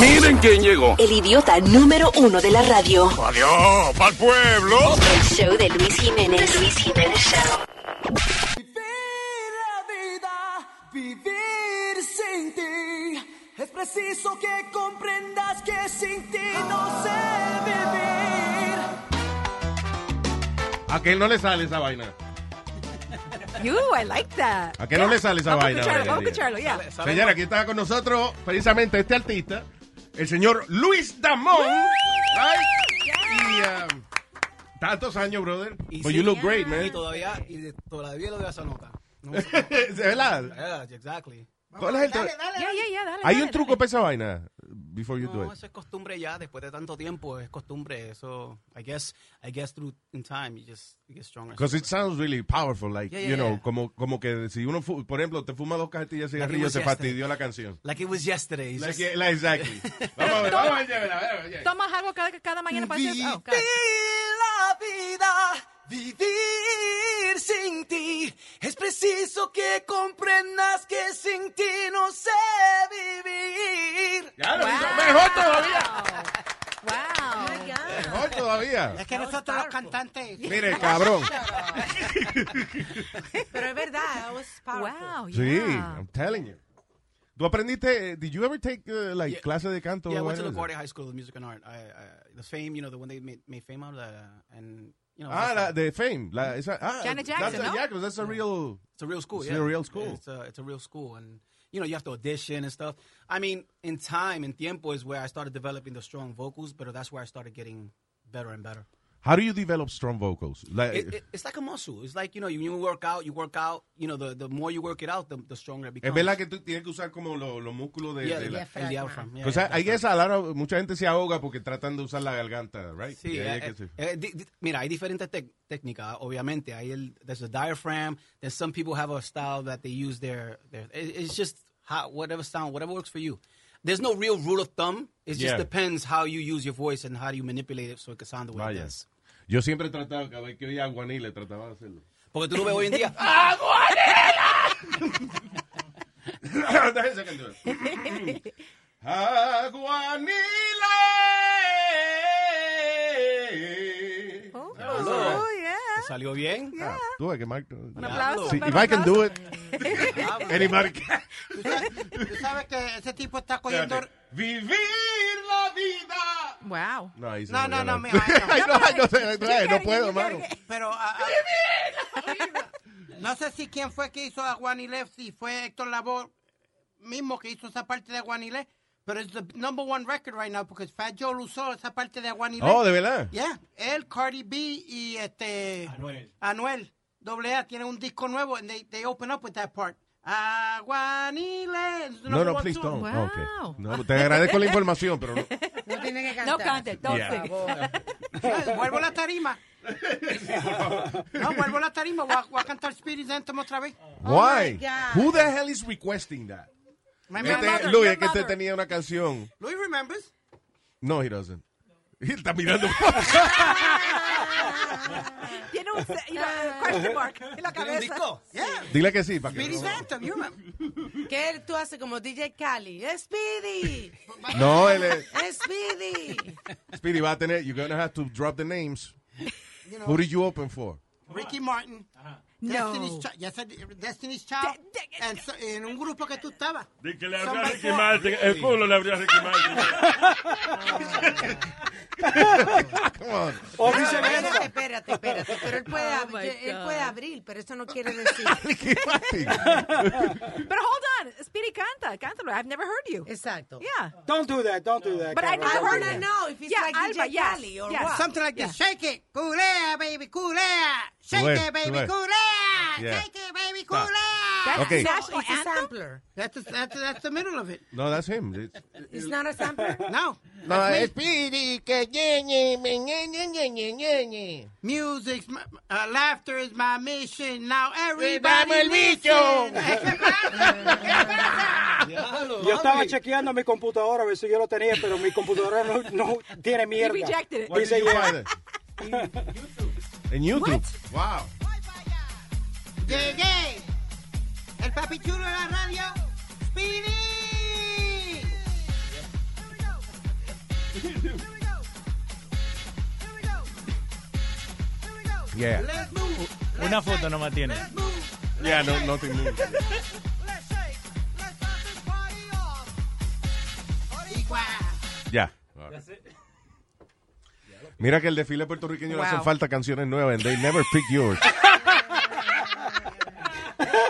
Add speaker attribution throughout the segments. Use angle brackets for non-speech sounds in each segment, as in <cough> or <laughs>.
Speaker 1: Miren quién llegó.
Speaker 2: El idiota número uno de la radio.
Speaker 1: Adiós, pa'l pueblo.
Speaker 2: El show de Luis Jiménez. Luis Jiménez Show.
Speaker 3: Vivir la vida, vivir sin ti. Es preciso que comprendas que sin ti no sé vivir.
Speaker 4: ¿A que no le sale esa vaina?
Speaker 5: You, I like that.
Speaker 4: ¿A qué no le sale esa
Speaker 5: Vamos a
Speaker 4: vaina,
Speaker 5: escucharlo,
Speaker 4: Valeria?
Speaker 5: Vamos a escucharlo, ya.
Speaker 4: Señora, aquí está con nosotros precisamente este artista, el señor Luis Damón. Ay, y, ah, tantos años, brother.
Speaker 6: Y
Speaker 4: But
Speaker 6: sí,
Speaker 4: you look great,
Speaker 6: Y
Speaker 4: man.
Speaker 6: todavía, y de- todavía lo de esa nota. <laughs> No,
Speaker 4: ¿De verdad?
Speaker 6: yeah, exactly.
Speaker 4: ¿Cuál es el tru-
Speaker 5: Ya, ya, ya, dale.
Speaker 4: Hay
Speaker 5: dale,
Speaker 4: un truco para esa vaina. Before you do it.
Speaker 6: No, eso es costumbre ya, después de tanto tiempo, es costumbre. Eso, I guess, I guess through in time, you just you get stronger.
Speaker 4: Because it sounds really powerful, like,
Speaker 6: Yeah, yeah,
Speaker 4: you know,
Speaker 6: yeah.
Speaker 4: Como, como que si uno, fu- por ejemplo, te fuma dos cajetillas de
Speaker 6: Like it
Speaker 4: cigarrillos,
Speaker 6: was
Speaker 4: se
Speaker 6: yesterday.
Speaker 4: fastidió la canción.
Speaker 6: Like it was yesterday. it's just-
Speaker 4: Like, like,
Speaker 6: <laughs>
Speaker 4: exactly. Vamos a ver, vamos a ver, a ver, a ver, a ver.
Speaker 5: ¿Tomas algo cada, cada mañana para hacer? Oh, God.
Speaker 6: Vivir la vida, vivir sin ti. Es preciso que comprendas que sin ti no sé vivir.
Speaker 4: Ya lo
Speaker 5: Wow.
Speaker 4: hizo mejor todavía.
Speaker 5: Wow.
Speaker 4: Mejor todavía.
Speaker 7: Es que nosotros los
Speaker 4: <laughs>
Speaker 7: cantantes.
Speaker 4: Mire,
Speaker 6: <laughs>
Speaker 4: cabrón.
Speaker 7: Pero es verdad, that was powerful.
Speaker 5: Wow, yeah.
Speaker 4: Sí, I'm telling you. ¿Tú aprendiste, eh, did you ever take, uh, like,
Speaker 6: Yeah.
Speaker 4: clase de canto?
Speaker 6: Yeah, I
Speaker 4: o
Speaker 6: went to
Speaker 4: algo
Speaker 6: LaGuardia
Speaker 4: así?
Speaker 6: High School of Music and Art. I, I, the fame, you know, the one they made, made fame out of, uh, and you know.
Speaker 4: Ah,
Speaker 6: that's
Speaker 4: la
Speaker 6: a-
Speaker 4: de Fame. La, esa, ah,
Speaker 5: Janet
Speaker 4: that's
Speaker 5: Jackson,
Speaker 4: a,
Speaker 5: ¿no?
Speaker 4: yeah, 'cause that's a real...
Speaker 6: It's a real school.
Speaker 4: It's
Speaker 6: yeah.
Speaker 4: a real school.
Speaker 6: It's a, it's a real school, and you know you have to audition and stuff. I mean, in time, in tiempo is where I started developing the strong vocals, but that's where I started getting better and better.
Speaker 4: How do you develop strong vocals? Like,
Speaker 6: It, it, it's like a muscle. It's like you know, you, you work out, you work out. You know, the, the more you work it out, the, the stronger it becomes.
Speaker 4: es verdad que tú tienes que usar como lo- los músculos de,
Speaker 6: yeah,
Speaker 4: de
Speaker 6: the,
Speaker 4: la... Pues,
Speaker 6: and the diaphragm. Yeah,
Speaker 4: o
Speaker 6: yeah,
Speaker 4: sea, ahí es a la hora, mucha gente se ahoga porque tratan de usar la garganta, right?
Speaker 6: Sí,
Speaker 4: Y ahí
Speaker 6: eh,
Speaker 4: es que
Speaker 6: eh,
Speaker 4: se-
Speaker 6: eh, di- di- mira, hay diferentes tec- técnicas, ah, obviamente. Hay el, there's a diaphragm, then some people have a style that they use their, their it- it's just how, whatever sound, whatever works for you. There's no real rule of thumb. It just
Speaker 4: Yeah.
Speaker 6: depends how you use your voice and how you manipulate it so it can sound the way
Speaker 4: Vaya.
Speaker 6: it does.
Speaker 4: Yo siempre he tratado, cada vez que oía a Guanile, trataba de hacerlo. <laughs>
Speaker 6: Porque tú lo ves hoy en día.
Speaker 4: Ah. Déjense que- Ah, Aguanile.
Speaker 5: Oh,
Speaker 6: Hello.
Speaker 5: oh, yeah.
Speaker 6: ¿te ¿Salió bien?
Speaker 4: Ah, Tú ves que Mark.
Speaker 5: Un aplauso.
Speaker 4: Sí,
Speaker 5: pero
Speaker 4: if
Speaker 5: un
Speaker 4: I can do
Speaker 5: aplauso.
Speaker 4: it, <laughs> anybody can.
Speaker 7: Tú sabes- Tú sabes que ese tipo está cogiendo.
Speaker 4: Vivir la vida.
Speaker 5: Wow.
Speaker 4: No, ahí se
Speaker 7: No,
Speaker 4: me
Speaker 7: no,
Speaker 4: ganó.
Speaker 7: no, mi ay,
Speaker 4: <laughs>
Speaker 7: no.
Speaker 4: Ay, no, ay, no, sé, ay, no, ay, no
Speaker 5: Yo
Speaker 4: puedo,
Speaker 5: quiero, yo
Speaker 4: mano.
Speaker 5: quiero
Speaker 7: Pero. ah, ah, no sé si quién fue que hizo a Guanilé, si fue Héctor Lavoe mismo que hizo esa parte de Guanilé. Pero es the number one record right now porque Fat Joe lo usó esa parte de Guanilé.
Speaker 4: Oh, de verdad.
Speaker 7: Yeah, él, Cardi B y este
Speaker 6: Anuel.
Speaker 7: Anuel doble A tienen un disco nuevo and they, they open up with that part. Aguanile. it's the
Speaker 4: No,
Speaker 7: number
Speaker 4: no,
Speaker 7: one
Speaker 4: please
Speaker 7: song.
Speaker 4: don't.
Speaker 5: Wow.
Speaker 4: Okay. No, te agradezco la información, pero no.
Speaker 8: No tiene que
Speaker 5: No
Speaker 8: cantar.
Speaker 5: cantes, don't
Speaker 4: Yeah.
Speaker 5: sing.
Speaker 7: Ah, Vuelvo a la tarima. No, vuelvo a la tarima. Voy a, voy a cantar Spirit Anthem otra vez.
Speaker 4: Why?
Speaker 8: God.
Speaker 4: Who the hell is requesting that?
Speaker 7: My
Speaker 4: Este,
Speaker 7: man-
Speaker 5: mother,
Speaker 4: Luis,
Speaker 5: your
Speaker 4: es que este
Speaker 5: mother.
Speaker 4: tenía una canción.
Speaker 7: Luis remembers.
Speaker 4: No, he doesn't. Él está mirando. <laughs>
Speaker 5: Tiene un se- you know, question mark en la
Speaker 6: ¿Tiene un
Speaker 5: cabeza.
Speaker 6: disco?
Speaker 7: Yeah,
Speaker 4: Dile que sí, para que
Speaker 7: Spirit
Speaker 4: no-
Speaker 7: Anthem, you remember.
Speaker 8: Que él tú haces como DJ Cali. ¡Speedy!
Speaker 4: No, él es-
Speaker 8: ¡Speedy!
Speaker 4: Speedy va a tener. You're gonna have to drop the names. Who did you open for?
Speaker 7: Ricky Martin.
Speaker 5: No.
Speaker 7: Destiny's Child. Yes, I- Destiny's Child.
Speaker 5: De- de-
Speaker 7: And so- en un grupo que tú estabas.
Speaker 9: De que le abrió a
Speaker 7: Somebody
Speaker 9: Ricky
Speaker 7: for-
Speaker 9: Martin, el culo le abrió a Ricky Martin.
Speaker 4: Come on.
Speaker 8: espérate, espérate, espérate. Pero él puede,
Speaker 5: Oh,
Speaker 8: ab-
Speaker 5: my
Speaker 8: él
Speaker 5: God.
Speaker 8: puede abrir, pero eso no quiere
Speaker 5: <laughs>
Speaker 8: decir.
Speaker 4: <laughs> Ricky Martin.
Speaker 5: <laughs> Pero hold on. Speedy canta. Cántalo. I've never heard you.
Speaker 8: Exacto.
Speaker 5: Yeah.
Speaker 10: Don't do that. Don't do that.
Speaker 5: But I
Speaker 10: Carol.
Speaker 8: I
Speaker 5: know
Speaker 10: Don't
Speaker 8: want
Speaker 10: do
Speaker 8: to
Speaker 10: that.
Speaker 8: know if it's
Speaker 5: Yeah,
Speaker 8: like DJ
Speaker 5: Alba, yes,
Speaker 8: Cali or
Speaker 5: yes.
Speaker 8: what.
Speaker 7: Something like this. Shake it, culea, baby, culea. Shake
Speaker 4: Culea,
Speaker 7: it, baby,
Speaker 4: culea.
Speaker 7: culea.
Speaker 4: Yeah.
Speaker 7: Shake it, baby,
Speaker 4: Stop.
Speaker 7: culea. Oh,
Speaker 5: That's
Speaker 4: Okay.
Speaker 5: national
Speaker 8: It's a
Speaker 5: anthem.
Speaker 8: sampler.
Speaker 7: That's, the- that's, the- that's the middle of it.
Speaker 4: No, that's him. It's-
Speaker 8: It's not a sampler.
Speaker 7: No.
Speaker 4: no,
Speaker 7: That's
Speaker 4: es
Speaker 7: me.
Speaker 4: Speedy que ñe, ñe, me, ñe, ñe, ñe, ñe, ñe, ñe.
Speaker 7: Music's my, uh, laughter is my mission. Now everybody
Speaker 4: Vamos el bicho.
Speaker 7: <laughs>
Speaker 10: Yo estaba chequeando mi computadora a ver si yo lo tenía, pero mi computadora no, no tiene
Speaker 5: He
Speaker 10: mierda.
Speaker 5: rejected it.
Speaker 4: Where did
Speaker 10: Dice,
Speaker 4: you find it? En YouTube. Wow.
Speaker 7: Llegué. El papi chulo de la radio. Speedy.
Speaker 11: Yeah.
Speaker 7: Let's move.
Speaker 11: Una foto nomás tiene.
Speaker 4: Yeah, no, nothing more. Ya. Mira que el desfile puertorriqueño le hacen
Speaker 5: Wow.
Speaker 4: falta canciones nuevas. and They never pick yours.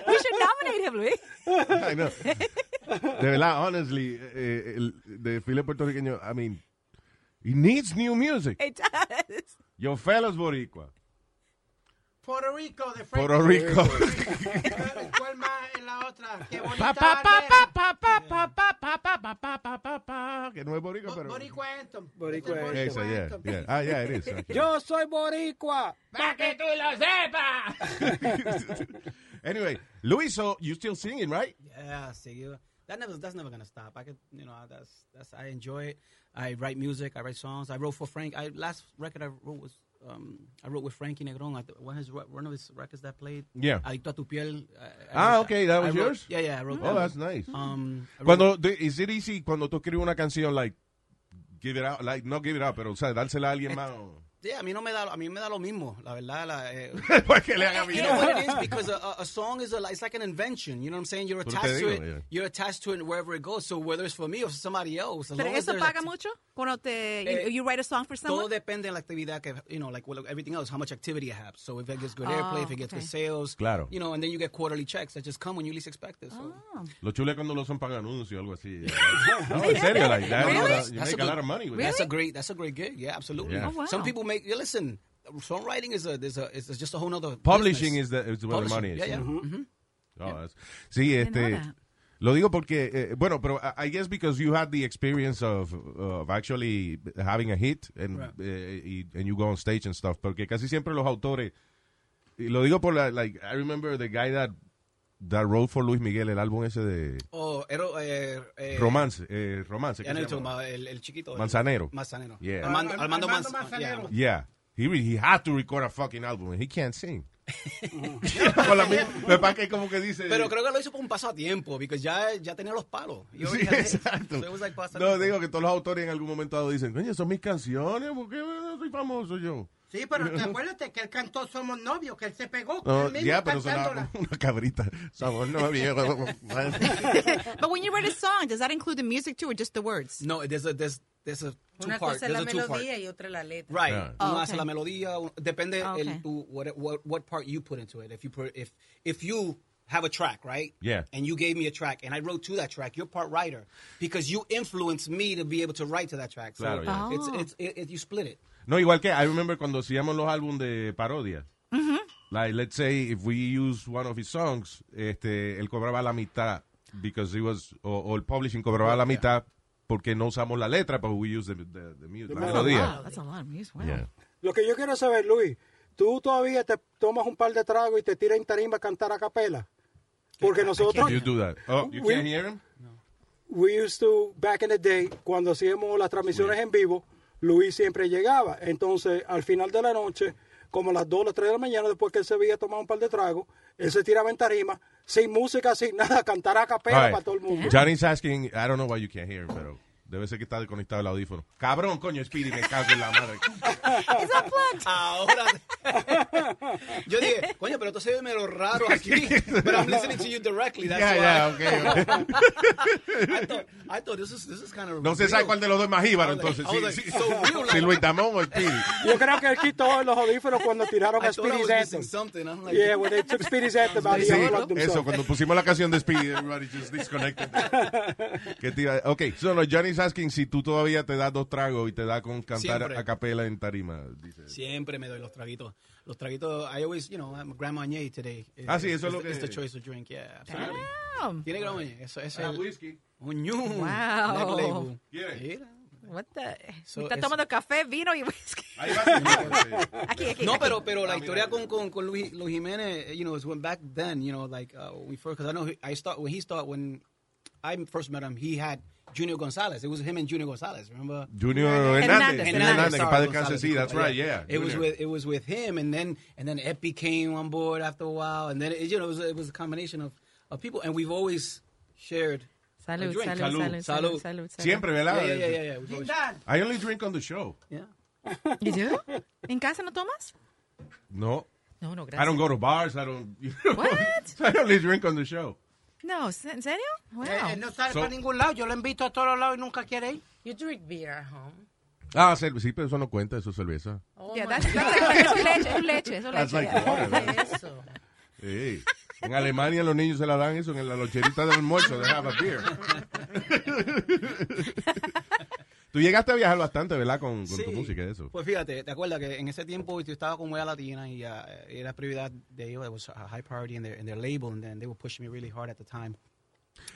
Speaker 5: We should nominate him, Luis.
Speaker 4: I know. De verdad, honestly, eh, el desfile puertorriqueño, I mean, it needs new music.
Speaker 5: It does.
Speaker 4: Your fellows boricua.
Speaker 7: Puerto Rico de Frank.
Speaker 4: Puerto Rico.
Speaker 7: ¿Cuál más es la otra? Qué bonita
Speaker 11: Pa, pa, pa,
Speaker 7: área.
Speaker 11: pa, pa, pa, pa, pa, pa, pa, pa, pa, pa, pa, pa.
Speaker 4: Que no es boricua, pero...
Speaker 7: Boricua Anthem.
Speaker 10: Boricua Anthem.
Speaker 4: Esa, yeah, yeah. Ah, yeah, it
Speaker 6: <laughs>
Speaker 4: is. Okay.
Speaker 10: Yo soy boricua.
Speaker 7: Para que tú lo sepas.
Speaker 4: <laughs> Anyway, Luis, so you still singing, right?
Speaker 6: Yeah, see you. That never that's never gonna stop. I could you know that's that's I enjoy it. I write music. I write songs. I wrote for Frank. I last record I wrote was um I wrote with Frankie Negron. I, th- one of his one of his records that played.
Speaker 4: Yeah.
Speaker 6: Adicto a tu piel. I, I
Speaker 4: Ah,
Speaker 6: wrote
Speaker 4: okay, that
Speaker 6: I
Speaker 4: was
Speaker 6: wrote-
Speaker 4: yours?
Speaker 6: Yeah, yeah, I wrote.
Speaker 4: Oh,
Speaker 6: that
Speaker 4: that's
Speaker 6: one.
Speaker 4: nice.
Speaker 6: Um, I wrote-
Speaker 4: Cuando, de- is it easy cuando tú escribes una canción, like, give it out, like, no give it out, pero, o sea, dársela a alguien más?
Speaker 6: <laughs>
Speaker 4: o-
Speaker 6: Yeah, a mí no me da, a mí me da lo mismo, la verdad. La, eh,
Speaker 4: Para que <laughs> le haga
Speaker 6: you
Speaker 4: bien.
Speaker 6: know what it is because a- a, a song is a, it's like an invention. You know what I'm saying? You're
Speaker 4: Por
Speaker 6: attached
Speaker 4: te
Speaker 6: to
Speaker 4: digo,
Speaker 6: it.
Speaker 4: yeah.
Speaker 6: You're attached to it wherever it goes. So whether it's for me or for somebody else, as
Speaker 5: Pero
Speaker 6: long as
Speaker 5: eso
Speaker 6: there's
Speaker 5: paga mucho cuando te you,
Speaker 6: Eh,
Speaker 5: you write a song for
Speaker 6: Todo
Speaker 5: someone.
Speaker 6: depende de la actividad que, you know, like well, everything else, how much activity I have. So if it gets good
Speaker 5: Oh,
Speaker 6: airplay, if it gets
Speaker 5: okay.
Speaker 6: good sales,
Speaker 4: Claro.
Speaker 6: you know, and then you get quarterly checks that just come when you least expect it. So.
Speaker 5: Ah,
Speaker 4: Lo chulo es cuando lo son para anuncios o algo así.
Speaker 6: <laughs>
Speaker 4: No, en serio, like, that,
Speaker 6: Really?
Speaker 4: that- you
Speaker 6: That's a
Speaker 4: make a
Speaker 6: good-
Speaker 4: lot of money with
Speaker 6: That's a
Speaker 4: that.
Speaker 6: great, that's a great gig. Yeah, absolutely.
Speaker 4: Yeah.
Speaker 5: Oh, wow.
Speaker 6: Some people make, yeah, listen, songwriting is a, there's a, it's just a whole nother.
Speaker 4: Publishing
Speaker 6: business.
Speaker 4: is, the, is where the
Speaker 6: Publishing,
Speaker 4: money is.
Speaker 6: Yeah, yeah.
Speaker 4: you know?
Speaker 6: Mhm.
Speaker 4: Oh, that's- sí, este,
Speaker 5: nada.
Speaker 4: lo digo porque, eh, bueno, pero I, I guess because you had the experience of, of actually having a hit and,
Speaker 6: Right.
Speaker 4: eh, y- and you go on stage and stuff, porque casi siempre los autores, y lo digo por la, like, I remember the guy that, that wrote for Luis Miguel, el álbum ese de
Speaker 6: Oh, ero, eh, eh,
Speaker 4: Romance, eh, Romance. ¿qué
Speaker 6: Ya no
Speaker 4: se
Speaker 6: he dicho,
Speaker 4: llama?
Speaker 6: ma- el, el chiquito. el-
Speaker 4: Manzanero.
Speaker 6: Manzanero.
Speaker 4: Yeah.
Speaker 6: Armando,
Speaker 7: Ar-
Speaker 6: Armando,
Speaker 7: Armando
Speaker 6: Manz-
Speaker 7: Manzanero.
Speaker 6: yeah, Armando.
Speaker 4: Yeah. He, re- he had to record a fucking album and he can't
Speaker 6: <laughs>
Speaker 4: sing. Con la misma- Lo que pasa que como que dice...
Speaker 6: Pero creo que lo hizo por un pasatiempo, porque ya, ya tenía los palos. Yo-
Speaker 4: Sí, <laughs>
Speaker 6: ya-
Speaker 4: exacto.
Speaker 6: so it was like pasatiempo.
Speaker 4: No, digo que todos los autores en algún momento dado dicen, coño, son mis canciones, ¿por qué no soy famoso yo?
Speaker 7: Sí, pero te acuérdate que él cantó Somos Novios, que él se pegó. que
Speaker 4: No,
Speaker 7: él mismo
Speaker 4: ya, pero
Speaker 7: cantándola.
Speaker 4: sonaba como una cabrita. Sabor no
Speaker 5: <laughs>
Speaker 4: había.
Speaker 5: But when you write a song, does that include the music too, or just the words?
Speaker 6: No, there's a, there's, there's a two
Speaker 8: Una
Speaker 6: part.
Speaker 8: cosa es la
Speaker 6: There's a two part.
Speaker 8: melodía y Ah, otra la letra.
Speaker 6: Right.
Speaker 4: Yeah.
Speaker 5: Oh,
Speaker 6: Uno
Speaker 5: okay.
Speaker 6: hace la melodía, un- depende
Speaker 5: Oh, okay.
Speaker 6: el, tu, what, what, what part you put into it. If you put, if, if you have a track, right?
Speaker 4: Yeah.
Speaker 6: And you gave me a track, and I wrote to that track. You're part writer because you influenced me to be able to write to that track. So
Speaker 4: Claro, yeah.
Speaker 6: it's,
Speaker 8: Oh.
Speaker 6: it's, it, it, you split it.
Speaker 4: No, igual que I remember cuando hacíamos los álbumes de parodia. Like, let's say, if we use one of his songs, este, él cobraba la mitad, because it was, o, o el publishing cobraba la mitad, porque no usamos la letra, but we use the, the, the music, la melodía.
Speaker 8: that's a lot of music. Wow.
Speaker 4: Yeah.
Speaker 10: Lo que yo quiero saber, Luis, ¿tú todavía te tomas un par de tragos y te tiras en tarima a cantar a capela? Porque nosotros,
Speaker 4: You do that. Oh, you
Speaker 10: We-
Speaker 4: can't hear him?
Speaker 10: we used to, back in the day, cuando hacíamos las transmisiones en vivo, Luis siempre llegaba. Entonces, al final de la noche, como a las 2 o las 3 de la mañana, después que él se había tomado un par de tragos, él se tiraba en tarima, sin música, sin nada, a cantar a capela
Speaker 4: All right.
Speaker 10: para todo el mundo.
Speaker 4: Johnny's asking, I don't know why you can't hear, pero debe ser que está desconectado el audífono. Cabrón, coño, Speedy, me cago en la madre.
Speaker 5: It's unplugged.
Speaker 8: <laughs>
Speaker 6: Ahora, <laughs> yo dije, coño, pero tú se ve medio raro aquí.
Speaker 4: <laughs>
Speaker 6: But I'm listening to you directly.
Speaker 4: <laughs>
Speaker 6: That's
Speaker 4: Ya,
Speaker 6: why.
Speaker 4: ya, ok, ok.
Speaker 6: I thought, I thought this is this is kind of.
Speaker 4: <laughs> No se sabe cuál de los dos es más jíbaro,
Speaker 6: I was
Speaker 4: entonces.
Speaker 6: like- I was
Speaker 4: Si,
Speaker 6: like,
Speaker 4: si-
Speaker 6: so real,
Speaker 4: si
Speaker 6: like-
Speaker 4: Luis Damón o
Speaker 6: <laughs>
Speaker 4: Speedy.
Speaker 10: Yo creo que él quitó los audífonos cuando tiraron
Speaker 6: I
Speaker 10: a
Speaker 6: thought I was
Speaker 10: Speedy's
Speaker 6: missing
Speaker 10: Anthem.
Speaker 6: something. I'm like,
Speaker 10: Yeah, when they took Speedy's
Speaker 6: <laughs>
Speaker 10: Anthem out,
Speaker 4: Sí,
Speaker 10: they unplugged
Speaker 4: eso,
Speaker 10: themselves.
Speaker 4: cuando pusimos la canción de Speedy, everybody just
Speaker 6: <laughs>
Speaker 4: disconnected. ¿Qué te iba- ok, so no, Johnny's asking si tú todavía te das dos tragos y te da con cantar
Speaker 6: Siempre.
Speaker 4: a capela en tarima. dice.
Speaker 6: Siempre me doy los traguitos. Los traguitos, I always, you know, I'm Grand Marnier today.
Speaker 4: Ah, sí, eso es
Speaker 6: It's
Speaker 4: lo
Speaker 6: the-
Speaker 4: que-
Speaker 6: It's the choice of drink, yeah, absolutely.
Speaker 8: Damn.
Speaker 6: Tiene Grand Marnier, eso es
Speaker 4: Ah,
Speaker 6: el...
Speaker 4: whisky.
Speaker 6: Un ñu.
Speaker 8: Wow.
Speaker 6: Black label.
Speaker 4: ¿Quiere?
Speaker 6: Mira.
Speaker 8: What the-
Speaker 6: So,
Speaker 8: está
Speaker 6: es-
Speaker 8: tomando café, vino
Speaker 6: <laughs>
Speaker 8: y whisky.
Speaker 4: Ahí va, señor.
Speaker 8: Aquí, aquí.
Speaker 6: No,
Speaker 8: aquí.
Speaker 6: pero, pero
Speaker 4: Ah,
Speaker 6: la historia con, con, con Luis, Luis Jiménez, you know, is when back then, you know, like, uh, we first, because I know he- I start, when he started, when I first met him, he had Junior Gonzalez. It was him and Junior Gonzalez, remember?
Speaker 4: Junior Hernández.
Speaker 8: Hernández.
Speaker 4: Junior Hernández, que
Speaker 6: sorry,
Speaker 4: para
Speaker 6: González,
Speaker 4: descanse, sí, that's
Speaker 6: disculpa,
Speaker 4: right, yeah.
Speaker 6: It was
Speaker 4: Junior.
Speaker 6: with it was with him, and then and then Epi came on board after a while, and then it, you know it was, it was a combination of, of people, and we've always shared
Speaker 12: Salud,
Speaker 6: A drink.
Speaker 12: salud,
Speaker 6: Salud,
Speaker 12: salud, salud,
Speaker 6: salud.
Speaker 12: salud, salud.
Speaker 4: Siempre, ¿verdad?
Speaker 6: Yeah, yeah, yeah, yeah, yeah. We've always-
Speaker 4: I only drink on the show.
Speaker 12: ¿Y tú?
Speaker 6: <laughs>
Speaker 12: ¿En casa no tomas?
Speaker 4: No.
Speaker 12: No, no,
Speaker 4: I
Speaker 12: gracias.
Speaker 4: don't go to bars. I don't.
Speaker 12: What?
Speaker 4: <laughs> I only drink on the show.
Speaker 12: No, ¿se- ¿en serio? Wow.
Speaker 7: Eh, eh, no sale
Speaker 4: So-
Speaker 7: para ningún lado. Yo lo invito a todos lados y nunca quiere ir.
Speaker 8: You drink beer at home.
Speaker 4: Ah, cerve- sí, pero eso no cuenta, eso es cerveza.
Speaker 12: Yeah,
Speaker 6: Oh
Speaker 12: that's, that's like, es leche, es leche, eso es
Speaker 4: That's
Speaker 12: leche.
Speaker 4: like water, man.
Speaker 8: Eso.
Speaker 4: Hey. En Alemania los niños se la dan eso en la loncherita del almuerzo. They have a
Speaker 6: <laughs>
Speaker 4: beer. <laughs> Tú llegaste a viajar bastante, ¿verdad? Con, con tu
Speaker 6: Sí.
Speaker 4: música y eso.
Speaker 6: Pues fíjate, te acuerdas que en ese tiempo yo estaba con Wea Latina y ah, era prioridad de ellos, it was a high priority in their, in their label, and then they were pushing me really hard at the time.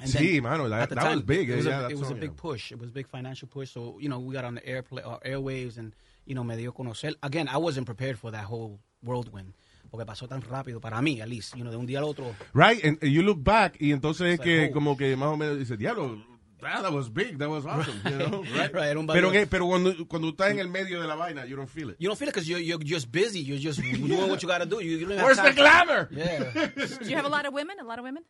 Speaker 4: Sí, mano, that-
Speaker 6: at the
Speaker 4: that was big,
Speaker 6: It was,
Speaker 4: yeah,
Speaker 6: a,
Speaker 4: that
Speaker 6: it was a
Speaker 4: song, you
Speaker 6: big push. It was a big financial push. So, you know, we got on the airplay, uh, airwaves and, you know, me dio a conocer. Again, I wasn't prepared for that whole whirlwind. Porque pasó tan rápido para mí, at least, you know, de un día al otro.
Speaker 4: Right? And, and you look back y entonces es
Speaker 6: It's like,
Speaker 4: que
Speaker 6: oh.
Speaker 4: como que más o menos dices, diablo, that, that was big, that was awesome, you
Speaker 6: <laughs>
Speaker 4: know?
Speaker 6: Right, right, era un
Speaker 4: pero,
Speaker 6: valor.
Speaker 4: que- pero cuando, cuando estás en el medio de la vaina, you don't feel it.
Speaker 6: You don't feel it because you're, you're just busy. You're just doing what you got to do. You, you don't have
Speaker 4: Where's the
Speaker 6: time.
Speaker 4: glamour?
Speaker 6: Yeah.
Speaker 12: Do you have a lot of women? A lot of
Speaker 6: <laughs>
Speaker 12: women?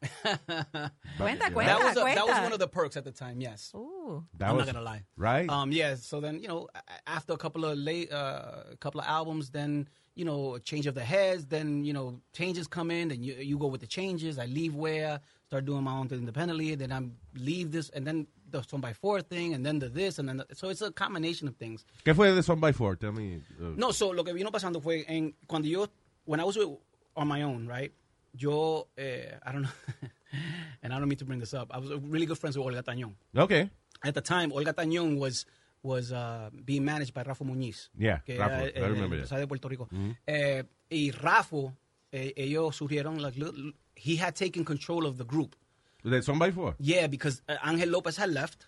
Speaker 12: cuenta, cuenta,
Speaker 6: that was a, that was
Speaker 12: cuenta.
Speaker 6: one of the perks at the time. Yes.
Speaker 12: Ooh.
Speaker 4: That
Speaker 6: I'm
Speaker 4: was-
Speaker 6: not gonna lie.
Speaker 4: right?
Speaker 6: Um. Yeah. So then you know, a- after a couple of late, uh, a couple of albums, then you know, a change of the heads. Then you know, changes come in, and you you go with the changes. I leave where start doing my own thing independently. Then I leave this, and then the one by four thing, and then the this, and then the, so it's a combination of things.
Speaker 4: ¿Qué fue de Son by Four? Tell me. uh,
Speaker 6: No, so lo que vino pasando fue en cuando yo, when I was with- on my own, right? Yo, eh, I don't know, <laughs> and I don't mean to bring this up. I was really good friends with Olga Tañón.
Speaker 4: Okay.
Speaker 6: At the time, Olga Tañón was was uh, being managed by Rafa Muñiz.
Speaker 4: Yeah,
Speaker 6: que
Speaker 4: Rafa,
Speaker 6: era
Speaker 4: I
Speaker 6: el
Speaker 4: remember
Speaker 6: empresario
Speaker 4: that.
Speaker 6: de Puerto Rico.
Speaker 4: Mhm.
Speaker 6: Eh, y Rafa, eh, ellos surgieron, like, li- he had taken control of the group.
Speaker 4: ¿De Son by Four?
Speaker 6: Yeah, because uh, Ángel López had left.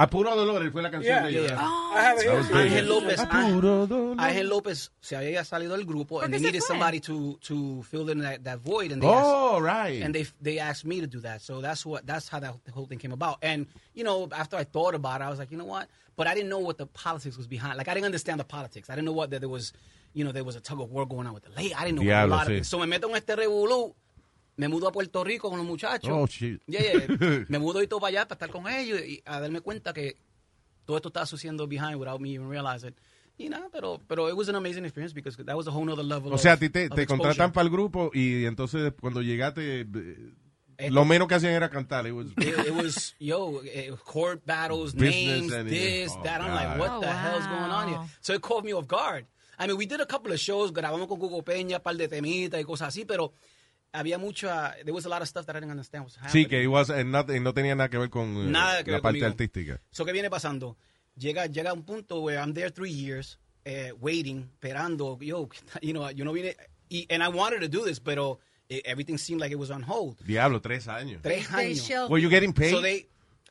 Speaker 4: A puro dolores fue la canción
Speaker 6: Yeah,
Speaker 4: de
Speaker 6: yeah,
Speaker 4: ellos.
Speaker 6: yeah.
Speaker 4: That was good.
Speaker 6: Ángel López, Ah,
Speaker 4: A puro
Speaker 6: Ángel-
Speaker 4: dolor.
Speaker 6: Ángel López se había salido del grupo and
Speaker 12: Oh,
Speaker 6: they
Speaker 12: qué se
Speaker 6: needed
Speaker 12: fue?
Speaker 6: somebody to to fill in that, that void and they
Speaker 4: Oh,
Speaker 6: asked,
Speaker 4: right.
Speaker 6: and they they asked me to do that so that's what that's how that whole thing came about and you know after I thought about it I was like you know what but I didn't know what the politics was behind like I didn't understand the politics I didn't know what that there was you know there was a tug of war going on with the late I didn't know a
Speaker 4: Diablo,
Speaker 6: lot of
Speaker 4: sí.
Speaker 6: it. so me meto en este revolú me mudo a Puerto Rico con los muchachos
Speaker 4: Oh, shit.
Speaker 6: Yeah,
Speaker 4: <laughs>
Speaker 6: yeah. me mudo y todo para allá para estar con ellos y a darme cuenta que todo esto estaba sucediendo behind without me even realize it. Y nada, pero, pero it was an amazing experience because that was a whole other level
Speaker 4: O
Speaker 6: of-
Speaker 4: sea, a ti te,
Speaker 6: of
Speaker 4: te
Speaker 6: exposure.
Speaker 4: contratan para el grupo y entonces cuando llegaste, eh,
Speaker 6: Eh,
Speaker 4: lo menos que hacían era cantar. It was-
Speaker 6: It, it was, yo, eh, court battles,
Speaker 4: Business
Speaker 6: names,
Speaker 4: and-
Speaker 6: this,
Speaker 4: oh,
Speaker 6: that. I'm
Speaker 4: God.
Speaker 6: like, what the
Speaker 12: Oh,
Speaker 6: hell's going on here?
Speaker 12: wow.
Speaker 6: So it caught me off guard. I mean, we did a couple of shows, grabamos con Coco Peña, par de temitas y cosas así, pero había mucha, there was a lot of stuff that I didn't understand was happening.
Speaker 4: sí, que it was- and not- and no tenía nada que ver con eh,
Speaker 6: Nada que
Speaker 4: la
Speaker 6: ver
Speaker 4: parte
Speaker 6: conmigo.
Speaker 4: artística.
Speaker 6: So, ¿qué viene pasando? Llega, llega un punto where I'm there three years, eh, waiting, esperando, yo, <laughs> you know, yo no vine, y, and I wanted to do this, pero eh, everything seemed like it was on hold.
Speaker 4: Diablo, tres años.
Speaker 6: Tres
Speaker 8: They
Speaker 6: años.
Speaker 8: shell-
Speaker 4: Were you getting paid?
Speaker 6: So they,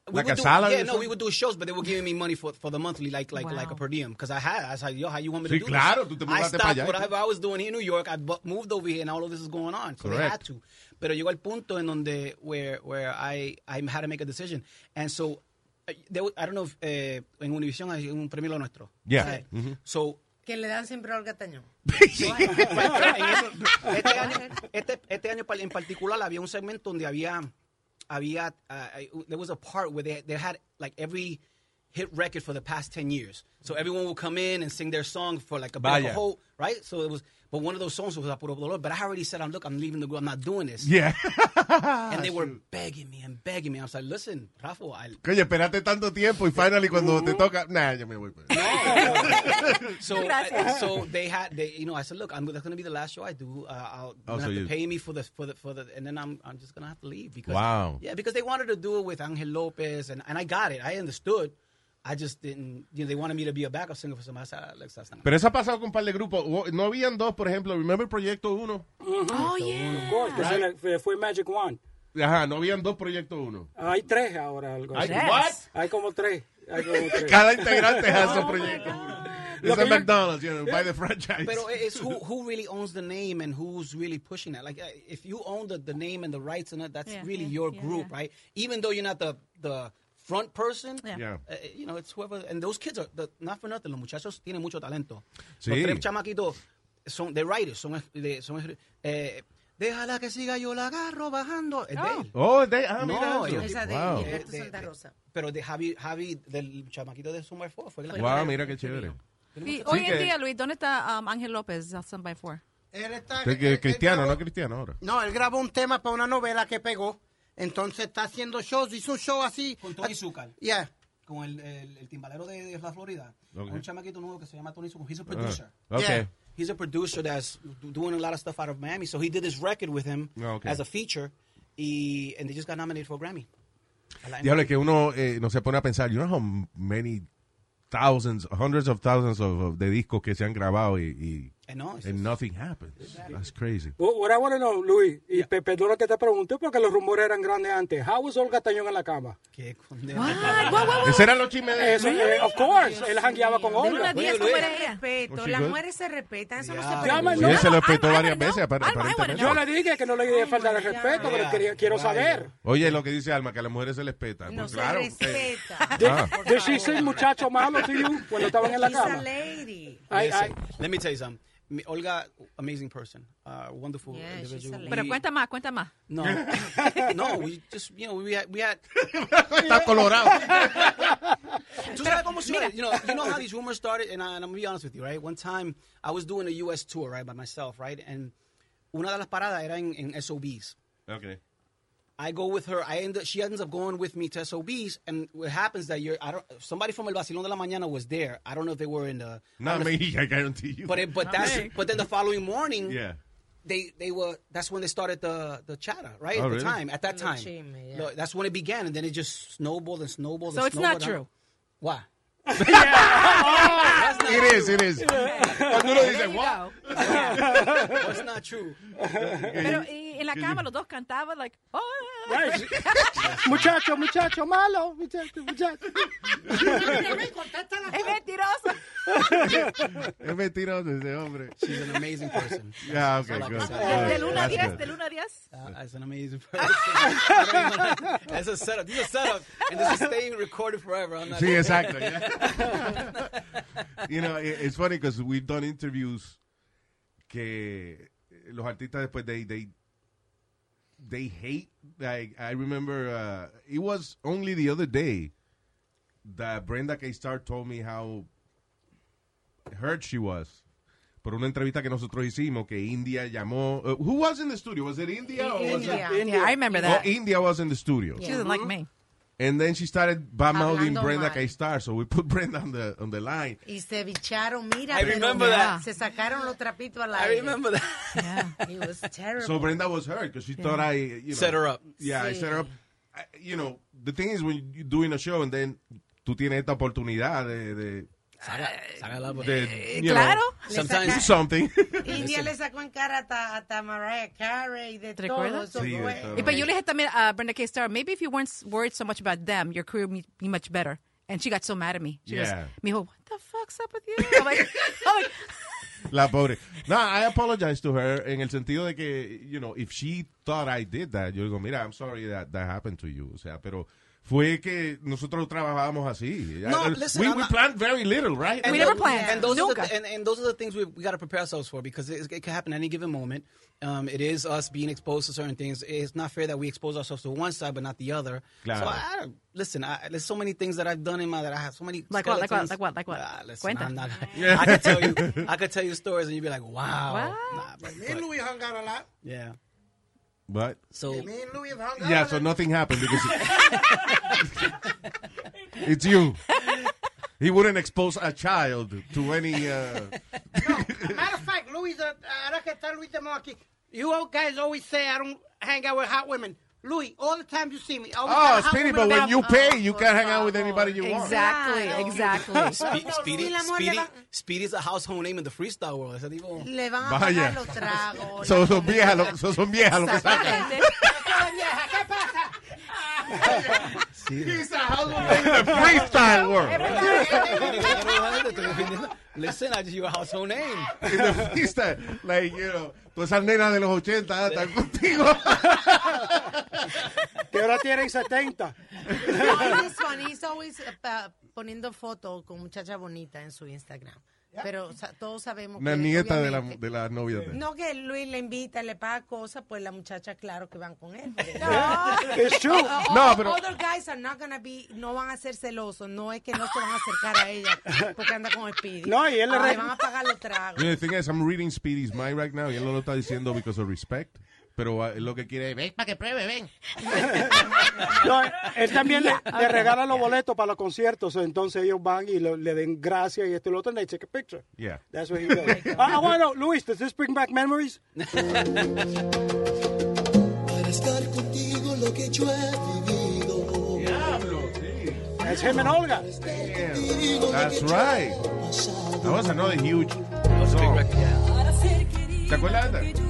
Speaker 6: we
Speaker 4: Like
Speaker 6: would
Speaker 4: a
Speaker 6: do,
Speaker 4: salary
Speaker 6: Yeah,
Speaker 4: or
Speaker 6: no, we
Speaker 4: something?
Speaker 6: would do shows, but they were giving me money for, for the monthly, like like like a per diem, because I had, I was like, yo, how you want me
Speaker 4: Sí,
Speaker 6: to do
Speaker 4: claro,
Speaker 6: this?
Speaker 4: tú te
Speaker 6: I
Speaker 4: mudaste
Speaker 6: stopped
Speaker 4: para allá.
Speaker 6: whatever I was doing here in New York, I bu- moved over here, and all of this is going on, so they
Speaker 4: Correct.
Speaker 6: had to. Pero llegó el punto en donde where where I I had to make a decision, and so uh, there, was- I don't know if eh, en Univision hay un premio lo nuestro.
Speaker 4: Yeah.
Speaker 6: ¿sabes?
Speaker 4: Mhm.
Speaker 6: So
Speaker 8: Que le dan siempre a Olga Tañón.
Speaker 6: este año, este, este año en particular había un segmento donde había había uh, there was a part where they, they had like every hit record for the past 10 years so everyone would come in and sing their song for like a, bit of a
Speaker 4: Vaya.
Speaker 6: whole right so it was but one of those songs was I put up the Lord but I already said I'm look I'm leaving the group I'm not doing this
Speaker 4: Yeah. <laughs>
Speaker 6: and they were begging me and begging me I was like listen Rafa I,
Speaker 4: Oye, esperaste tanto tiempo y finally cuando te toca, nah, yo me voy. pues.
Speaker 12: <laughs>
Speaker 6: so
Speaker 12: Gracias.
Speaker 6: I- so they had they you know I said look I'm that's gonna be the last show I do uh, I'll
Speaker 4: Oh,
Speaker 6: you're gonna
Speaker 4: so
Speaker 6: have
Speaker 4: you-
Speaker 6: to pay me for the for the for the and then I'm I'm just gonna have to leave because
Speaker 4: Wow.
Speaker 6: yeah because they wanted to do it with Angel Lopez and and I got it I understood I just didn't you know they wanted me to be a backup singer for somebody I said, "Ah, "Alex, that's not
Speaker 4: Pero eso ha pasado con un par de grupos. Hubo- No habían dos, por ejemplo. Remember Proyecto 1?
Speaker 12: Oh, yeah.
Speaker 10: Of course, que se le- fue- fue Magic One.
Speaker 4: Ajá, no habían dos Proyecto 1.
Speaker 10: Hay tres ahora. Algo
Speaker 4: Hay-
Speaker 10: así.
Speaker 4: what?
Speaker 10: Hay como tres. Hay como tres.
Speaker 4: <laughs> Cada integrante hace
Speaker 6: Oh
Speaker 4: su proyecto.
Speaker 10: Lo
Speaker 4: Es
Speaker 10: que
Speaker 4: a
Speaker 10: yo-
Speaker 4: McDonald's, you know, by the franchise.
Speaker 6: Pero eh, it's who who really owns the name and who's really pushing that. Like uh, if you own the, the name and the rights and that, that's
Speaker 12: Yeah,
Speaker 6: really
Speaker 12: yeah,
Speaker 6: your
Speaker 12: yeah,
Speaker 6: group,
Speaker 12: yeah.
Speaker 6: right? Even though you're not the the front person,
Speaker 12: Yeah.
Speaker 4: Yeah.
Speaker 6: uh, you know it's whoever. And those kids are the, not for nothing. Los muchachos tienen mucho talento.
Speaker 4: Sí.
Speaker 6: Los tres chamaquitos son de writers, son eh, de- son eh, Déjala que siga, yo la agarro bajando. Es de él.
Speaker 4: Oh, es de- ah, mira
Speaker 6: No,
Speaker 4: eso.
Speaker 6: ellos-
Speaker 4: Esa de Wow. Gilberto
Speaker 6: de-
Speaker 8: Santa
Speaker 6: de-
Speaker 8: Rosa.
Speaker 6: Pero de Javi, Javi, del chamaquito de Summer Four. Fue la
Speaker 4: Wow, mira
Speaker 6: eh,
Speaker 4: qué chévere.
Speaker 12: Y
Speaker 6: Sí,
Speaker 12: hoy en
Speaker 6: que-
Speaker 12: día, Luis, ¿dónde está um, Ángel López, uh, Sun by Four?
Speaker 7: Él está,
Speaker 4: Usted
Speaker 6: eh,
Speaker 4: que es cristiano, no es cristiano ahora.
Speaker 7: No, él grabó un tema para una novela que pegó. Entonces está haciendo shows. Hizo un show así.
Speaker 6: Con Tony Zucker.
Speaker 7: Yeah.
Speaker 6: Con el, el, el timbalero de, de la Florida.
Speaker 7: Ok.
Speaker 6: Un chamaquito nuevo que se llama Tony Zucker. He's a producer.
Speaker 4: Ah, ok.
Speaker 6: Yeah. He's a producer that's doing a lot of stuff out of Miami. So he did this record with him
Speaker 4: Ah, ok.
Speaker 6: as a feature. Y, and they just got nominated for a Grammy. A Latin
Speaker 4: Diablo,
Speaker 6: Grammy.
Speaker 4: es que uno eh, no se pone a pensar, you know how many thousands, hundreds of thousands of, of- de discos que se han grabado y, y-
Speaker 6: Eh,
Speaker 10: And no, it's
Speaker 4: and nothing happens. That's crazy.
Speaker 10: <laughs> What what I want to know, Luis, y pe- perdona que te pregunte porque los rumores eran grandes antes. How was Olga Tañón en la cama?
Speaker 4: Ese eran los chismes de
Speaker 10: Eso, eh, of course, él jangueaba con
Speaker 8: De una
Speaker 10: Olga.
Speaker 8: diez, ¿cómo era ella?
Speaker 4: Was
Speaker 8: respeto.
Speaker 4: Oh, she
Speaker 8: Las
Speaker 4: good?
Speaker 8: mujeres se respetan. Eso no se
Speaker 4: Ella
Speaker 8: pregunta.
Speaker 4: se lo espetó varias veces, apar- aparentemente.
Speaker 10: Yo le dije que no le dije falta de respeto, pero quería- quiero saber.
Speaker 4: Oye, lo que dice Alma, que a las mujeres se les peta.
Speaker 10: No
Speaker 4: Pues
Speaker 10: se
Speaker 4: claro.
Speaker 10: respeta.
Speaker 4: Ah.
Speaker 10: Did she say muchacho malo to you cuando estaban en la
Speaker 6: She's a
Speaker 10: cama?
Speaker 8: lady.
Speaker 10: Ay, ay.
Speaker 6: Listen, Let me tell you something. Mi- Olga, amazing person, uh, wonderful
Speaker 12: Yeah, she's
Speaker 6: individual.
Speaker 12: Pero
Speaker 6: We-
Speaker 12: cuenta más, cuenta más.
Speaker 6: No,
Speaker 12: <laughs>
Speaker 6: no, we just, you know, we had, we had.
Speaker 12: Está colorado.
Speaker 6: Tú sabes cómo suena. You know, you know how these rumors started, and, I, and I'm gonna be honest with you, right? One time, I was doing a U.S. tour, right, by myself, right, and una de las paradas era en, en SOBs.
Speaker 4: Okay.
Speaker 6: I go with her. I end up, she ends up going with me to SOBs, and what happens that you're I don't somebody from El Vacilón de la Mañana was there. I don't know if they were in the
Speaker 4: Not
Speaker 6: I don't know
Speaker 4: me,
Speaker 6: if-
Speaker 4: I guarantee you.
Speaker 6: But it, but
Speaker 4: Not
Speaker 6: that's
Speaker 4: me.
Speaker 6: but then the following morning,
Speaker 4: Yeah.
Speaker 6: they they were that's when they started the the chatter right
Speaker 4: Oh,
Speaker 6: at the
Speaker 4: really?
Speaker 6: time at that
Speaker 4: The
Speaker 6: time
Speaker 4: chisme, yeah.
Speaker 6: Look, that's when it began and then it just snowballed and snowballed
Speaker 12: So
Speaker 6: and
Speaker 12: it's not true.
Speaker 6: snowballed. I'm-
Speaker 12: <laughs>
Speaker 6: why
Speaker 4: It is, it is. Cuando uno dice, wow.
Speaker 12: Oh,
Speaker 6: <laughs> that's not true
Speaker 12: Pero y en la cama los dos cantaban, like, oh.
Speaker 10: Muchacho, muchacho malo, muchacho, muchacho.
Speaker 12: <laughs> es mentiroso.
Speaker 4: es mentiroso ese hombre.
Speaker 6: She's an amazing person.
Speaker 4: Yeah, okay,
Speaker 6: That's all
Speaker 4: good.
Speaker 6: I can say.
Speaker 4: Del- del uno a That's diez, good.
Speaker 12: del uno a diez.
Speaker 6: Uh, as an amazing person. <laughs> I don't even- That's a setup. This is a setup, and this is staying recorded forever. I'm not <laughs>
Speaker 4: Sí, exacto, yeah. <laughs> you know, it- it's funny because we've done interviews que los artistas después they they they hate. Like I remember, uh, it was only the other day that Brenda K. Starr told me how hurt she was. Por una entrevista que nosotros hicimos, que India llamó. uh, who was in the studio? Was it India? or was
Speaker 12: India.
Speaker 4: It?
Speaker 12: Yeah, I remember that.
Speaker 4: Oh, India was in the studio.
Speaker 12: She doesn't like me.
Speaker 4: And then she started bad mouthing
Speaker 8: Hablando
Speaker 4: Brenda
Speaker 8: mal.
Speaker 4: K. Star, so we put <laughs> Brenda on the on the line.
Speaker 8: Y se bicharon, mira,
Speaker 4: I
Speaker 8: pero
Speaker 4: remember that.
Speaker 8: se sacaron los trapitos al
Speaker 6: I
Speaker 8: aire.
Speaker 6: remember
Speaker 12: <laughs>
Speaker 6: that.
Speaker 8: It was terrible.
Speaker 4: So Brenda was hurt because she thought I you know,
Speaker 6: Set her up.
Speaker 4: Yeah, I
Speaker 6: Sí.
Speaker 4: set her up. I, you know, the thing is when you're doing a show and then tú tienes esta oportunidad de, de
Speaker 6: Saca, saca la Eh,
Speaker 4: de, you
Speaker 8: claro.
Speaker 4: know,
Speaker 8: Le
Speaker 4: sometimes
Speaker 8: saca-
Speaker 4: do something. <laughs>
Speaker 8: India le sacó en cara hasta, hasta Mariah Carey y de
Speaker 12: ¿Te
Speaker 8: todo.
Speaker 12: recuerdas?
Speaker 8: Eso
Speaker 4: Sí, de
Speaker 8: fue-
Speaker 4: todo.
Speaker 12: Y Pero yo le dije también a Brenda K. Starr, maybe if you weren't worried so much about them, your career would be much better. And she got so mad at me. She
Speaker 4: Yeah.
Speaker 12: goes, mijo, what the fuck's up with you? I'm like, I'm like, <laughs>
Speaker 4: La pobre. No, I apologize to her en el sentido de que, you know, if she thought I did that, yo digo, mira, I'm sorry that that happened to you. O sea, pero fue que nosotros trabajábamos así.
Speaker 6: No,
Speaker 4: I-
Speaker 6: listen,
Speaker 4: we,
Speaker 6: I'm
Speaker 4: we
Speaker 6: not-
Speaker 4: planned very little, right?
Speaker 6: And tho- And those, are
Speaker 4: Nunca.
Speaker 6: the, and, and those are the things we, we got to prepare ourselves for because it, it can happen at any given moment. Um, it is us being exposed to certain things. It's not fair that we expose ourselves to one side but not the other.
Speaker 4: Claro.
Speaker 6: So I, I don't- listen. I, there's so many things that I've done in my that I have so many.
Speaker 12: Like what, like what,
Speaker 6: skeletons.
Speaker 12: like what, like what?
Speaker 6: Ah, listen,
Speaker 12: Cuenta.
Speaker 6: I'm not,
Speaker 12: Yeah.
Speaker 6: I could tell you. I could tell you stories and you'd be like, wow. Nah, but,
Speaker 7: Me
Speaker 6: but-
Speaker 7: and Louis hung out a lot.
Speaker 6: yeah.
Speaker 4: But
Speaker 6: So
Speaker 7: Me and Louis have hung out.
Speaker 4: Yeah, so nothing happened because <laughs> it's you. He wouldn't expose a child to any. Uh,
Speaker 7: Matter of fact, Louis, uh, ahora que está Luis de Moa aquí, you all guys always say I don't hang out with hot women. Louis, all the time you see me. I always got
Speaker 4: oh,
Speaker 7: a hot
Speaker 4: Speedy,
Speaker 7: woman
Speaker 4: but when
Speaker 7: around. Ah.
Speaker 4: you pay, you can hang out with anybody you want.
Speaker 12: exactly, exactly. <laughs>
Speaker 6: Spe- Speedy,
Speaker 8: Louis, amor, le
Speaker 6: Speedy,
Speaker 8: va-
Speaker 6: Speedy's a household name in the freestyle world. I said, "Evil."
Speaker 8: Le van a
Speaker 4: Vaya.
Speaker 8: pagar los
Speaker 4: <laughs>
Speaker 8: tragos.
Speaker 4: So son viejas, lo, so son viejas lo que sacan.
Speaker 8: ¿Qué pasa?
Speaker 6: Sí.
Speaker 8: <laughs>
Speaker 4: <laughs> Freestyle world.
Speaker 6: Listen, I just your household name.
Speaker 4: In the freestyle, like, you know, todas esas nenas de los 80 están contigo.
Speaker 10: Que ahora tienen 70.
Speaker 8: No, he's funny. He's always uh, pa- poniendo fotos con muchacha bonita en su Instagram. Pero sa- todos sabemos
Speaker 4: Una
Speaker 8: que,
Speaker 4: nieta de la,
Speaker 8: obviamente-
Speaker 4: de la novia de él.
Speaker 8: No que Luis le invita, le paga cosas, pues la muchacha, claro que van con
Speaker 10: <laughs>
Speaker 8: él.
Speaker 4: It's true.
Speaker 8: O-
Speaker 4: No,
Speaker 8: o-
Speaker 4: pero-
Speaker 8: Other guys are not gonna be, no van a ser celosos. No es que no se van a acercar a ella porque anda con Speedy.
Speaker 10: No, y él le
Speaker 8: Ah,
Speaker 10: re-
Speaker 8: van a pagar los tragos.
Speaker 4: You know, the thing is, I'm reading Speedy's mind right now y él no lo está diciendo because of respect. Pero ah, él lo que quiere es, ven, para que pruebe, ven.
Speaker 10: No, él también le,
Speaker 4: Yeah,
Speaker 10: le
Speaker 4: okay.
Speaker 10: regala los boletos para los conciertos, entonces ellos van y le, le den gracias y esto y lo otro, and they take a picture.
Speaker 4: Yeah.
Speaker 10: That's what he does. ah, bueno, Luis, does this bring back memories?
Speaker 13: Para estar contigo lo que yo he vivido. Diablo,
Speaker 10: That's him and Olga.
Speaker 4: That's right. That was another huge song. ¿Te acuerdas de esta?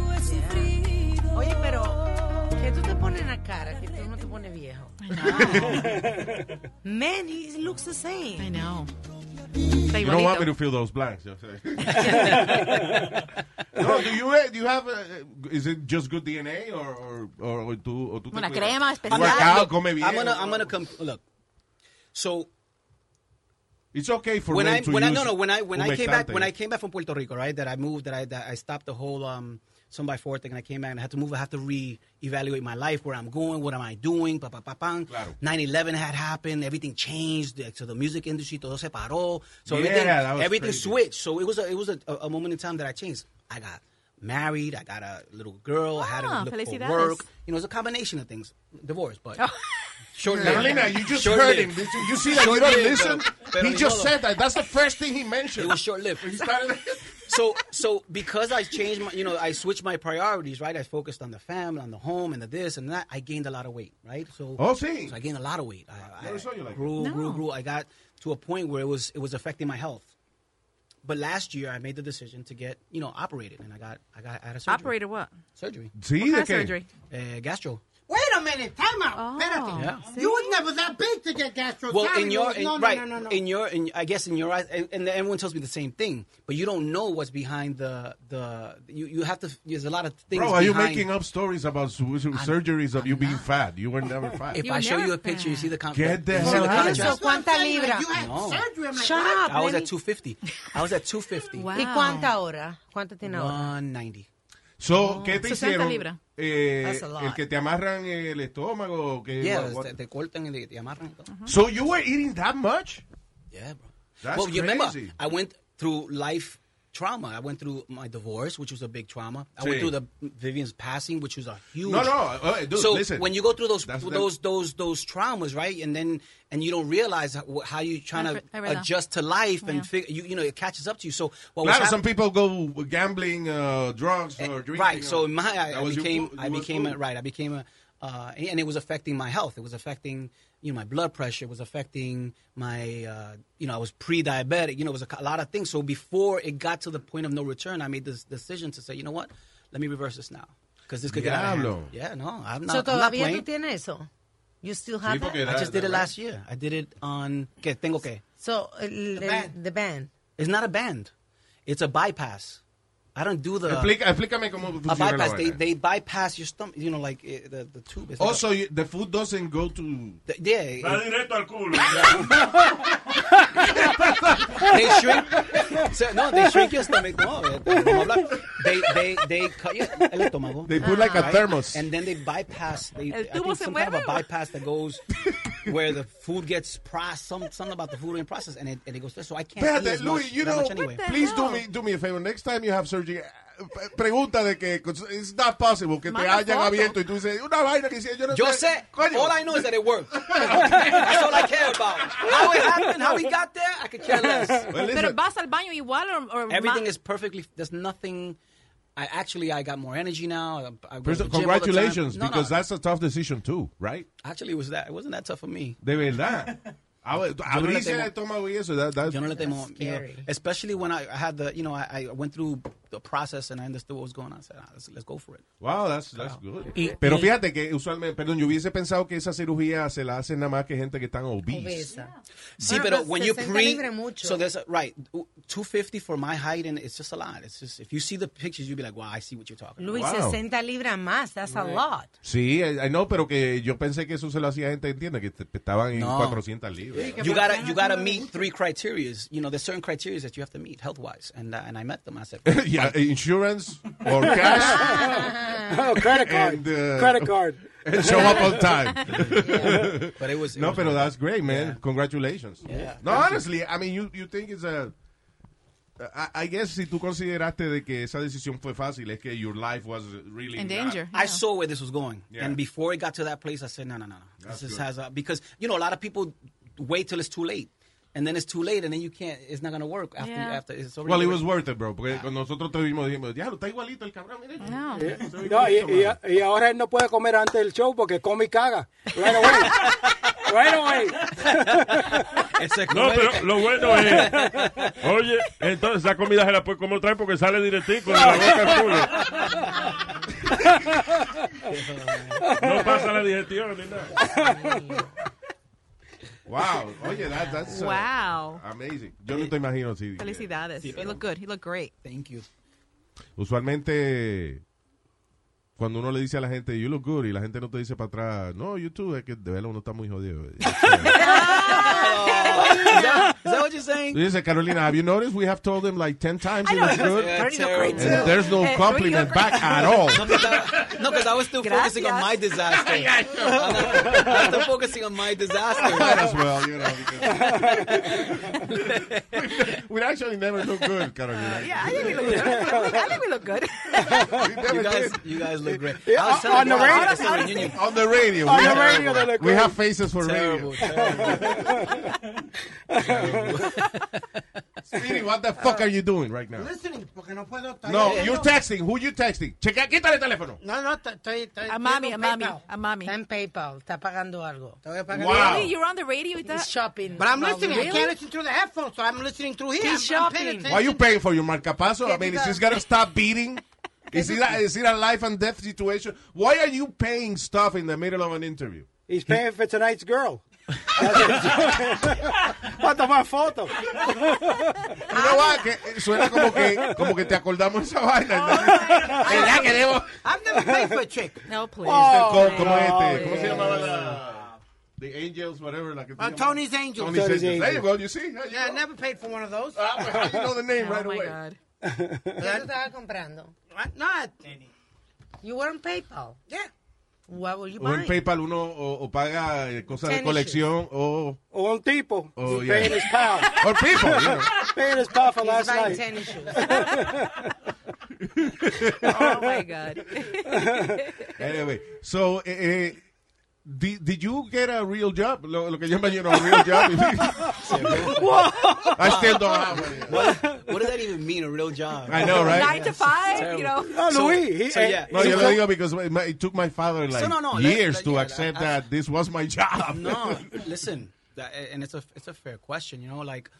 Speaker 8: Oye, pero que tú te pones en la cara, que tú no te pones viejo. Man, he looks the same. I know.
Speaker 4: You don't want me to fill those blanks. yo sé. no, do you, do you have, uh, is it just good DNA or, or, or, or tú, o tú te
Speaker 12: Una
Speaker 4: cuidas?
Speaker 12: crema especial.
Speaker 4: Workout, come bien.
Speaker 6: I'm gonna, I'm gonna come. Look, so
Speaker 4: It's okay for
Speaker 6: when
Speaker 4: men
Speaker 6: I
Speaker 4: to
Speaker 6: when I
Speaker 4: use
Speaker 6: no no when I when I came back
Speaker 4: humectante.
Speaker 6: when I came back from Puerto Rico, right? That I moved, that I that I stopped the whole um some by four thing, and I came back and I had to move. I have to reevaluate my life, where I'm going, what am I doing? Pa pa pa pam. 9/11 had happened, everything changed. like, So the music industry, todo se paró. So
Speaker 4: Yeah,
Speaker 6: everything
Speaker 4: that was
Speaker 6: everything
Speaker 4: crazy.
Speaker 6: switched. So it was a it was a, a, a moment in time that I changed. I got married. I got a little girl. I had
Speaker 12: Ah,
Speaker 6: to look for
Speaker 12: felicidades.
Speaker 6: work. You know, it's a combination of things. Divorce, but. Short
Speaker 4: Oh. <laughs> Carolina, you just heard him. Did you- you see that you don't listen? He just said that. That's the first thing he mentioned.
Speaker 6: It was short lived. so, so because I changed my, you know, I switched my priorities, right? I focused on the family, on the home, and the this and that. I gained a lot of weight, right? So,
Speaker 4: Oh, sí.
Speaker 6: So I gained a lot of weight. I, I
Speaker 4: Never saw you like that.
Speaker 6: grew, grew,
Speaker 4: No.
Speaker 6: grew. I got to a point where it was it was affecting my health. But last year, I made the decision to get, you know, operated, and I got, I got, I had a surgery.
Speaker 12: Operated what?
Speaker 6: Surgery.
Speaker 4: Sí, What kind ¿de of qué? surgery?
Speaker 6: Uh, gastro.
Speaker 7: Wait a minute, time out.
Speaker 12: Oh.
Speaker 13: Ah.
Speaker 7: Espérate.
Speaker 6: Yeah.
Speaker 7: You was never that big to get gastroenteritis.
Speaker 6: Well, in your in,
Speaker 7: no, no,
Speaker 6: right,
Speaker 7: no, no, no.
Speaker 6: in your, in, I guess in your eyes, and, and everyone tells me the same thing, but you don't know what's behind the the. You, you have to. There's a lot of things.
Speaker 4: Bro, are you
Speaker 6: behind-
Speaker 4: making up stories about su- su- surgeries of you being fat? You were never fat.
Speaker 6: If I show you a picture, you see the con-
Speaker 4: Get the
Speaker 6: you
Speaker 4: hell
Speaker 6: see
Speaker 4: out of
Speaker 6: contrast.
Speaker 4: here. So,
Speaker 8: ¿Cuánta libra?
Speaker 6: No.
Speaker 8: Shut up.
Speaker 6: I was
Speaker 8: Lenny.
Speaker 6: at 250. I was at
Speaker 7: <laughs>
Speaker 6: 250.
Speaker 8: ¿Y cuánta ahora? ¿Cuánto tiene ahora?
Speaker 6: 190.
Speaker 4: So, ¿qué te
Speaker 8: 60
Speaker 4: hicieron?
Speaker 8: libras.
Speaker 4: Eh,
Speaker 6: That's a lot.
Speaker 4: el que te amarran el estómago. Que,
Speaker 6: Yeah,
Speaker 4: what-
Speaker 6: te, te cortan y te, te amarran. y todo.
Speaker 4: So you were eating that much?
Speaker 6: Yeah, bro.
Speaker 4: That's
Speaker 6: well, you remember,
Speaker 4: crazy.
Speaker 6: I went through life trauma. I went through my divorce, which was a big trauma. I
Speaker 4: Sí.
Speaker 6: went through the Vivian's passing, which was a huge.
Speaker 4: No, no, uh, dude,
Speaker 6: so
Speaker 4: listen.
Speaker 6: when you go through those
Speaker 4: That's the-
Speaker 6: those those those traumas, right, and then and you don't realize how, how you're trying
Speaker 4: I
Speaker 6: to
Speaker 4: re- I read
Speaker 6: adjust to life and figure, you you know it catches up to you. So what was
Speaker 4: Claro,
Speaker 6: hap-
Speaker 4: some people go gambling, uh, drugs, or drinking.
Speaker 6: Eh, right. So
Speaker 4: or-
Speaker 6: in my, I,
Speaker 4: That
Speaker 6: I
Speaker 4: was your
Speaker 6: became,
Speaker 4: food-
Speaker 6: I
Speaker 4: was
Speaker 6: became,
Speaker 4: food.
Speaker 6: a, right. I became a, uh, and it was affecting my health. It was affecting, you know, my blood pressure. It was affecting my, uh, you know, I was pre-diabetic. You know, it was a, co- a lot of things. So before it got to the point of no return, I made this decision to say, you know what, let me reverse this now because this could get out of hand.
Speaker 4: Diablo.
Speaker 6: Yeah, no, I'm
Speaker 8: So,
Speaker 6: not. I'm not
Speaker 8: ¿Todavía
Speaker 6: playing.
Speaker 8: tú tienes eso? You still have that?
Speaker 6: I just did it last year. I did it on. Que tengo que.
Speaker 8: So, el- el- the band.
Speaker 6: It's not a band. It's a bypass. I don't do the.
Speaker 4: Explica- explícame cómo
Speaker 6: uh, A
Speaker 4: funciona la
Speaker 6: bypass. They,
Speaker 4: vaina.
Speaker 6: they bypass your stomach. You know, like eh, the, the tube. It's like a-
Speaker 4: Also, you, the food doesn't go to.
Speaker 6: Th- yeah.
Speaker 9: Va
Speaker 6: it-
Speaker 9: directo
Speaker 4: <laughs>
Speaker 9: al culo.
Speaker 6: they shrink. So, no, they shrink your stomach. No, eh, vamos a hablar. they they they cut your el estómago.
Speaker 4: They put like a thermos.
Speaker 6: and then they bypass. They,
Speaker 12: El
Speaker 6: I
Speaker 12: tubo
Speaker 6: think
Speaker 12: se
Speaker 6: some kind of a
Speaker 12: mueve.
Speaker 6: bypass that goes where the food gets processed. Some something about the food being processed, and it, and it goes there. So I can't. eat
Speaker 4: Espérate,
Speaker 6: as much,
Speaker 4: Luis, you
Speaker 6: that
Speaker 4: know,
Speaker 6: much anyway.
Speaker 4: please do me, do me a favor. Next time you have surgery, eh, pre- pregunta de que it's not possible que te
Speaker 6: Manda
Speaker 4: hayan
Speaker 6: foto.
Speaker 4: abierto y tú dices, una vaina que hice, yo no
Speaker 6: Yo sé.
Speaker 4: Coño.
Speaker 6: All I know is that it worked. <laughs> That's all I care about. How it happened, how we got there, I could care less.
Speaker 12: Pero vas al baño igual or, or
Speaker 6: Everything
Speaker 12: ma-
Speaker 6: is perfectly. There's nothing. I actually I got more energy now. I, I go to
Speaker 4: First,
Speaker 6: the gym all the time.
Speaker 4: congratulations,
Speaker 6: No, no,
Speaker 4: because that's a tough decision too, right?
Speaker 6: actually it was that. It wasn't that tough for me.
Speaker 4: De
Speaker 6: <laughs>
Speaker 4: verdad. A ver,
Speaker 6: Yo no le
Speaker 4: Abrirse
Speaker 6: temo-
Speaker 4: el estómago y eso. That, that,
Speaker 6: Yo no le temo miedo. Especially when I, I had the, you know, I, I went through the process and I understood what was going on. I said, ah, let's, let's go for it.
Speaker 4: Wow, that's, that's good.
Speaker 6: Y-
Speaker 4: Pero
Speaker 6: y-
Speaker 4: fíjate que usualmente, perdón, yo hubiese pensado que esa cirugía se la hacen nada más que gente que están obese.
Speaker 6: Sí,
Speaker 4: Bueno,
Speaker 6: pero
Speaker 4: pues,
Speaker 6: when you
Speaker 4: 60
Speaker 6: pre,
Speaker 4: libre mucho.
Speaker 6: so there's a, right, 250 for my height and it's just a lot. It's just if you see the pictures, you'll be like, wow, I see what you're talking.
Speaker 8: Luis,
Speaker 6: about.
Speaker 8: 60 libras más. That's a
Speaker 6: Right.
Speaker 8: lot.
Speaker 4: Sí, eh, eh, no, pero que yo pensé que eso se lo hacía gente, entiende, que te- estaban en
Speaker 6: No.
Speaker 4: 400 libras. <laughs>
Speaker 6: You gotta you gotta meet three criterias. You know, there's certain criterias that you have to meet health wise, and uh, and I met them. I said,
Speaker 4: yeah, insurance or cash.
Speaker 6: <laughs>
Speaker 10: Oh, credit card.
Speaker 4: And, uh,
Speaker 10: credit card.
Speaker 4: and show up on time.
Speaker 6: But it was- it
Speaker 4: no,
Speaker 6: was
Speaker 4: pero
Speaker 6: hard.
Speaker 4: that's great, man. Congratulations.
Speaker 6: Yeah.
Speaker 4: No,
Speaker 6: Thank you.
Speaker 4: honestly, I mean, you you think it's a I, I guess si tú consideraste de que esa decisión fue fácil, es que your life was really not-
Speaker 6: I saw where this was going,
Speaker 4: Yeah.
Speaker 6: and before it got to that place, I said, no, no, no, no.
Speaker 4: That's
Speaker 6: this is
Speaker 4: good.
Speaker 6: has a, because you know a lot of people wait till it's too late, and then it's too late, and then you can't. It's not gonna work after
Speaker 4: Yeah.
Speaker 6: after it's already.
Speaker 4: Well, it was worth it, bro. Porque cuando nosotros te vimos, dijimos, ya, está igualito el cabrón. mira".
Speaker 10: Eh,
Speaker 4: Está
Speaker 10: no,
Speaker 4: igualito,
Speaker 10: y, y-
Speaker 4: mano.
Speaker 10: y ahora él no puede comer antes del show porque come y caga. Right away. right away.
Speaker 9: No, pero lo bueno es. Oye, entonces esa comida se la puede comer otra vez porque sale directico de la boca al culo. No pasa la digestión ni nada.
Speaker 4: Wow. Oye, that- that's uh,
Speaker 5: Wow. Eh,
Speaker 4: amazing. Yo no te imagino así.
Speaker 5: Felicidades. You look good. You look great.
Speaker 6: Thank you.
Speaker 4: Usualmente, cuando uno le dice a la gente, you look good, y la gente no te dice para atrás, no, you too, es que de verdad uno está muy
Speaker 5: <laughs>
Speaker 4: jodido.
Speaker 6: is, that, is that what you're saying?
Speaker 4: Tú dices, Carolina, have you noticed we have told them like 10 times you look good?
Speaker 6: Yeah, it's terrible.
Speaker 4: And there's no compliment back at
Speaker 6: <laughs>
Speaker 4: all.
Speaker 6: No, because I was still focusing on
Speaker 4: <laughs>
Speaker 6: my disaster. I was still focusing on my disaster.
Speaker 4: Might as well, you know. because- <laughs> we actually never look good, Carolina.
Speaker 5: Yeah, I think we look good. I think we look
Speaker 12: <laughs>
Speaker 5: good.
Speaker 6: You guys, you guys look great.
Speaker 4: Yeah,
Speaker 6: I was
Speaker 4: on-
Speaker 6: telling
Speaker 4: on the
Speaker 6: you,
Speaker 4: radio. On the radio.
Speaker 6: I was at the reunion. On
Speaker 4: we
Speaker 6: the
Speaker 4: have-
Speaker 6: radio, they look
Speaker 4: We
Speaker 6: great.
Speaker 4: have faces for
Speaker 6: Terrible,
Speaker 4: radio. Speedy, what the fuck are you doing right now?
Speaker 7: Listening, porque no puedo. estoy
Speaker 4: No,
Speaker 7: leyendo.
Speaker 4: you're texting. Who you texting? Checa, quítale el teléfono.
Speaker 7: No, no, t- estoy. estoy
Speaker 8: A mami, a mami,
Speaker 12: a mami.
Speaker 8: Está en PayPal, está pagando algo.
Speaker 12: Really? You're on the radio with that?
Speaker 8: shopping.
Speaker 7: But I'm listening. I
Speaker 12: Really?
Speaker 7: can't listen through the headphones, so I'm listening through here.
Speaker 12: He's
Speaker 7: I'm- I'm paying
Speaker 12: shopping.
Speaker 7: attention.
Speaker 4: Why are you paying for your marcapaso? I mean, is this gonna stop beating? Is it, a, is it a life and death situation? Why are you paying stuff in the middle of an interview?
Speaker 10: <laughs> He's paying for tonight's girl. Va a tomar foto.
Speaker 4: You know what? Que eh, suena como que, como que te acordamos esa
Speaker 7: Oh,
Speaker 4: vaina. Ya queremos.
Speaker 7: I've never paid for a chick.
Speaker 8: <laughs>
Speaker 12: No, please.
Speaker 4: Oh, como, como este, ¿Cómo se llamaba la? The Angels, whatever. La que se
Speaker 7: Uh,
Speaker 4: llama?
Speaker 7: Tony's Angels.
Speaker 4: Tony's Uh, Angels. There you go. You see?
Speaker 7: Yeah, Oh I never paid for one of those.
Speaker 4: How you know the name
Speaker 12: Oh,
Speaker 4: right away?
Speaker 5: <laughs>
Speaker 8: ¿Qué tú estabas comprando?
Speaker 7: Uh, Not.
Speaker 8: You were on PayPal.
Speaker 7: Yeah.
Speaker 8: What were you
Speaker 4: O en
Speaker 8: buying?
Speaker 4: PayPal uno o, o paga eh, cosas de
Speaker 8: Tenis
Speaker 4: colección o...
Speaker 10: O un tipo.
Speaker 4: O yeah.
Speaker 10: Paying his pal.
Speaker 4: Or people, you know.
Speaker 10: Paying his pal for
Speaker 8: He's
Speaker 10: last
Speaker 8: buying
Speaker 10: night.
Speaker 8: tennis shoes.
Speaker 12: Oh, my
Speaker 5: <laughs>
Speaker 12: God.
Speaker 4: Anyway, so, eh, eh, di- did you get a real job? Lo, lo que llaman, you know, a real job. I still don't have one.
Speaker 6: What, what does that even mean? A real job?
Speaker 4: I know, right? Nine
Speaker 12: to five, you know.
Speaker 10: No, Luis, he-
Speaker 6: so, yeah.
Speaker 4: eh, No, yo lo digo because my- it took my father like
Speaker 6: So, no, no,
Speaker 4: years
Speaker 6: that- that-
Speaker 4: to
Speaker 6: yeah,
Speaker 4: accept
Speaker 6: that-
Speaker 4: that, this was my job.
Speaker 6: <laughs> no, listen, that, eh, and it's a it's a fair question, you know. Like,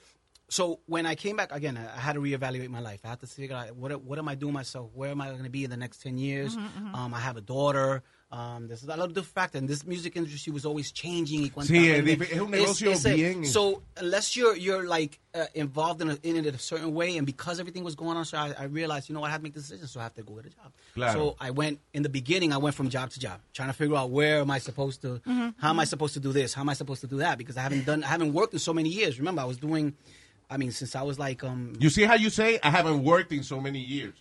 Speaker 6: so when I came back again, I, I had to reevaluate my life. I had to figure out what what am I doing myself? Where am I going to be in the next ten years?
Speaker 11: Mhm, mhm.
Speaker 12: Mm-hmm,
Speaker 6: Um, I have a daughter. Um, there's a lot of different factors, and this music industry was always changing. y cuanta
Speaker 4: Sí, es
Speaker 6: gente.
Speaker 4: dif- es un
Speaker 6: It's-
Speaker 4: negocio
Speaker 6: it's a-
Speaker 4: bien-
Speaker 6: So unless you're you're like uh, involved in, a, in it a certain way, and because everything was going on, so I, I realized you know what, I have to make decisions, so I have to go get a job.
Speaker 4: Claro.
Speaker 6: So I went in the beginning. I went from job to job, trying to figure out where am I supposed to,
Speaker 11: Mhm.
Speaker 6: how am I supposed to do this, how am I supposed to do that, because I haven't done, I haven't worked in so many years. Remember, I was doing, I mean, since I was like, um,
Speaker 4: <laughs> You see how you say I haven't worked in so many years,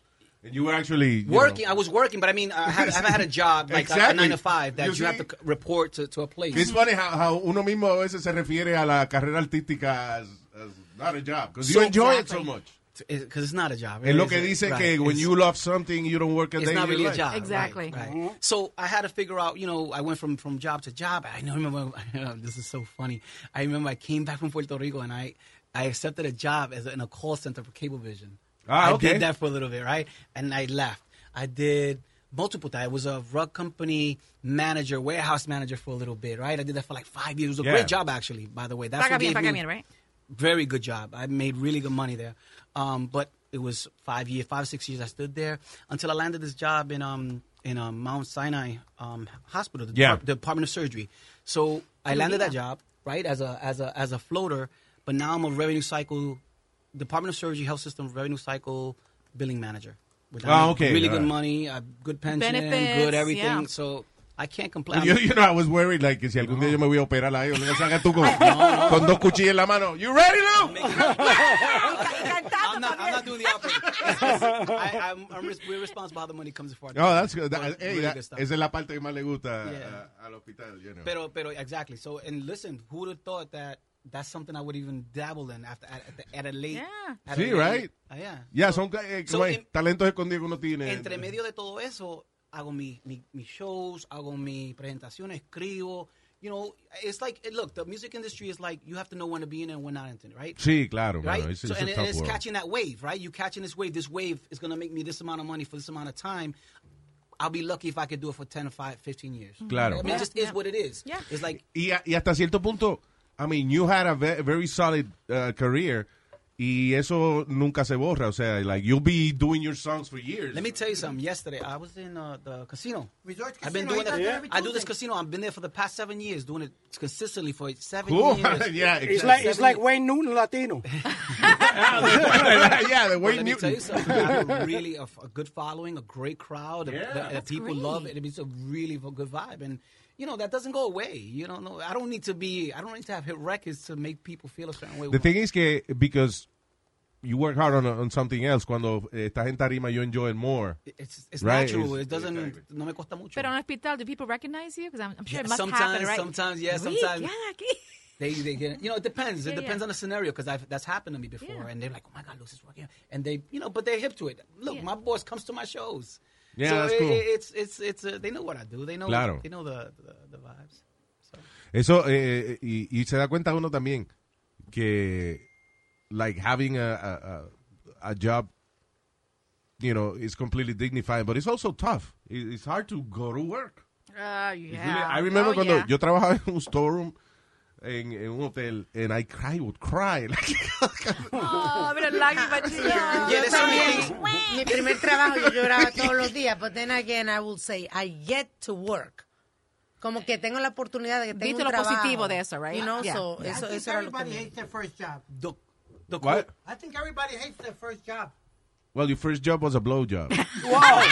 Speaker 4: and you were actually you
Speaker 6: working.
Speaker 4: know.
Speaker 6: I was working, but I mean, I haven't, I haven't had a job like a- a,
Speaker 4: Exactly.
Speaker 6: nine to five that
Speaker 4: You
Speaker 6: you, have
Speaker 4: see?
Speaker 6: to c- report to, to a place.
Speaker 4: It's funny how, how uno mismo a veces se refiere a la carrera artística as, as not a job because you
Speaker 6: So-
Speaker 4: enjoy it so
Speaker 6: Exactly.
Speaker 4: much.
Speaker 6: Because it's not a job.
Speaker 4: Es lo
Speaker 6: It's
Speaker 4: que
Speaker 6: a-
Speaker 4: dicen
Speaker 6: right.
Speaker 4: que when
Speaker 6: It's-
Speaker 4: you love something you don't work a day.
Speaker 6: it's not
Speaker 4: in your
Speaker 6: really a
Speaker 4: life. Mm-hmm.
Speaker 6: job. Right, right. So I had to figure out, you know, I went from, from job to job. I know, remember, <laughs> this is so funny. I remember I came back from Puerto Rico and I, I accepted a job as a, in a call center for Cablevision.
Speaker 4: Ah,
Speaker 6: I
Speaker 4: okay.
Speaker 6: did that for a little bit, right? And I left. I did multiple things. I was a rug company manager, warehouse manager for a little bit, right? I did that for like five years. It was a
Speaker 12: Yeah.
Speaker 6: great job, actually, by the way. That's
Speaker 12: Paga
Speaker 6: what
Speaker 12: bien,
Speaker 6: gave
Speaker 12: paga
Speaker 6: me-
Speaker 12: bien, right?
Speaker 6: very good job. I made really good money there. Um, but it was five years, five six years. I stood there until I landed this job in um in um, Mount Sinai um, Hospital, the,
Speaker 11: Yeah.
Speaker 6: Depart- the Department of Surgery. So I
Speaker 11: Oh,
Speaker 6: landed
Speaker 11: yeah.
Speaker 6: that job right as a as a as a floater. But now I'm a revenue cycle, Department of Surgery Health System revenue cycle billing manager. Which I
Speaker 4: Oh,
Speaker 6: make
Speaker 4: okay,
Speaker 6: Really
Speaker 4: all
Speaker 6: good
Speaker 4: right.
Speaker 6: money, uh, good pension,
Speaker 12: Benefits,
Speaker 6: good everything.
Speaker 12: yeah.
Speaker 6: So I can't complain.
Speaker 4: Yo, <laughs> you know, I was worried, like, que si algún día yo me voy a operar la yo, no salga
Speaker 6: <laughs>
Speaker 4: tú con, con dos cuchillas en la mano. You ready
Speaker 6: I'm not, I'm not doing the <laughs> opposite. I, I'm, I'm res- we're responsible how the money comes for.
Speaker 4: No, Oh, that's good. That- hey,
Speaker 6: really
Speaker 4: that-
Speaker 6: good stuff.
Speaker 4: esa es la parte que más le gusta
Speaker 6: Yeah.
Speaker 4: a- al hospital, you know.
Speaker 6: Pero, pero, exactly. So, and listen, who would have thought that that's something I would even dabble in after at, at, the, at a late? Yeah. At
Speaker 4: sí,
Speaker 6: a late,
Speaker 4: right?
Speaker 6: Uh, yeah.
Speaker 4: Yeah, son eh,
Speaker 6: so
Speaker 4: güey,
Speaker 6: en-
Speaker 4: talentos escondidos que uno tiene.
Speaker 6: Entre medio de todo eso, hago mi, mi, mis shows, hago mi presentaciones, escribo. You know, it's like, look, the music industry is like, you have to know when to be in it and when not in it, right?
Speaker 4: Sí, claro,
Speaker 6: Right?
Speaker 4: mano, it's-
Speaker 6: so,
Speaker 4: it's a
Speaker 6: and, and
Speaker 4: tough
Speaker 6: it's
Speaker 4: world.
Speaker 6: catching that wave, right? You catching this wave. This wave is going to make me this amount of money for this amount of time. I'll be lucky if I could do it for 10 or 5, 15 years.
Speaker 4: Mm-hmm. Claro.
Speaker 6: I mean, it just is what it is. Yeah. It's like,
Speaker 4: y, a- y hasta cierto punto, I mean, you had a ve- very solid uh, career y eso nunca se borra. O sea, like, you'll be doing your songs for years.
Speaker 6: Let me tell you something. Yesterday, I was in uh, the casino.
Speaker 7: Resort
Speaker 6: I've been
Speaker 7: casino,
Speaker 6: doing
Speaker 7: you
Speaker 6: that.
Speaker 7: go there every
Speaker 6: I do this
Speaker 7: Tuesday.
Speaker 6: casino. I've been there for the past seven years, doing it consistently for seven
Speaker 10: Cool.
Speaker 4: <laughs>
Speaker 6: years.
Speaker 10: yeah, it's like it's
Speaker 6: Seven
Speaker 10: like Wayne Newton Latino.
Speaker 4: <laughs> yeah, the
Speaker 6: Well, let me tell you something. I
Speaker 4: <laughs>
Speaker 6: have a really a, f- a good following, a great crowd.
Speaker 4: Yeah.
Speaker 6: the- the-
Speaker 4: That's
Speaker 6: people love it. It's a really v- good vibe, and you know that doesn't go away. You don't know. I don't need to be. I don't need to have hit records to make people feel a certain way.
Speaker 4: The thing is que, because you work hard on, on something else, cuando eh, estás en tarima, you enjoy it more.
Speaker 6: it's it's
Speaker 4: Right?
Speaker 6: natural.
Speaker 4: It's-
Speaker 6: it doesn't. No me cuesta mucho.
Speaker 12: Pero en el hospital, do people recognize you? Because I'm, I'm sure it
Speaker 6: Yeah,
Speaker 12: must happen,
Speaker 6: sometimes-
Speaker 12: right?
Speaker 6: sometimes, yeah,
Speaker 12: Oui,
Speaker 6: sometimes.
Speaker 12: yeah, <laughs> aquí.
Speaker 6: They, they get, you know, it depends.
Speaker 12: Yeah,
Speaker 6: it depends
Speaker 12: yeah.
Speaker 6: on the scenario because that's happened to me before,
Speaker 12: Yeah.
Speaker 6: and they're like, "Oh my God, Luis is working," and they, you know, but they're hip to it. Look, my boss comes to my shows,
Speaker 4: Yeah,
Speaker 6: so
Speaker 4: that's
Speaker 6: it-
Speaker 4: cool.
Speaker 6: it- it's it's it's uh, they know what I do. They know
Speaker 4: Claro.
Speaker 6: they know the the, the vibes.
Speaker 4: Eso, eh, y, y se da cuenta uno también que, like, having a, a, a- a job, you know, is completely dignified, but it's also tough. It- It's hard to go to work.
Speaker 12: <laughs> Ah,
Speaker 4: It's
Speaker 12: yeah.
Speaker 4: really- I remember
Speaker 12: Oh,
Speaker 4: cuando
Speaker 12: yeah.
Speaker 4: yo trabajaba en un storeroom, en, en un hotel, and I cry, would cry. <laughs>
Speaker 12: Oh,
Speaker 5: <laughs>
Speaker 12: pero lágrimas, chicos.
Speaker 8: Yo también, mi primer trabajo yo lloraba todos los días, but then again I will say I get to work. Como que tengo la oportunidad de que tengo
Speaker 12: Viste
Speaker 8: un
Speaker 12: lo
Speaker 8: trabajo.
Speaker 12: positivo de eso, right?
Speaker 8: You know,
Speaker 12: Yeah.
Speaker 8: so,
Speaker 12: Yeah.
Speaker 8: eso,
Speaker 7: I think
Speaker 8: eso era lo que
Speaker 7: everybody
Speaker 8: me-
Speaker 7: hates their first job.
Speaker 6: The, the
Speaker 4: What?
Speaker 7: I think everybody hates their first
Speaker 4: <laughs>
Speaker 7: job.
Speaker 4: Well, your first job was a blowjob <laughs>
Speaker 10: Wow.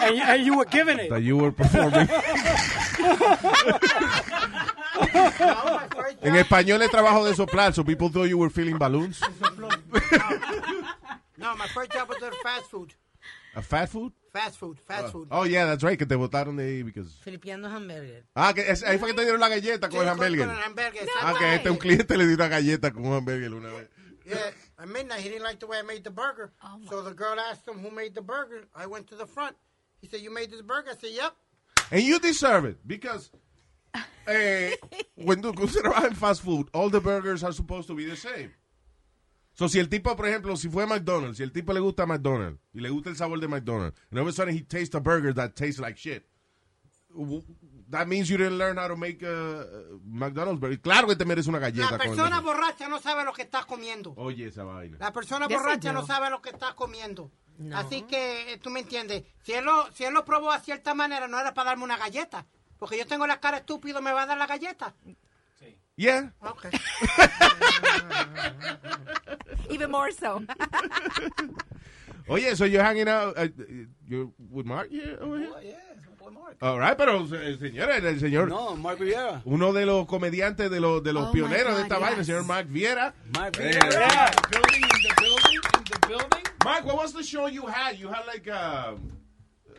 Speaker 10: and, and you were giving it.
Speaker 4: that you were performing. en español es trabajo de soplar, so people thought you were feeling balloons. <laughs>
Speaker 7: No, my first job was at fast food.
Speaker 4: A fat food?
Speaker 7: Fast food, fast food.
Speaker 4: Oh, yeah, that's right, que te botaron de ahí because...
Speaker 8: Filipiano hamburger.
Speaker 4: Ah, que es- ahí fue que te dieron la galleta con el
Speaker 7: Sí, con-
Speaker 4: hamburger.
Speaker 7: con el hamburger,
Speaker 4: ah,
Speaker 7: exacto.
Speaker 4: que este un cliente le dio una galleta con un hamburger una vez.
Speaker 7: Yeah, at midnight he didn't like the way I made the burger. so the girl asked him who made the burger. I went to the front. He said, "You made this burger." I said, "Yep."
Speaker 4: And you deserve it
Speaker 7: <laughs>
Speaker 4: because eh, when tú cuando trabajas en <laughs> fast food, all the burgers are supposed to be the same. So si el tipo, por ejemplo, si fue a McDonald's, si el tipo le gusta McDonald's y le gusta el sabor de McDonald's, and all of a sudden he tastes a burger that tastes like shit. w- That means you didn't learn how to make a McDonald's burger. Claro que te mereces una galleta.
Speaker 7: La
Speaker 4: con el
Speaker 7: persona
Speaker 4: burger.
Speaker 7: borracha no sabe lo que está comiendo.
Speaker 4: Oye, esa vaina.
Speaker 7: La persona
Speaker 4: Yes, I
Speaker 7: borracha
Speaker 4: do.
Speaker 7: no sabe lo que está comiendo.
Speaker 4: No.
Speaker 7: Así que eh, tú me entiendes. Si él, lo, si él lo probó a cierta manera, no era para darme una galleta. Porque yo tengo la cara estúpido, me va a dar la galleta.
Speaker 4: Yeah.
Speaker 7: Okay.
Speaker 12: Even more so.
Speaker 4: Oye, so you're hanging out uh, you're with Mark? Yeah, over
Speaker 7: Oh,
Speaker 4: here? All right, pero eh, señora, el señor...
Speaker 6: No, Mark Rivera.
Speaker 4: Uno de los comediantes, de los, de los
Speaker 6: Oh, my
Speaker 4: pioneros de
Speaker 6: God,
Speaker 4: esta vaina, el
Speaker 6: yes.
Speaker 4: señor Mark Viera.
Speaker 6: Mark
Speaker 4: Eh,
Speaker 6: Rivera.
Speaker 4: yeah.
Speaker 11: Building in the building in the building.
Speaker 4: Mark, what was the show you had? You had like a...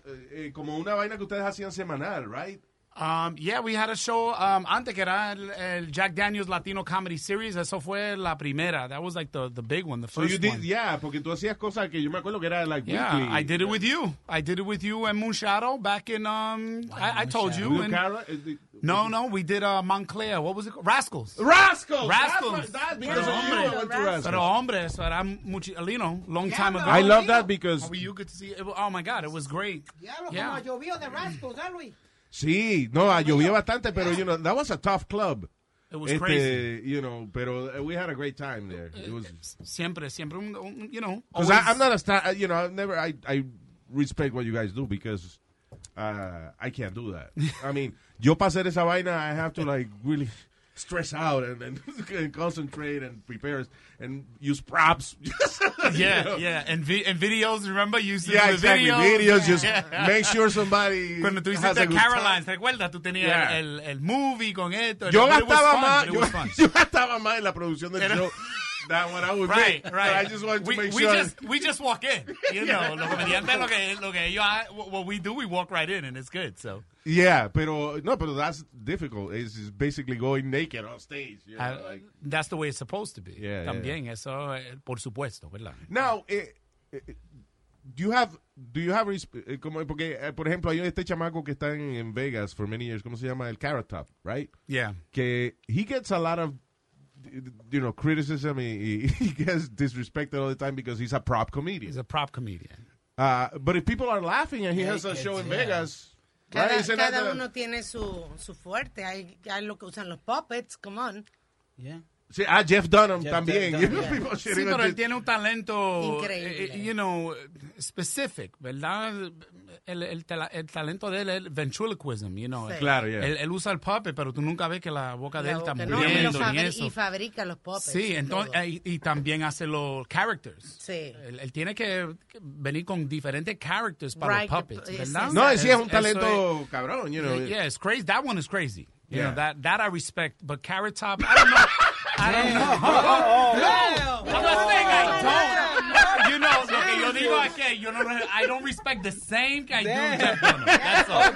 Speaker 4: eh, eh, como una vaina que ustedes hacían semanal, right?
Speaker 11: Um, yeah, we had a show um, antes que era el, el Jack Daniels Latino Comedy Series. Eso fue la primera. That was like the, the big one, the
Speaker 4: So
Speaker 11: first
Speaker 4: you did,
Speaker 11: one.
Speaker 4: yeah, porque tú hacías cosas que yo me acuerdo que era like
Speaker 11: Yeah,
Speaker 4: weekly.
Speaker 11: I did it with you. I did it with you and Moonshadow back in. Um, I, I told you.
Speaker 4: Blue eh,
Speaker 11: and-
Speaker 4: Carrot, is the-
Speaker 11: no, no, we did uh, Montclair. What was it? called? Rascals.
Speaker 4: Rascals.
Speaker 11: Rascals.
Speaker 4: That's what- that's because of you, I went to Rascals.
Speaker 11: Pero hombre, eso era muchi- you know, long time ago.
Speaker 4: I love that because-
Speaker 11: Oh, were you good to see. It, oh my God, it was great.
Speaker 7: Ya lo
Speaker 11: Yeah.
Speaker 7: como llovió de rascos, ¿eh, Luis?
Speaker 4: Sí, no, ah, llovió bastante, pero, you know, that was a tough club. Este,
Speaker 11: It was crazy.
Speaker 4: You know, pero eh, we had a great time there. It was...
Speaker 6: Eh,
Speaker 11: Siempre, siempre, un, un- you know.
Speaker 4: Because
Speaker 11: always-
Speaker 4: I'm not a star. I- You know, I never. I I respect what you guys do because uh, I can't do that. I mean, yo para hacer esa vaina, I have to like really stress out and, <laughs> and, and concentrate and prepare and use props. <laughs>
Speaker 9: <laughs> Yeah, yeah. And, vi- and videos, remember? You used to
Speaker 4: Yeah,
Speaker 9: do the
Speaker 4: exactly.
Speaker 9: videos.
Speaker 4: Videos, just make sure somebody
Speaker 9: Cuando tú
Speaker 4: has a
Speaker 9: hiciste
Speaker 4: good
Speaker 9: Caroline, ¿te acuerdas? Tú tenías
Speaker 4: Yeah.
Speaker 9: el, el movie con esto.
Speaker 4: Yo
Speaker 9: But it was
Speaker 4: gastaba
Speaker 9: fun,
Speaker 4: más-
Speaker 9: but it was fun.
Speaker 4: <laughs> yo gastaba más en la producción del
Speaker 9: Era- <laughs>
Speaker 4: show than what I would
Speaker 9: Right,
Speaker 4: make.
Speaker 9: right.
Speaker 4: But I just wanted to
Speaker 9: we,
Speaker 4: make
Speaker 9: we
Speaker 4: sure.
Speaker 9: Just, we just walk in. You
Speaker 4: Yeah.
Speaker 9: know, los comediantes, lo que, lo que ellos, ha- what we do, we walk right in, and it's good, so.
Speaker 4: Yeah, pero no, pero that's difficult. It's just basically going naked on stage. you know,
Speaker 9: Uh,
Speaker 4: like-
Speaker 9: that's the way it's supposed to be.
Speaker 4: Yeah,
Speaker 9: También, eso, eh, por supuesto, ¿verdad?
Speaker 4: Now, eh, eh, do you have, do you have, res- eh, como, porque, eh, por ejemplo, hay este chamaco que está en, en Vegas for many years, ¿cómo se llama? El Carrot Top, right?
Speaker 9: Yeah.
Speaker 4: Que he gets a lot of, you know, criticism, he, <laughs> he gets disrespected all the time because he's a prop comedian. He's
Speaker 9: a prop comedian.
Speaker 4: Uh, but if people are laughing and he has a show in Vegas, right?
Speaker 8: Cada,
Speaker 4: Isn't that
Speaker 8: cada
Speaker 4: the-
Speaker 8: uno tiene su, su fuerte. Hay, hay lo que usan los puppets, come on.
Speaker 4: Sí, ah, Jeff Dunham
Speaker 9: Jeff
Speaker 4: también. <laughs>
Speaker 9: Dunham,
Speaker 4: You know,
Speaker 9: yeah.
Speaker 4: people
Speaker 9: Sí,
Speaker 4: shitting on
Speaker 9: pero
Speaker 4: this-
Speaker 9: él tiene un talento,
Speaker 8: Increíble.
Speaker 9: eh, you know, specific, ¿verdad? El, el tala- el talento de él es ventriloquism, you know.
Speaker 8: Sí.
Speaker 4: Claro, yeah.
Speaker 9: Él, él usa el puppet, pero tú nunca ves que la boca de él está
Speaker 8: No, y,
Speaker 9: moviendo
Speaker 8: los
Speaker 9: ni
Speaker 8: fabri-
Speaker 9: eso.
Speaker 8: y fabrica los puppets.
Speaker 9: Sí, entonces, eh, y, y también hace los characters.
Speaker 8: Sí.
Speaker 9: Él, él tiene que que venir con diferentes characters para
Speaker 4: Right,
Speaker 9: los puppets,
Speaker 4: es-
Speaker 9: ¿verdad?
Speaker 4: No, sí, es un
Speaker 9: Eso
Speaker 4: talento cabrón, you know.
Speaker 9: Yeah, it's crazy. That one is crazy. You
Speaker 4: Yeah.
Speaker 9: know, that, that I respect. But Carrot Top,
Speaker 6: <laughs>
Speaker 9: I don't know. I don't
Speaker 6: Oh,
Speaker 9: know. No, I'm not saying I don't. You know, lo que yo digo es que yo no, re- I don't respect the same que I do Jeff Dunham. That's
Speaker 6: Oh,
Speaker 9: all.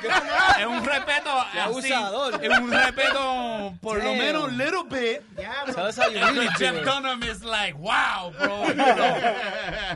Speaker 9: Es un respeto
Speaker 6: Qué
Speaker 9: así.
Speaker 6: abusador.
Speaker 9: Es un respeto por lo
Speaker 6: Damn.
Speaker 9: menos un little bit.
Speaker 6: Tell us how you really
Speaker 9: Jeff
Speaker 6: do it.
Speaker 9: Dunham is like, wow, bro.
Speaker 6: <laughs>
Speaker 9: you know.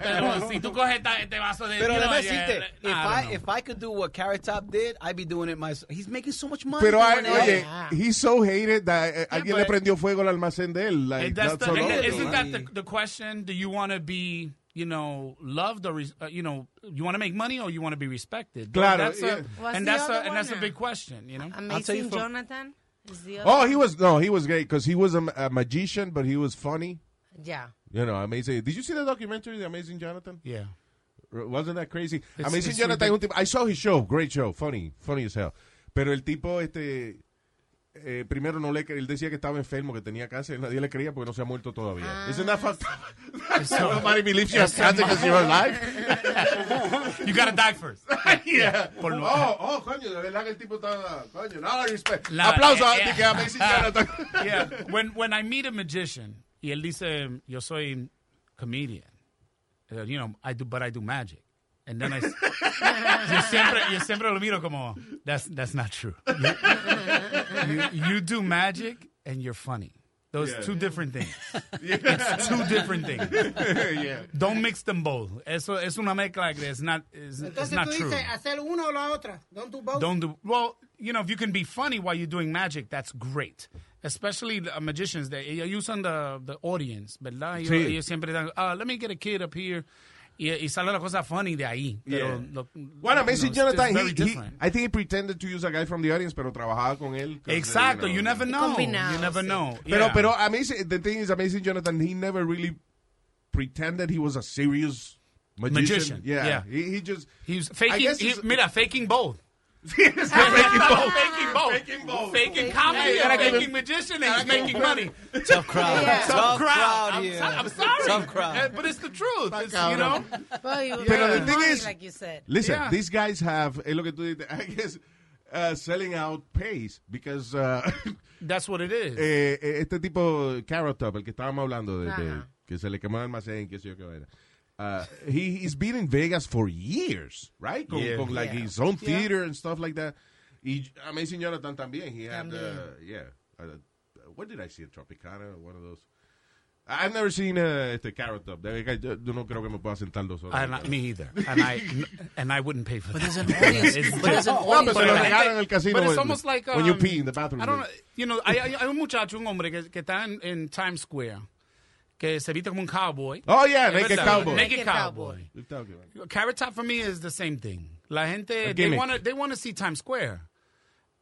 Speaker 9: Pero si tú coges esta- este vaso de...
Speaker 6: Pero
Speaker 9: you know,
Speaker 6: déjame
Speaker 9: yeah,
Speaker 6: decirte,
Speaker 9: nah,
Speaker 6: if
Speaker 9: I don't
Speaker 6: I,
Speaker 9: know.
Speaker 6: if I could do what Carrot Top did, I'd be doing it myself. He's making so much money.
Speaker 4: Pero
Speaker 6: doing
Speaker 4: I,
Speaker 6: it.
Speaker 4: oye, he's so hated that eh, alguien le
Speaker 9: but-
Speaker 4: prendió fuego al almacén de él. Like,
Speaker 9: And that's
Speaker 4: not
Speaker 9: the,
Speaker 4: so long
Speaker 9: and
Speaker 4: ago,
Speaker 9: isn't
Speaker 4: right?
Speaker 9: that the, the question? Do you want to be, you know, loved or res- uh, you know, you want to make money or you want to be respected?
Speaker 4: Claro,
Speaker 9: that's
Speaker 4: yeah.
Speaker 9: a,
Speaker 8: What's
Speaker 9: and
Speaker 8: the
Speaker 9: that's
Speaker 8: other
Speaker 9: a,
Speaker 8: one
Speaker 9: and that's a
Speaker 8: now?
Speaker 9: big question. You know,
Speaker 8: Amazing Jonathan. is the
Speaker 4: Oh,
Speaker 8: other
Speaker 4: he
Speaker 8: one.
Speaker 4: was no, he was great because he was a, ma- a magician, but he was funny.
Speaker 8: Yeah.
Speaker 4: You know, amazing. Did you see the documentary, The Amazing Jonathan?
Speaker 9: Yeah.
Speaker 4: R- Wasn't that crazy?
Speaker 9: It's-
Speaker 4: amazing
Speaker 9: it's
Speaker 4: Jonathan. es un
Speaker 9: ridic-
Speaker 4: tipo- I saw his show. Great show. Funny, funny as hell. Pero el tipo, este, eh, primero no le, cre- él decía que estaba enfermo, que tenía cáncer, nadie le creía porque no se ha muerto todavía. Isn't that fucked up?
Speaker 9: Ah.
Speaker 4: <laughs>
Speaker 9: Eso-
Speaker 4: Nobody believes you have
Speaker 9: eso-
Speaker 4: cancer because you're alive.
Speaker 9: you gotta die first.
Speaker 4: <laughs> yeah.
Speaker 9: Por lo-
Speaker 4: Oh, oh, coño, de verdad que el tipo estaba, coño, no, respect.
Speaker 9: La-
Speaker 4: Aplauso ah, a
Speaker 9: eh, eh,
Speaker 4: que Amazing Jonathan.
Speaker 9: <laughs> yeah. When when I meet a magician, y él dice, yo soy comedian. Uh, you know, I do, but I do magic. And then I, s- <laughs> yo siempre, yo siempre lo miro como, that's that's not true. You, you, you do magic and you're funny. Those
Speaker 6: Yeah.
Speaker 9: two different things.
Speaker 6: Yeah.
Speaker 9: <laughs> It's two different things.
Speaker 6: Yeah.
Speaker 9: Don't mix them both. Eso es una mezcla que it's not, it's, it's
Speaker 7: Entonces
Speaker 9: not
Speaker 7: tú
Speaker 9: true.
Speaker 7: dices hacer una o la otra. Don't
Speaker 4: Oh.
Speaker 7: do both.
Speaker 9: Don't do well. You know, if you can be funny while you're doing magic, that's great. Especially the uh, magicians, they ellos usan the the audience, ¿verdad? Ellos,
Speaker 4: Sí.
Speaker 9: ellos siempre dan, ah, let me get a kid up here, y, y sale la cosa funny de ahí. Pero
Speaker 4: Yeah.
Speaker 9: lo-
Speaker 4: Bueno,
Speaker 9: you
Speaker 4: Amazing
Speaker 9: know, it's- it's
Speaker 4: Jonathan,
Speaker 9: very
Speaker 4: he, he-
Speaker 9: different.
Speaker 4: I think he pretended to use a guy from the audience, pero trabajaba con él. 'cause,
Speaker 9: Exacto, you never know.
Speaker 4: Combinado,
Speaker 9: You never know.
Speaker 4: Pero,
Speaker 9: Yeah.
Speaker 4: pero Amazing, the thing is, Amazing Jonathan, he never really pretended he was a serious magician.
Speaker 9: Magician,
Speaker 4: Yeah.
Speaker 9: yeah.
Speaker 4: He, he just.
Speaker 9: He was
Speaker 4: I
Speaker 9: faking,
Speaker 4: guess
Speaker 9: he-
Speaker 4: he's-
Speaker 9: mira, faking both.
Speaker 4: <laughs> faking both.
Speaker 9: faking both. Faking comedy
Speaker 6: Yeah.
Speaker 9: and faking magician and he's making money.
Speaker 6: Tough crowd.
Speaker 9: Yeah.
Speaker 6: Tough
Speaker 9: Tough crowd.
Speaker 6: crowd
Speaker 9: I'm,
Speaker 6: here.
Speaker 9: so- I'm sorry.
Speaker 6: Tough crowd.
Speaker 9: Uh, But it's the truth. It's, you know?
Speaker 4: cabrón.
Speaker 8: Well, you
Speaker 4: Pero
Speaker 8: were
Speaker 4: the thing
Speaker 8: funny,
Speaker 4: is-
Speaker 8: like you said.
Speaker 4: Listen,
Speaker 8: Yeah.
Speaker 4: these guys have, es lo que tú dices, <laughs> I guess, uh, selling out pays because. Uh, <laughs>
Speaker 9: That's what it is.
Speaker 4: eh, eh, este tipo, Carrot Top, el que estábamos hablando de, de-
Speaker 9: Ajá.
Speaker 4: que se le quemó el almacén, qué sé yo qué vaina. Uh, he, he's been in Vegas for years, right? Con,
Speaker 9: Yeah.
Speaker 4: con, like
Speaker 9: Yeah.
Speaker 4: his own
Speaker 9: Yeah.
Speaker 4: theater and stuff like that. Y Amazing Jonathan también. He had, uh, yeah. Uh, what did I see? Tropicana, one of those. I've never seen uh, este Carrot Top. De verdad, Yo, yo no creo que me pueda sentar dos horas.
Speaker 9: And I, me either. And I <laughs> and I wouldn't pay for that. But there's an
Speaker 4: audience. But there's an audience. No, pero se lo regalan en el casino
Speaker 9: But it's
Speaker 4: when-
Speaker 9: almost like um,
Speaker 4: when you pee in the bathroom.
Speaker 9: I don't know. You know, hay, hay- hay un muchacho, un hombre que, que está en, en Times Square que se viste como un cowboy.
Speaker 4: Oh, yeah,
Speaker 9: Es
Speaker 4: Naked
Speaker 9: verdad,
Speaker 4: Cowboy.
Speaker 9: Naked cowboy.
Speaker 4: What you talking about?
Speaker 9: Carrot Top for me is the same thing. La gente,
Speaker 4: A
Speaker 9: they
Speaker 4: gimmick.
Speaker 9: want to they wanna see Times Square.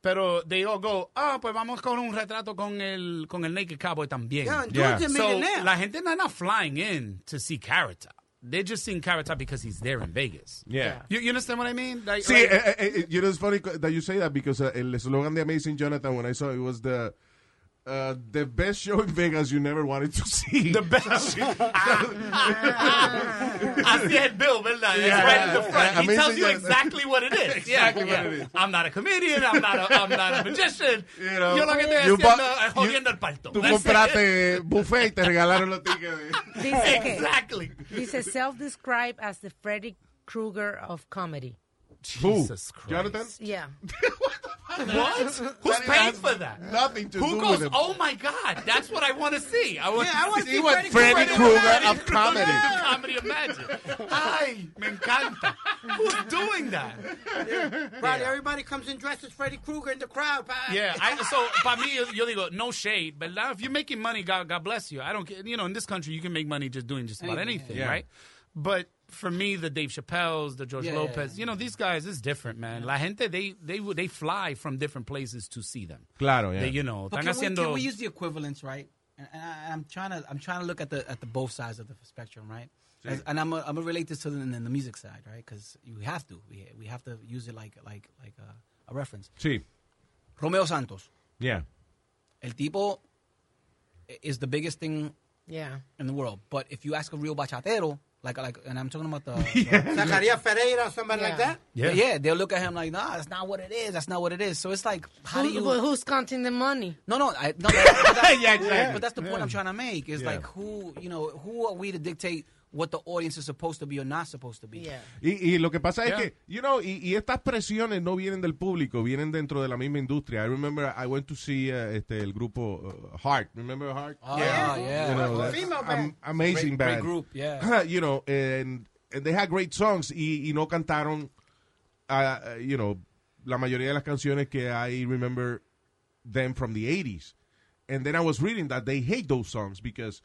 Speaker 9: Pero they all go, ah, pues vamos con un retrato con el, con el Naked Cowboy también.
Speaker 6: Yeah, entonces, Yeah. millionaire.
Speaker 9: So, la gente no not flying in to see Carrot Top. They're just seeing Carrot Top because he's there in Vegas.
Speaker 4: Yeah.
Speaker 9: You, you understand what I mean? Like,
Speaker 4: See,
Speaker 9: like-
Speaker 4: eh, eh, eh, you know, it's funny that you say that because uh, el slogan de Amazing Jonathan, when I saw it, was the
Speaker 14: uh, the best show in Vegas you never wanted to see. The
Speaker 4: <laughs>
Speaker 9: best. <laughs> Así es Bill, ¿verdad? It's right in the front.
Speaker 14: I
Speaker 9: He
Speaker 14: mean,
Speaker 9: tells you
Speaker 14: yeah.
Speaker 9: exactly what
Speaker 14: <laughs>
Speaker 9: it is.
Speaker 14: Exactly
Speaker 9: yeah.
Speaker 14: what it is.
Speaker 9: I'm not a comedian. I'm not a, I'm not a magician. You know, Yo lo que estoy
Speaker 14: You
Speaker 9: haciendo
Speaker 14: bought-
Speaker 9: es jodiendo el parto.
Speaker 14: Tú
Speaker 9: That's it.
Speaker 14: compraste buffet y te regalaron los tickets.
Speaker 8: <laughs> Dice que-
Speaker 9: Exactly.
Speaker 8: Dice self-described as the Freddy Krueger of comedy.
Speaker 14: Jesus Christ. Jonathan?
Speaker 8: Yeah.
Speaker 9: What?
Speaker 14: <laughs>
Speaker 9: Who's
Speaker 14: That
Speaker 9: paying
Speaker 14: has
Speaker 9: for that?
Speaker 14: nothing to
Speaker 9: Who
Speaker 14: do with
Speaker 9: goes,
Speaker 14: it.
Speaker 9: oh my God, that's what I want to see. I want
Speaker 14: Yeah, I
Speaker 9: to
Speaker 14: wanna
Speaker 9: see,
Speaker 14: see Freddy Krueger Freddy Krueger of
Speaker 9: Freddy
Speaker 14: comedy.
Speaker 9: Krueger comedy of magic. Ay, me encanta. Who's doing that?
Speaker 7: Right, everybody comes and dresses Freddy Krueger in the crowd. pa.
Speaker 9: Yeah,
Speaker 6: <laughs>
Speaker 9: I, so para mí, yo, yo digo, no shade, but now if you're making money, God, God bless you. I don't care. You know, in this country, you can make money just doing just about
Speaker 15: Anything,
Speaker 9: anything,
Speaker 15: yeah.
Speaker 9: right? But for me, the Dave Chappelle's, the George
Speaker 15: Yeah, yeah,
Speaker 9: Lopez, you know, these guys is different, man. La gente, they, they, they fly from different places to see them.
Speaker 4: Claro, yeah.
Speaker 9: They, you know,
Speaker 6: But
Speaker 9: están
Speaker 6: can, we,
Speaker 9: haciendo...
Speaker 6: can we use the equivalents, right? And, and I, I'm trying to I'm trying to look at the at the both sides of the spectrum, right?
Speaker 9: Sí.
Speaker 6: As- and I'm i I'm gonna relate this to the, in the music side, right? Because you have to we, we have to use it like like like a, a reference.
Speaker 4: Sí.
Speaker 6: Romeo Santos,
Speaker 4: Yeah.
Speaker 6: el tipo i- is the biggest thing
Speaker 8: Yeah.
Speaker 6: in the world. But if you ask a real bachatero, like like, and I'm talking about
Speaker 8: <laughs>
Speaker 6: the, the-
Speaker 7: <laughs> Zacaria Ferreira or somebody like that.
Speaker 6: Yeah. yeah, they'll look at him like, nah, that's not what it is. That's not what it is. So it's like, how do
Speaker 8: Who,
Speaker 6: you?
Speaker 8: but who's counting the money?
Speaker 6: No, no, I, no. that- but that's-
Speaker 8: <laughs> Yeah, exactly.
Speaker 6: But that's the point
Speaker 8: Yeah.
Speaker 6: I'm trying to make. Is
Speaker 4: Yeah.
Speaker 6: like who you know who are we to dictate what the audience is supposed to be or not supposed to be?
Speaker 8: Yeah.
Speaker 4: Y, y lo que pasa
Speaker 6: Yeah.
Speaker 4: es que, you know, y, y estas presiones no vienen del público, vienen dentro de la misma industria. I remember I went to see uh, este, el grupo uh, Heart. Remember Heart?
Speaker 6: Oh, Yeah. yeah.
Speaker 4: You know,
Speaker 6: Well,
Speaker 4: that's
Speaker 6: female
Speaker 4: am-
Speaker 6: band.
Speaker 4: Amazing
Speaker 6: Great- great
Speaker 4: band.
Speaker 6: group,
Speaker 4: <laughs>
Speaker 6: yeah.
Speaker 4: you know, and, and they had great songs y, y no cantaron, uh, you know, la mayoría de las canciones que I remember them from the 80s. And then I was reading that they hate those songs because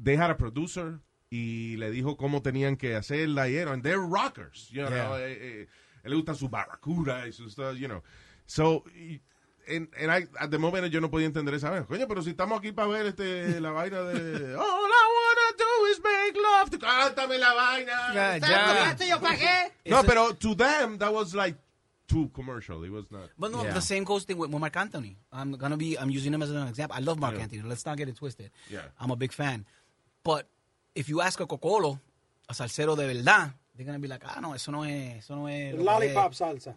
Speaker 4: they had a producer y le dijo cómo tenían que hacerla y era, and they're rockers, you know.
Speaker 15: Yeah.
Speaker 4: eh, eh, le gusta su barracuda y su stuff, you know. So, y- and, and I, at the moment yo no podía entender esa vaina. Coño, pero si estamos aquí para ver este, la vaina de... Oh, All I wanna do is make love. to- Cántame la vaina.
Speaker 16: Ya,
Speaker 4: Está
Speaker 16: ya.
Speaker 4: bien.
Speaker 16: Esto yo pagué.
Speaker 4: No, pero to them that was like too commercial. It was not.
Speaker 6: But no, the same goes thing with with Mark Anthony. I'm gonna be I'm using him as an example. I love Mark
Speaker 4: Yeah.
Speaker 6: Anthony. Let's not get it twisted.
Speaker 4: Yeah.
Speaker 6: I'm a big fan. But if you ask a Cocolo, a salsero de verdad, they're gonna be like, ah no, eso no es, eso no es. lo que
Speaker 10: Lollipop
Speaker 6: es."
Speaker 10: salsa.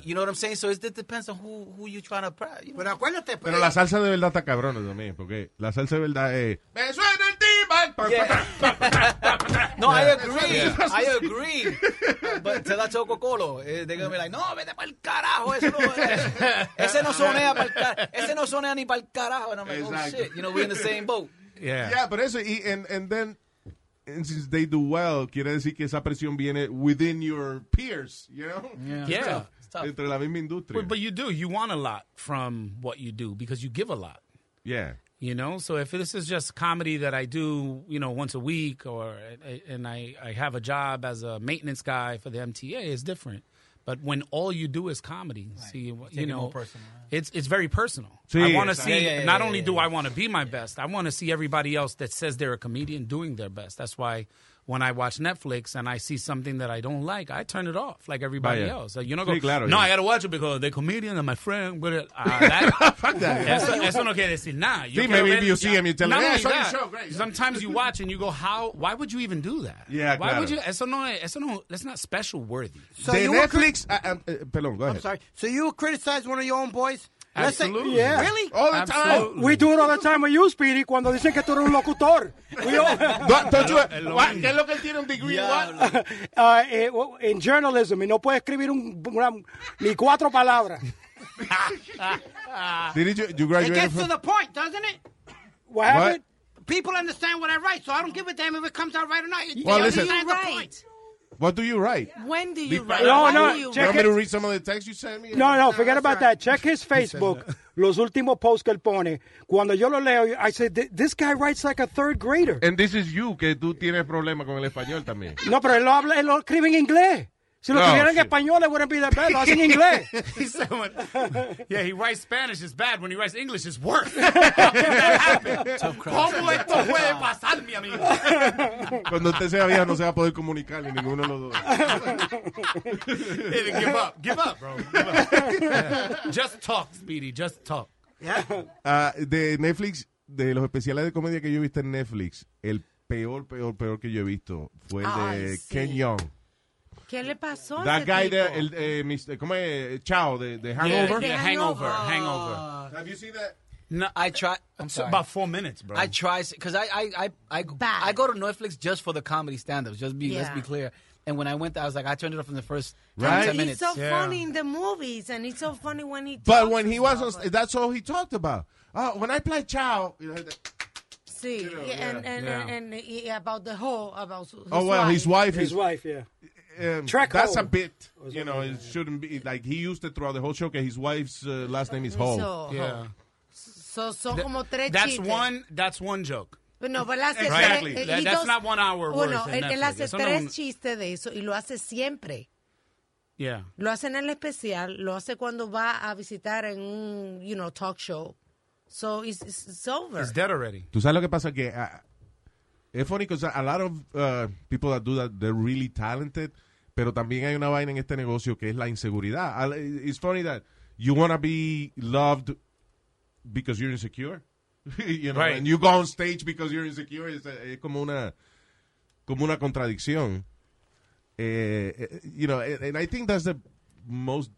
Speaker 10: Yeah.
Speaker 6: You know what I'm saying? So it's- it depends on who who you trying to. You know.
Speaker 7: Pero acuérdate,
Speaker 4: Pero la salsa de verdad está cabrona también, porque la salsa de verdad es...
Speaker 7: Me suena el timbre.
Speaker 6: No, I
Speaker 4: Yeah.
Speaker 6: agree.
Speaker 4: Yeah.
Speaker 6: I agree. But se la choco colo. Eh, They're gonna be like, no, vete pa'l carajo. Eso no, ese no sonea pa'l carajo. Ese no sonea ni pa'l carajo. And I'm like,
Speaker 4: Exacto.
Speaker 6: oh shit. You know, we're in the same boat.
Speaker 4: Yeah. pero eso, y, and, and then, and since they do well, quiere decir que esa presión viene within your peers, you know?
Speaker 9: Yeah.
Speaker 4: <laughs>
Speaker 9: Yeah. It's tough. It's tough.
Speaker 4: Entre la misma industria.
Speaker 9: But, but you do. You want a lot from what you do because you give a lot.
Speaker 4: yeah.
Speaker 9: You know, so if this is just comedy that I do, you know, once a week, or and I, I have a job as a maintenance guy for the MTA, it's different. But when all you do is comedy, see, you,
Speaker 6: take it
Speaker 9: know,
Speaker 6: more personal,
Speaker 9: it's it's very personal.
Speaker 4: Sí,
Speaker 9: I want to
Speaker 4: exacto.
Speaker 9: see.
Speaker 4: Yeah, yeah, yeah,
Speaker 9: not
Speaker 4: yeah,
Speaker 9: only
Speaker 4: yeah,
Speaker 9: do I want to be my best, I want to see everybody else that says they're a comedian doing their best. That's why when I watch Netflix and I see something that I don't like, I turn it off, like everybody
Speaker 4: Vaya.
Speaker 9: else. Like, you know,
Speaker 4: Sí,
Speaker 9: go,
Speaker 4: claro,
Speaker 9: no,
Speaker 4: yeah.
Speaker 9: I got to watch it because they're comedian and my friend. But,
Speaker 4: <laughs>
Speaker 9: uh, that,
Speaker 4: that.
Speaker 9: Eso, eso no quiere decir nada. Yo
Speaker 4: Sí,
Speaker 9: quiero
Speaker 4: maybe
Speaker 9: ver-
Speaker 4: you see him, you tell
Speaker 9: Not
Speaker 4: him, "Yeah,
Speaker 9: only
Speaker 4: I saw your
Speaker 9: that,
Speaker 4: show, great."
Speaker 9: Sometimes you watch and you go, how? Why would you even do that?
Speaker 4: Yeah,
Speaker 9: why
Speaker 4: claro.
Speaker 9: would you? Eso no, es- eso no, that's not special worthy.
Speaker 4: de Netflix... ah, ah, eh, perdón, go ahead.
Speaker 7: Sorry. So you criticize one of your own boys? Let's say-
Speaker 9: Absolutely.
Speaker 10: Yeah.
Speaker 7: Really?
Speaker 4: Oh,
Speaker 10: All the time. We do it all the time with you, Speedy, cuando dicen que tú eres un locutor. We all- <laughs>
Speaker 4: Don't- don't you- What? ¿Qué es lo que él tiene un degree? What?
Speaker 10: Ah, eh, well, in journalism, y no puede escribir un- una- ni cuatro palabras.
Speaker 4: Did you, you
Speaker 7: It
Speaker 4: graduated
Speaker 7: gets to
Speaker 4: from...
Speaker 7: the point, doesn't it?
Speaker 10: What
Speaker 4: happened?
Speaker 7: People understand what I write, so I don't give a damn if it comes out right or not. It-
Speaker 4: Well,
Speaker 7: they
Speaker 4: listen.
Speaker 7: understand the point.
Speaker 4: What do you write?
Speaker 8: When do
Speaker 4: you
Speaker 10: write? No, When no, do you
Speaker 4: You
Speaker 10: check
Speaker 4: want me
Speaker 10: it.
Speaker 4: to read some of the texts you sent me?
Speaker 10: No,
Speaker 7: Ah,
Speaker 10: no, forget about that. Check his Facebook, los últimos posts que él pone. Cuando yo lo leo, I say, "Th- this guy writes like a third grader.
Speaker 4: And this is you, que tú tienes problema con el español también.
Speaker 10: No, pero él lo, habla, él lo escribe en inglés. Si lo
Speaker 4: No,
Speaker 10: escribiera en
Speaker 4: shit.
Speaker 10: español, it wouldn't be that bad. Lo hace en inglés.
Speaker 9: <laughs> He said when- yeah, he writes Spanish is bad. When he writes English, it's worse. <laughs> How can that happen? ¿Cómo esto puede pasar, mi amigo?
Speaker 4: Cuando usted sea viejo no se va a poder comunicar ni ninguno de los dos.
Speaker 9: <laughs> Give up. Give up, bro. Give up. Just talk, Speedy. Just talk.
Speaker 4: Ah, de Netflix, de los especiales de comedia que yo he visto en Netflix, el peor, peor, peor que yo he visto fue el de
Speaker 8: Ay, sí.
Speaker 4: Ken Young.
Speaker 8: ¿Qué le pasó? a
Speaker 4: That
Speaker 8: ese
Speaker 4: guy
Speaker 8: tipo?
Speaker 4: there, el, eh, Mr. ¿cómo es? Chao, de, de Hangover.
Speaker 9: Yeah, hangover, hangover.
Speaker 4: Have you seen that?
Speaker 6: No, I tried. I'm
Speaker 9: It's
Speaker 6: sorry.
Speaker 9: about four minutes, bro.
Speaker 6: I try because I I I I, I go to Netflix just for the comedy stand-ups. Just be let's
Speaker 8: Yeah.
Speaker 6: be clear. And when I went, there, I was like, I turned it off in the first
Speaker 8: But
Speaker 6: ten
Speaker 8: He's
Speaker 6: minutes.
Speaker 8: so funny in the movies, and he's so funny when he.
Speaker 4: But when he was, on, that's all he talked about. Oh, when I play Chao. you know,
Speaker 8: See,
Speaker 4: yeah,
Speaker 8: and and,
Speaker 4: yeah.
Speaker 8: and and he- about the whole about. His
Speaker 4: Oh well, his wife.
Speaker 10: His
Speaker 4: is-
Speaker 10: wife, yeah.
Speaker 4: Um,
Speaker 10: Track
Speaker 4: that's
Speaker 10: Hall.
Speaker 4: a bit. You know, it shouldn't be like he used it throughout the whole show. Que his wife's uh, last name is Hall.
Speaker 8: So, Hall. So son como tres
Speaker 9: That's
Speaker 8: chistes.
Speaker 9: one. That's one joke.
Speaker 8: Pero No, pero él hace
Speaker 9: Exactly.
Speaker 8: tres.
Speaker 9: That-
Speaker 8: he
Speaker 9: that's
Speaker 8: does-
Speaker 9: not one hour worth
Speaker 8: Bueno,
Speaker 9: in
Speaker 8: él, él
Speaker 9: Netflix.
Speaker 8: hace
Speaker 9: Eso no-
Speaker 8: tres chistes de eso y lo hace siempre.
Speaker 9: Yeah.
Speaker 8: Lo hace en el especial, lo hace cuando va a visitar en un, you know, talk show. So it's, it's, it's over.
Speaker 9: He's dead already.
Speaker 4: Tú sabes lo que pasa que ah, es funny because a lot of uh, people that do that they're really talented, pero también hay una vaina en este negocio que es la inseguridad. Al- It's funny that you want to be loved because you're insecure, <laughs> you know,
Speaker 17: Right.
Speaker 4: and you go on stage because you're insecure. Es, es como una como una contradicción. Eh, eh, you know, and, and I think that's the most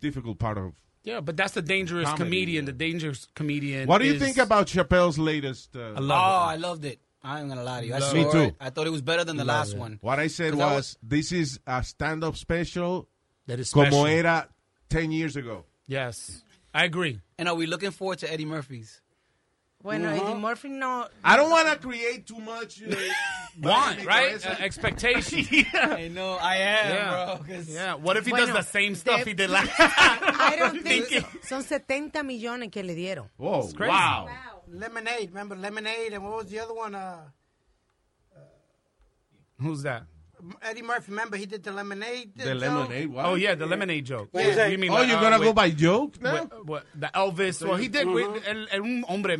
Speaker 4: difficult part of.
Speaker 9: Yeah, but that's the dangerous
Speaker 4: Comedy,
Speaker 9: comedian. The dangerous comedian.
Speaker 4: What do you
Speaker 9: is-
Speaker 4: think about Chappelle's latest? Uh,
Speaker 6: oh, I loved it. I'm gonna lie to you. I
Speaker 4: Love
Speaker 6: saw
Speaker 4: it. Me too.
Speaker 6: it. I thought it was better than the
Speaker 4: Love
Speaker 6: last
Speaker 4: it.
Speaker 6: one.
Speaker 4: What I said
Speaker 6: 'Cause I
Speaker 4: was, this is a stand-up special
Speaker 9: That is
Speaker 4: como
Speaker 9: special.
Speaker 4: era 10 years ago.
Speaker 9: Yes, I agree.
Speaker 6: And are we looking forward to Eddie Murphy's?
Speaker 8: Bueno,
Speaker 6: Ujú.
Speaker 9: Uh-huh.
Speaker 8: Eddie Murphy
Speaker 9: <laughs>
Speaker 8: no.
Speaker 4: I don't want to create too much. Uh,
Speaker 9: Want right? Uh, expectation.
Speaker 4: <laughs>
Speaker 6: <laughs> I know. I am,
Speaker 9: Yeah.
Speaker 6: bro. 'cause-
Speaker 9: Yeah. What if he does
Speaker 8: Bueno,
Speaker 9: the same stuff
Speaker 8: de-
Speaker 9: he did last?
Speaker 8: <laughs> I don't
Speaker 9: <laughs>
Speaker 8: think so. Son 70 millones que le dieron.
Speaker 4: Whoa!
Speaker 9: It's crazy. wow.
Speaker 7: Lemonade. Remember Lemonade? And what was the other one? Uh,
Speaker 9: Who's that?
Speaker 7: Eddie Murphy. Remember he did the Lemonade?
Speaker 4: The Lemonade, what?
Speaker 9: Oh yeah, the lemonade joke.
Speaker 4: What was that?
Speaker 9: You mean
Speaker 4: Oh,
Speaker 9: like,
Speaker 4: you're
Speaker 9: uh,
Speaker 4: gonna go
Speaker 9: with-
Speaker 4: by joke now?
Speaker 9: with- What, the Elvis? Well, he did. with el, el, un hombre,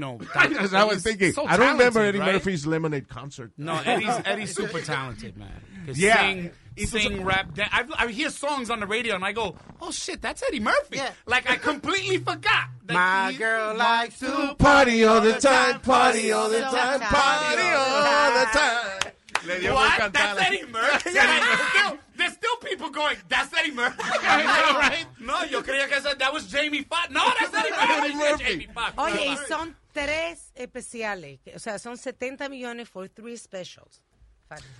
Speaker 4: <laughs>
Speaker 9: know.
Speaker 4: As <laughs> I was
Speaker 9: he's
Speaker 4: thinking,
Speaker 9: so
Speaker 4: I don't remember
Speaker 9: talented,
Speaker 4: Eddie
Speaker 9: right?
Speaker 4: Murphy's Lemonade concert.
Speaker 9: No, <laughs> Eddie's Eddie's super talented, man.
Speaker 4: Yeah.
Speaker 9: Yeah, sing,
Speaker 4: It's
Speaker 9: sing, rap. Dan- I've, I hear songs on the radio, and I go, "Oh shit, that's Eddie Murphy!" Like I completely forgot. that
Speaker 7: My
Speaker 9: he-
Speaker 7: girl likes to
Speaker 4: Party all the
Speaker 7: time,
Speaker 4: time, party all the time, party all the time. Le dio por
Speaker 9: What?
Speaker 4: cantar.
Speaker 9: That's <laughs> Eddie Murphy. There's still, there's still people going. That's Eddie <laughs> Murphy. All right. No, yo creía que esa- that was Jamie Foxx. No, that's <laughs> Eddie Murphy. Jamie Foxx.
Speaker 8: Oye, y son tres especiales. O sea, son 70 millones for three specials.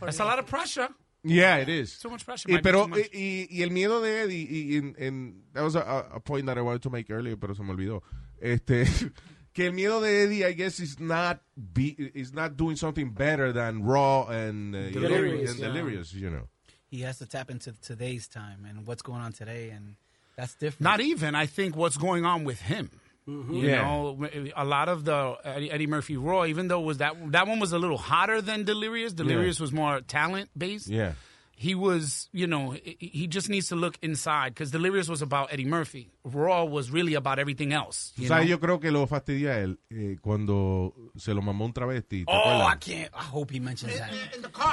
Speaker 9: That's a lot of pressure.
Speaker 4: Yeah, it is.
Speaker 9: Too much pressure,
Speaker 4: Y,
Speaker 9: might be
Speaker 4: pero,
Speaker 9: too much.
Speaker 4: y, y el miedo de Eddie, y, y en- en- that was a, a point that I wanted to make earlier, pero se me olvidó. Este, <laughs> que el miedo de Eddie, I guess, is not, be, is not doing something better than raw and uh, you know,
Speaker 6: Delirious,
Speaker 4: and
Speaker 6: yeah.
Speaker 4: delirious, you know.
Speaker 6: He has to tap into today's time and what's going on today, and that's different.
Speaker 9: Not e- even. I think what's going on with him. You
Speaker 6: Yeah.
Speaker 9: know, a lot of the Eddie, Eddie Murphy Raw, even though it was that that one was a little hotter than Delirious. Delirious was more talent based.
Speaker 4: Yeah.
Speaker 9: he was, you know, he- he just needs to look inside because Delirious was about Eddie Murphy. Raw was really about everything else.
Speaker 4: O
Speaker 9: You
Speaker 4: sea,
Speaker 9: know?
Speaker 4: yo creo que lo fastidia a él eh, cuando se lo mamó un travesti. ¿te
Speaker 6: Oh,
Speaker 4: acuerdas?
Speaker 6: I can't. I hope he mentions that.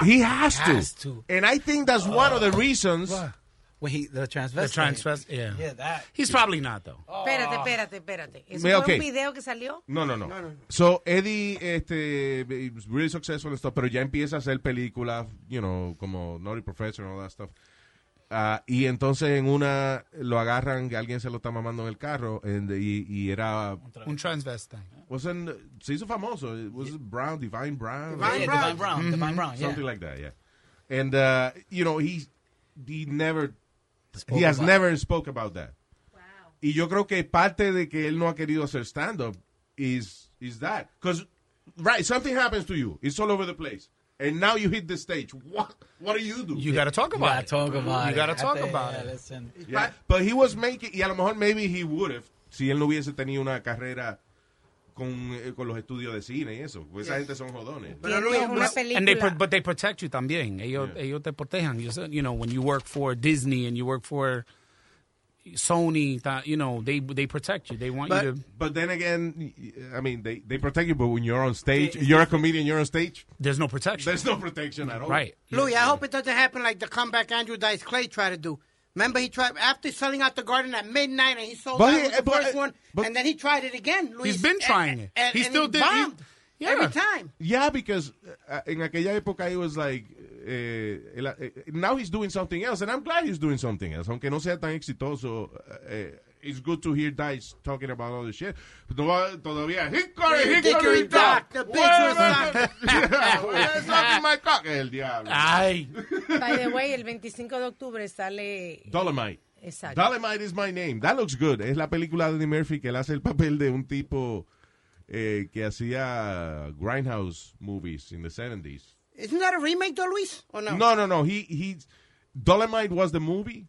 Speaker 4: He has,
Speaker 6: Has
Speaker 4: to. And I think that's one of the reasons.
Speaker 6: When he the transvestite.
Speaker 9: the transvest, yeah. Oh,
Speaker 6: Yeah, that.
Speaker 9: He's probably not though.
Speaker 8: Espérate, espérate, espérate. ¿Eso
Speaker 4: Mira, ok.
Speaker 8: fue un video que salió?
Speaker 4: No, no, no. So, Eddie, este, is really successful and stuff, pero ya empieza a hacer películas, you know, como Naughty Professor and all that stuff. Ah, y entonces en una lo agarran, que alguien se lo está mamando en el carro, and- y, y era...
Speaker 9: Un transvestite.
Speaker 4: wasn't- se hizo famoso. It was Brown, Divine Brown.
Speaker 6: Divine Yeah, Brown. Divine Brown, Divine Brown, yeah.
Speaker 4: Something like that, yeah. And, uh, you know, he, he never...
Speaker 6: Spoke
Speaker 4: he has
Speaker 6: about-
Speaker 4: never spoke about that. Y yo creo que parte de que él no ha querido hacer stand-up is, is that. Because, right, something happens to you. It's all over the place. And now you hit the stage. What, what do you do?
Speaker 9: You got to talk about it.
Speaker 6: talk about
Speaker 9: you
Speaker 6: it.
Speaker 9: got to
Speaker 6: I
Speaker 9: talk
Speaker 6: think-
Speaker 9: about
Speaker 6: yeah,
Speaker 9: it.
Speaker 6: listen.
Speaker 4: Yeah. But he was making... Y a lo mejor maybe he would have si él no hubiese tenido una carrera con, eh, con los estudios de cine y eso. Pues esa gente son jodones.
Speaker 8: Pero Luis, Tiene una película.
Speaker 9: And they pro- but they protect you también. Ellos, ellos te protejan. You, said, you know, when you work for Disney and you work for Sony, ta- you know, they they protect you. They want you
Speaker 4: But,
Speaker 9: to.
Speaker 4: but then again, I mean, they, they protect you, but when you're on stage, you're a comedian, you're on stage,
Speaker 9: There's no protection.
Speaker 4: there's no protection at all.
Speaker 9: Right.
Speaker 7: Louis, I hope it doesn't happen like the comeback Andrew Dice Clay tried to do. Remember, he tried after selling out the garden at midnight, and he sold
Speaker 9: But
Speaker 7: out
Speaker 9: he-
Speaker 7: with the
Speaker 9: but-
Speaker 7: first one, and then he tried it again. Luis,
Speaker 9: He's been trying
Speaker 7: and,
Speaker 9: it.
Speaker 7: and,
Speaker 9: He
Speaker 7: and
Speaker 9: still
Speaker 7: he
Speaker 9: did- he-
Speaker 7: bombed every time.
Speaker 4: Yeah, because uh, en aquella época it was like eh, el- eh, now he's doing something else, and I'm glad he's doing something else, aunque no sea tan exitoso. eh, it's good to hear Dice talking about all this shit. Pero todavía- Todavía, hickory, hickory,
Speaker 18: Hickory
Speaker 4: dock.
Speaker 18: dock, the bitch
Speaker 4: Well,
Speaker 18: was
Speaker 4: <laughs> well, well, it's not in my cock. El diablo.
Speaker 9: Ay.
Speaker 8: By the way, el 25 de octubre sale.
Speaker 4: Dolomite.
Speaker 8: Exacto.
Speaker 4: Dolomite is my name. That looks good. Es la película de Eddie Murphy que él hace el papel de un tipo eh, que hacía grindhouse movies in the 70s.
Speaker 7: Isn't that a remake, though, Luis? Or no?
Speaker 4: No, no, no. He he. Dolomite was the movie,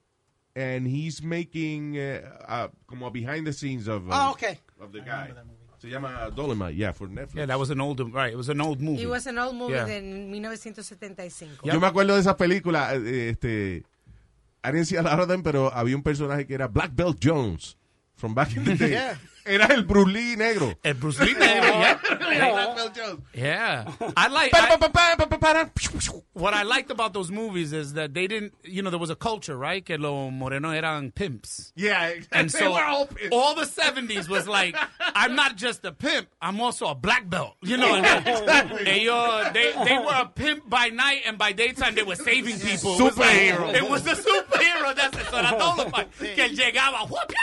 Speaker 4: and he's making uh, uh, como behind the scenes of. uh,
Speaker 7: Oh, okay.
Speaker 4: Of the guy. Se llama Dolomite. Yeah, for Netflix.
Speaker 9: Yeah, that was an old, right? It was an old movie.
Speaker 8: It was an old movie
Speaker 4: Yeah.
Speaker 8: de 1975.
Speaker 4: Yo me acuerdo de esa película, eh, este, I didn't see a lot of them, pero había un personaje que era Black Belt Jones from back in the day.
Speaker 9: Yeah.
Speaker 4: Era el Bruce Lee negro.
Speaker 9: El Eh, Bruce Lee negro, yeah.
Speaker 4: Black Belt Jones.
Speaker 9: Yeah, Eh, I like.
Speaker 4: I-
Speaker 9: what I liked about those movies is that they didn't, you know, there was a culture, right? Que los morenos eran pimps.
Speaker 4: Yeah, <laughs>
Speaker 9: and
Speaker 4: they
Speaker 9: so
Speaker 4: were all pimps.
Speaker 9: the '70s was like, I'm not just a pimp, I'm also a black belt. You know,
Speaker 4: <laughs> Exactly.
Speaker 9: they, uh, they they were a pimp by night and by daytime they were saving people. It was
Speaker 4: Superhero.
Speaker 9: Like, it was the superhero. That's it. So I told
Speaker 4: <laughs>
Speaker 9: him, like, que él llegaba, "Whoop, yeah!"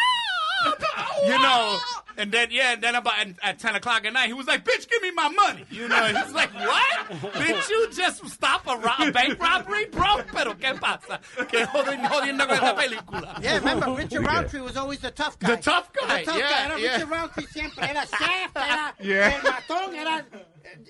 Speaker 9: you know. And then yeah, and then about and at ten o'clock at night, he was like, "Bitch, give me my money." You know, and he's like, "What? Did you just stop a, ro- a bank robbery, bro? Pero qué pasa? Que joden jodiendo con esta película."
Speaker 7: Yeah, remember
Speaker 9: <laughs>
Speaker 7: Richard Roundtree was always the tough guy.
Speaker 9: The tough guy,
Speaker 7: The tough
Speaker 9: yeah,
Speaker 7: guy. Era
Speaker 9: yeah.
Speaker 7: Richard Roundtree siempre era Shaft, era
Speaker 9: <laughs> Yeah.
Speaker 7: el matón, era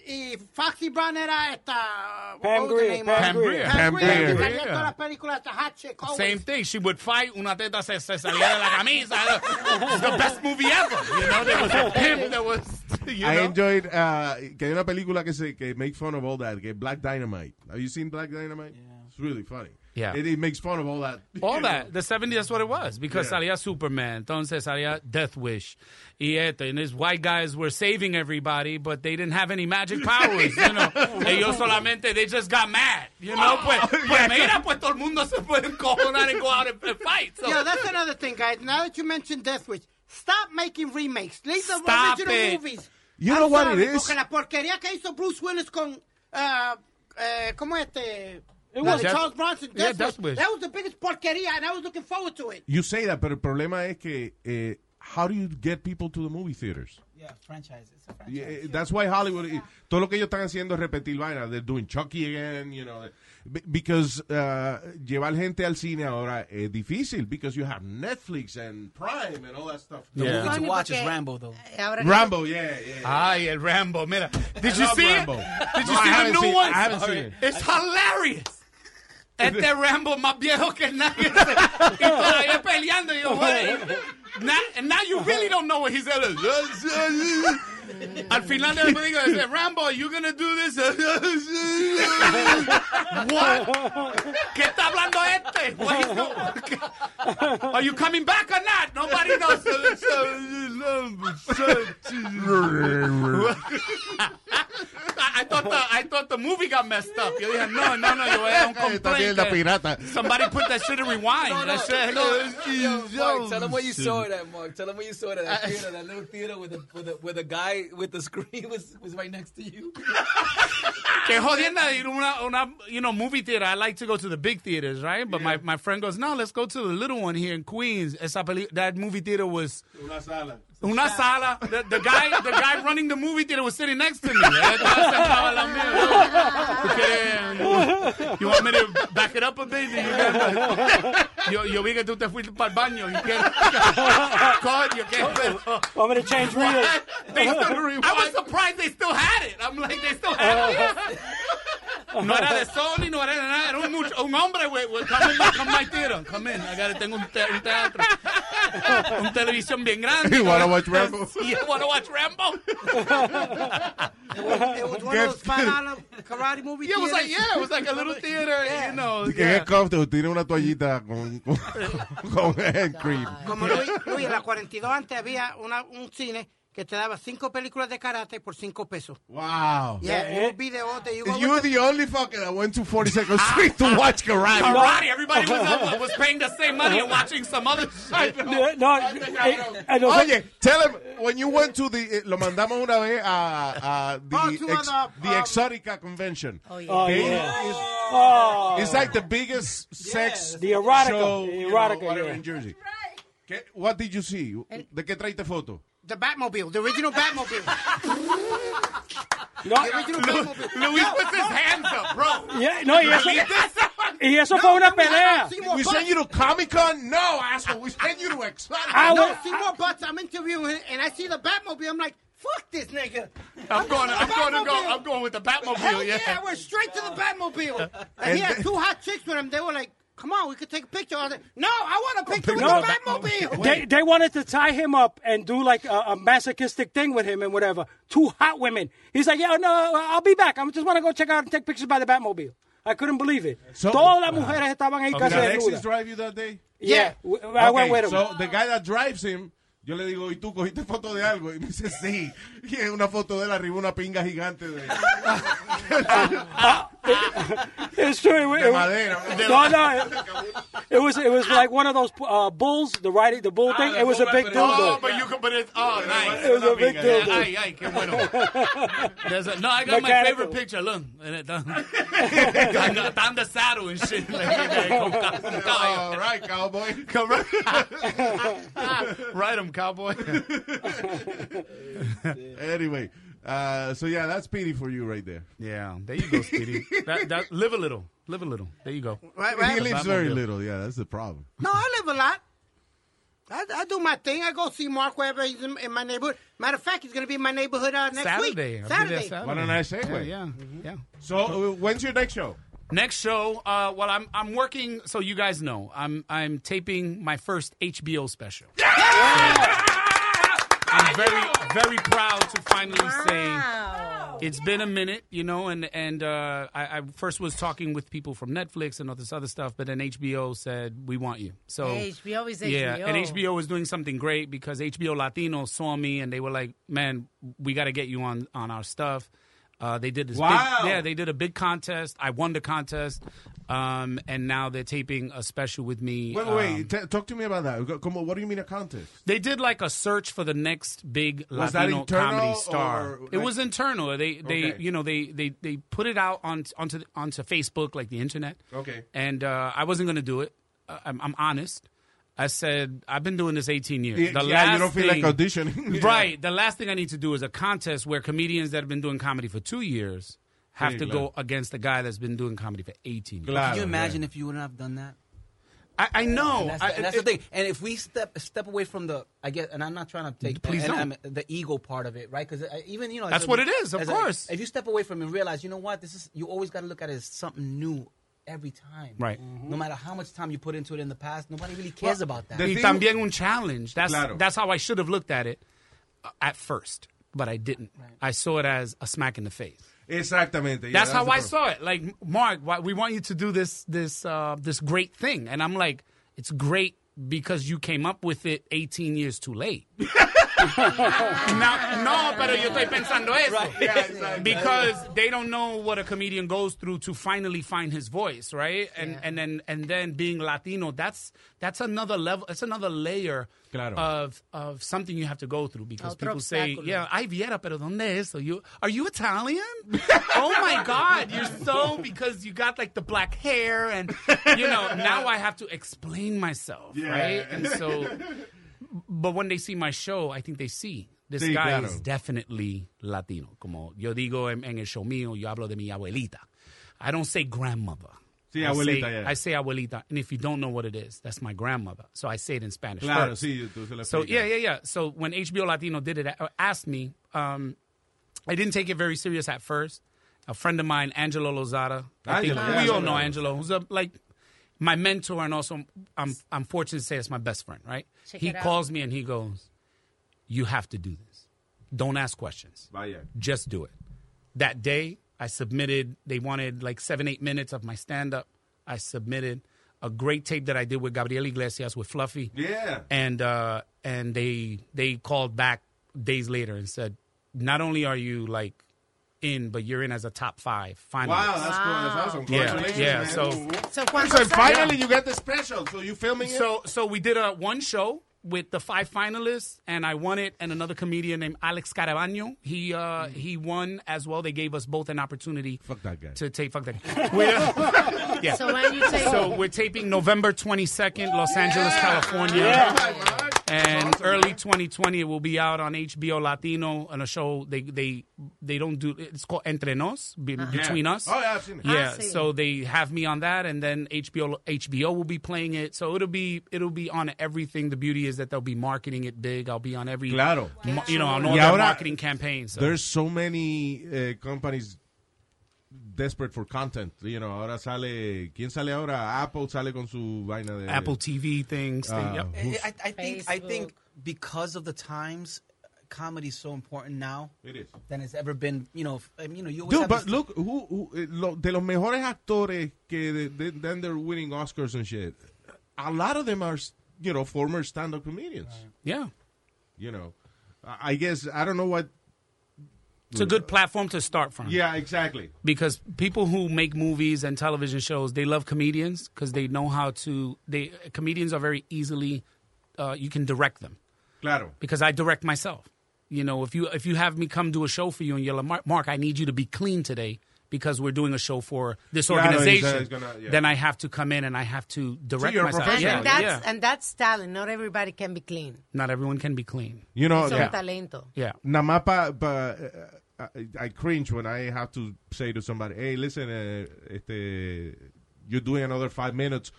Speaker 7: y Foxy Brown era esta. what
Speaker 9: Pam
Speaker 7: was the
Speaker 9: Grier,
Speaker 7: name
Speaker 9: Pam
Speaker 7: of it?
Speaker 9: Grier.
Speaker 7: Pam
Speaker 9: Pam
Speaker 7: Grier. que
Speaker 9: Grier.
Speaker 7: salía en todas las películas, the hot chick, always.
Speaker 9: Same thing. She would fight. Una teta se, se salía de la camisa. It's the best movie ever. You know, there was a pimp. There was, <laughs> you
Speaker 4: I
Speaker 9: know.
Speaker 4: enjoyed, uh, que hay una película que se, que make fun of all that, que es Black Dynamite. Have you seen Black Dynamite? It's really funny.
Speaker 9: Yeah.
Speaker 4: It, it makes fun of all that.
Speaker 9: All that. The 70s, that's what it was. Because
Speaker 4: Yeah.
Speaker 9: salía Superman. Entonces salía Death Wish. Y esto. And these white guys were saving everybody, but they didn't have any magic powers, you know. Ellos solamente, they just got mad. You know, pues, pues mira, pues todo el mundo se puede encojonar and go out and, and fight. So.
Speaker 7: Yeah, that's another thing, guys. Now that you mentioned Death Wish, stop making remakes. Leave the
Speaker 9: Stop
Speaker 7: original
Speaker 9: it.
Speaker 7: movies.
Speaker 4: You know what it
Speaker 7: Sorry,
Speaker 4: is?
Speaker 7: Porque la porquería que hizo Bruce Willis con, uh, eh, ¿cómo es este?
Speaker 4: It
Speaker 7: La
Speaker 4: was-
Speaker 7: de Charles Bronson.
Speaker 4: Yeah,
Speaker 7: Death
Speaker 4: Death
Speaker 7: Wish.
Speaker 4: Wish.
Speaker 7: That was the biggest porquería, and I was looking forward to it.
Speaker 4: You say that, pero el problema es que, eh, how do you get people to the movie theaters?
Speaker 6: Yeah, franchises.
Speaker 4: Yeah, eh, that's why Hollywood. eh, Todo lo que ellos están haciendo es repetir vainas. They're doing Chucky again, you know. be- Because uh, llevar gente al cine ahora es difícil. Because you have Netflix and Prime and all that stuff.
Speaker 19: The
Speaker 4: Yeah.
Speaker 19: movie to
Speaker 4: Funny
Speaker 19: watch is
Speaker 4: porque-
Speaker 19: Rambo, though.
Speaker 8: Ahora
Speaker 4: Rambo, yeah, yeah.
Speaker 9: Ay, el Rambo, mira. Did
Speaker 4: I
Speaker 9: you
Speaker 4: love
Speaker 9: see
Speaker 4: Rambo.
Speaker 9: it? Did you
Speaker 4: No, I
Speaker 9: see the
Speaker 4: haven't
Speaker 9: new
Speaker 4: seen-
Speaker 9: one?
Speaker 4: I haven't
Speaker 9: Sorry.
Speaker 4: seen it.
Speaker 9: It's hilarious. Este Rambo más viejo que nadie.
Speaker 4: <laughs>
Speaker 9: y todavía peleando. Y yo, "Güey, now, and now you really don't know what he's at. Al final de la película dice, Rambo, are you gonna do this? <laughs> What? ¿Qué está hablando este? What he's doing? <laughs> Are you coming back or not? Nobody knows. <laughs> I, I thought the I thought the movie got messed up. Yo dije, no, no, no, yo era un
Speaker 4: Esta mierda
Speaker 9: complaint.
Speaker 4: pirata.
Speaker 9: Somebody put that shit in rewind.
Speaker 6: No, no,
Speaker 9: that shit.
Speaker 6: no, no, Mark, tell them where you saw it at, Mark. Tell them where you saw it at. That theater, that little theater with the with the, with the guy with the screen <laughs> was was right next to you.
Speaker 9: Que jodienda ir a una, una, you know, movie theater. I like to go to the big theaters, right? But my, my friend goes, no, let's go to the little one here in Queens. Esa peli- that movie theater was
Speaker 4: Una sala.
Speaker 9: una sala. The, the guy the guy running the movie theater was sitting next to me. Eh, Entonces, estaba la mía. Porque, You want me to back it up a bit? You got- yo, yo vi que tú te fuiste para el baño. y que- <laughs> Coño, qué pedo.
Speaker 10: Want me to change reels?
Speaker 7: <laughs>
Speaker 9: They still- I was surprised they still had it. I'm like, they still had it.
Speaker 4: Uh-huh.
Speaker 9: <laughs> No era de Sony, no era de nada. Era un, much- un hombre, güey. güey, Come in, come my theater. Come in. I gotta- tengo un, te- un
Speaker 4: <laughs>
Speaker 9: teatro. Un televisión bien grande.
Speaker 4: You wanna watch
Speaker 9: <laughs>
Speaker 4: Rambo?
Speaker 9: You wanna watch Rambo?
Speaker 7: It was one of those five dollar karate movie.
Speaker 9: <laughs> Yeah, it was like-
Speaker 7: theaters.
Speaker 9: yeah, it was like a little theater, you know.
Speaker 4: Que es comfortable. Tiene una toallita con, con, <laughs> con hand cream.
Speaker 6: <laughs>
Speaker 7: Como Luis, Luis, en la 42 antes había una, un cine que te daba cinco películas de karate por cinco pesos.
Speaker 20: Wow.
Speaker 7: Yeah,
Speaker 20: Yeah,
Speaker 7: it
Speaker 20: eh?
Speaker 7: would be the old days. You go
Speaker 20: You're
Speaker 7: with
Speaker 20: the only fucker that went to 42nd
Speaker 6: Ah.
Speaker 20: Street to watch karate.
Speaker 11: Karate. Everybody was, uh, was paying the same money and watching some
Speaker 4: <laughs>
Speaker 11: other shit.
Speaker 20: No,
Speaker 11: eh, eh, no,
Speaker 20: Oh, Oye, tell him when you went to the eh, lo mandamos una vez a, a
Speaker 7: Oh,
Speaker 20: the,
Speaker 7: to
Speaker 20: ex-
Speaker 7: other,
Speaker 20: the Exotica convention. Oh
Speaker 10: yeah. um, Oh,
Speaker 20: They-
Speaker 10: yeah. Oh,
Speaker 20: It's, it's like the biggest sex
Speaker 10: The erotica,
Speaker 20: show
Speaker 10: the
Speaker 20: you
Speaker 10: erotica,
Speaker 20: know, whatever
Speaker 10: yeah.
Speaker 20: in Jersey. ¿Qué- what did you see? ¿De qué traiste foto?
Speaker 7: The Batmobile, the original Batmobile.
Speaker 10: No,
Speaker 4: <laughs>
Speaker 7: the original Batmobile.
Speaker 9: Luis puts his hands up, bro.
Speaker 10: Yeah, no, y eso, <laughs> y eso fue una pelea.
Speaker 20: We send you to Comic Con? No, asshole. We send you to Exotica.
Speaker 10: I
Speaker 7: no,
Speaker 10: was-
Speaker 7: see more butts. I'm interviewing and I see the Batmobile. I'm like, fuck this nigga.
Speaker 9: I'm going.
Speaker 7: to
Speaker 9: I'm going to go. I'm going with the Batmobile.
Speaker 7: Hell yeah,
Speaker 9: Yeah. Uh,
Speaker 7: we're straight to the Batmobile.
Speaker 9: And
Speaker 7: And he had
Speaker 9: then-
Speaker 7: two hot chicks with him. They were like, come on, we could take a picture. I was like, no, I
Speaker 9: Oh,
Speaker 7: want a picture with
Speaker 10: No,
Speaker 7: the Batmobile.
Speaker 10: they, they wanted to tie him up and do like a, a masochistic thing with him and whatever. Two hot women. He's like, yeah, no, I'll be back. I just want to go check out and take pictures by the Batmobile. I couldn't believe it. Todas las mujeres estaban ahí
Speaker 4: uh, Okay.
Speaker 10: casi
Speaker 4: Did Alexis
Speaker 10: desnudas.
Speaker 4: drive you that day?
Speaker 10: Yeah, w- I went with him.
Speaker 4: So the guy that drives him, yo le digo, ¿y tú cogiste foto de algo? Y me dice, sí. Y es una foto de él arriba una pinga gigante de,
Speaker 10: <laughs> It's true. It,
Speaker 4: de
Speaker 10: it-
Speaker 4: madera.
Speaker 10: no, no. eh. It, it was it was like one of those uh, bulls, the riding the
Speaker 4: Ah,
Speaker 10: bull thing. It was a big
Speaker 9: Oh,
Speaker 10: dildo.
Speaker 9: but you can. But it's oh, nice.
Speaker 10: It was a big
Speaker 9: Yeah,
Speaker 10: dildo.
Speaker 9: Ay, ay, qué bueno. There's a, no, I got my
Speaker 10: Mechanical.
Speaker 9: favorite picture. Look, and
Speaker 10: <laughs>
Speaker 9: it done. down the saddle and shit. Like, yeah, go, cow- go, cow.
Speaker 20: All right, cowboy.
Speaker 9: Come right, right 'em, cowboy.
Speaker 20: <laughs> anyway, uh, so yeah, that's pity for you right there.
Speaker 9: Yeah, there you go, Speedy. That, that, live a little. Live a little. There you go.
Speaker 7: Right, right.
Speaker 20: He
Speaker 9: The
Speaker 20: lives very
Speaker 9: Batmobile.
Speaker 20: little. Yeah, that's the problem.
Speaker 7: No, I live a lot. I, I do my thing. I go see Mark wherever he's in, in my neighborhood. Matter of fact, he's going to be in my neighborhood uh, next
Speaker 9: Saturday. I'll
Speaker 7: week.
Speaker 9: be there
Speaker 7: Saturday.
Speaker 9: Saturday.
Speaker 20: What a nice segue.
Speaker 9: Yeah, yeah. yeah.
Speaker 20: So, uh, when's your next show?
Speaker 9: Next show, uh, well, I'm I'm working. So you guys know, I'm I'm taping my first HBO special. I'm very very proud to finally say it's been a minute, you know. And and uh, I, I first was talking with people from Netflix and all this other stuff, but then HBO said we want you. So
Speaker 8: HBO is
Speaker 9: yeah,
Speaker 8: HBO.
Speaker 9: and HBO is doing something great because HBO Latino saw me and they were like, "Man, we got to get you on on our stuff." Uh, they did this.
Speaker 21: Wow.
Speaker 9: Big, yeah, they did a big contest. I won the contest, um, and now they're taping a special with me.
Speaker 20: Wait,
Speaker 9: um,
Speaker 20: wait, wait. T- talk to me about that. Como, what do you mean a contest?
Speaker 9: they did like a search for the next big
Speaker 20: Was that
Speaker 9: Latino
Speaker 20: internal
Speaker 9: comedy star.
Speaker 20: or,
Speaker 9: it
Speaker 20: like-
Speaker 9: was internal. They they
Speaker 20: Okay.
Speaker 9: you know they they they put it out on onto the- onto Facebook like the internet.
Speaker 20: Okay.
Speaker 9: And uh, I wasn't gonna do it. Uh, I'm, I'm honest. I said I've been doing this 18 years.
Speaker 20: Yeah,
Speaker 9: The
Speaker 20: yeah, you
Speaker 9: last
Speaker 20: don't feel like
Speaker 9: thing-
Speaker 20: auditioning. <laughs>
Speaker 9: right? The last thing I need to do is a contest where comedians that have been doing comedy for two years have
Speaker 21: Sí,
Speaker 9: to
Speaker 21: claro.
Speaker 9: go against a guy that's been doing comedy for 18 years.
Speaker 21: Can you imagine if you wouldn't have done that?
Speaker 9: I, I know.
Speaker 21: And that's,
Speaker 9: Oh, I-
Speaker 21: the, and that's
Speaker 9: it-
Speaker 21: the thing. And if we step step away from the, I guess, and I'm not trying to take
Speaker 9: Please
Speaker 21: and
Speaker 9: don't.
Speaker 21: I'm- the ego part of it, right? Because even you know as
Speaker 9: That's
Speaker 21: a-
Speaker 9: what it is, of
Speaker 21: as a-
Speaker 9: course.
Speaker 21: if you step away from it, and realize you know what this is. You always got to look at it as something new every time, Mm-hmm.
Speaker 9: Right.
Speaker 21: No matter how much time you put into it in the past, nobody really cares about that.
Speaker 9: Y también un challenge. That's
Speaker 21: Claro.
Speaker 9: that's how I should have looked at it uh, at first, but I didn't. I saw it as a smack in the face.
Speaker 4: Exactamente. yeah,
Speaker 9: that's, how
Speaker 4: the
Speaker 9: I
Speaker 4: problem.
Speaker 9: saw it. Like Mark, why, we want you to do this this uh, this great thing, and I'm like, it's great because you came up with it 18 years too late. <laughs> no, no, pero yo estoy pensando eso. <laughs> Because they don't know what a comedian goes through to finally find his voice, right? And and then and then being Latino, that's that's another level. It's another layer
Speaker 4: Claro.
Speaker 9: of of something you have to go through because
Speaker 21: Otro
Speaker 9: people say,
Speaker 21: obstáculo.
Speaker 9: "Yeah, ay Viera, pero dónde es? eso? You are you
Speaker 4: <laughs>
Speaker 9: Italian? oh my God, you're so because you got like the black hair and you know now I have to explain myself,
Speaker 21: Yeah.
Speaker 9: right? And so, but when they see my show, I think they see this
Speaker 21: Sí,
Speaker 9: guy
Speaker 21: claro.
Speaker 9: is definitely Latino. Como yo digo en, en el show mío, yo hablo de mi abuelita. I don't say grandmother.
Speaker 4: Sí,
Speaker 9: I
Speaker 4: abuelita,
Speaker 9: say-
Speaker 4: yeah.
Speaker 9: I say abuelita, and if you don't know what it is, that's my grandmother. So I say it in Spanish.
Speaker 4: Claro,
Speaker 9: first.
Speaker 4: sí, tú se lo
Speaker 9: So
Speaker 4: explicas.
Speaker 9: yeah, yeah, yeah. So when HBO Latino did it, uh, asked me, um, I didn't take it very serious at first. A friend of mine, Angelo Lozada, I think
Speaker 21: Angelo,
Speaker 9: we
Speaker 21: yeah.
Speaker 9: all know Angelo, who's a, like my mentor and also I'm I'm fortunate to say it's my best friend, right?
Speaker 21: Check
Speaker 9: he
Speaker 21: it out.
Speaker 9: calls me and he goes, "You have to do this. Don't ask questions.
Speaker 4: Vaya.
Speaker 9: Just do it." That day, I submitted. They wanted like seven, eight minutes of my stand up. I submitted a great tape that I did with Gabriel Iglesias with Fluffy.
Speaker 4: Yeah.
Speaker 9: and uh, and they they called back days later and said, "Not only are you like in, but you're in as a top five finalist."
Speaker 20: Wow, that's cool. That's awesome. Congratulations,
Speaker 9: Yeah, yeah.
Speaker 20: man.
Speaker 9: So,
Speaker 8: So,
Speaker 20: So finally you got the special. So you filming it?
Speaker 9: So, so we did a one show with the five finalists, and I won it. And another comedian named Alex Caravaggio, he uh, he won as well. They gave us both an opportunity. Fuck
Speaker 4: that guy.
Speaker 9: To
Speaker 4: <laughs>
Speaker 9: take fuck that. Guy. We, uh, yeah.
Speaker 8: So when
Speaker 12: <laughs>
Speaker 8: you take-
Speaker 11: Oh.
Speaker 5: Oh,
Speaker 9: So we're taping November twenty second, Los Angeles, California.
Speaker 11: Oh
Speaker 9: And early 2020, it will be out on HBO Latino on a show they they they don't do. It's called Entre Nos, be,
Speaker 11: Uh-huh.
Speaker 9: between
Speaker 11: Yeah.
Speaker 9: us.
Speaker 11: Oh, yeah, I've seen it.
Speaker 9: Yeah,
Speaker 11: I've seen
Speaker 9: so they have me on that, and then HBO HBO will be playing it. So it'll be it'll be on everything. The beauty is that they'll be marketing it big. I'll be on every
Speaker 4: Claro.
Speaker 9: mo- you know, on
Speaker 4: Y
Speaker 9: all their
Speaker 4: ahora-
Speaker 9: marketing campaigns. So.
Speaker 4: There's so many eh, companies desperate for content. You know, ahora sale, ¿quién sale ahora? Apple sale con su vaina de
Speaker 9: Apple TV things. thing,
Speaker 4: Ah,
Speaker 9: yep.
Speaker 4: who's-
Speaker 9: Eh,
Speaker 21: I, I think I think
Speaker 6: Facebook.
Speaker 21: because of the times, comedy is so important now.
Speaker 4: It is
Speaker 21: than it's ever been. You know, f- I mean, you know, you always
Speaker 4: Dude,
Speaker 21: have
Speaker 4: but
Speaker 21: this-
Speaker 4: look, who, who, eh, lo- de los mejores actores que de- de- then they're winning Oscars and shit. A lot of them are, you know, former stand-up comedians.
Speaker 9: Yeah.
Speaker 4: You know, I I guess I don't know what.
Speaker 9: It's a good platform to start from.
Speaker 4: Yeah, exactly.
Speaker 9: because people who make movies and television shows they love comedians because they know how to they comedians are very easily uh, you can direct them
Speaker 4: Claro.
Speaker 9: because i direct myself you know if you if you have me come do a show for you and you're like mark, mark i need you to be clean today because we're doing a show for this
Speaker 4: Claro, he's, uh,
Speaker 9: organization
Speaker 4: he's gonna- yeah.
Speaker 9: then i have to come in and i have to direct
Speaker 4: you're a
Speaker 9: myself
Speaker 4: professional.
Speaker 9: yeah,
Speaker 8: And that's,
Speaker 9: yeah.
Speaker 8: and that's talent. Not everybody can be clean.
Speaker 9: not everyone can be clean
Speaker 4: You know,
Speaker 8: Eso
Speaker 4: Oh, yeah.
Speaker 8: es talento.
Speaker 9: Yeah.
Speaker 4: Nada más pa, pa- uh, I, I cringe when I have to say to somebody, hey, listen, uh, este, you're doing another five minutes.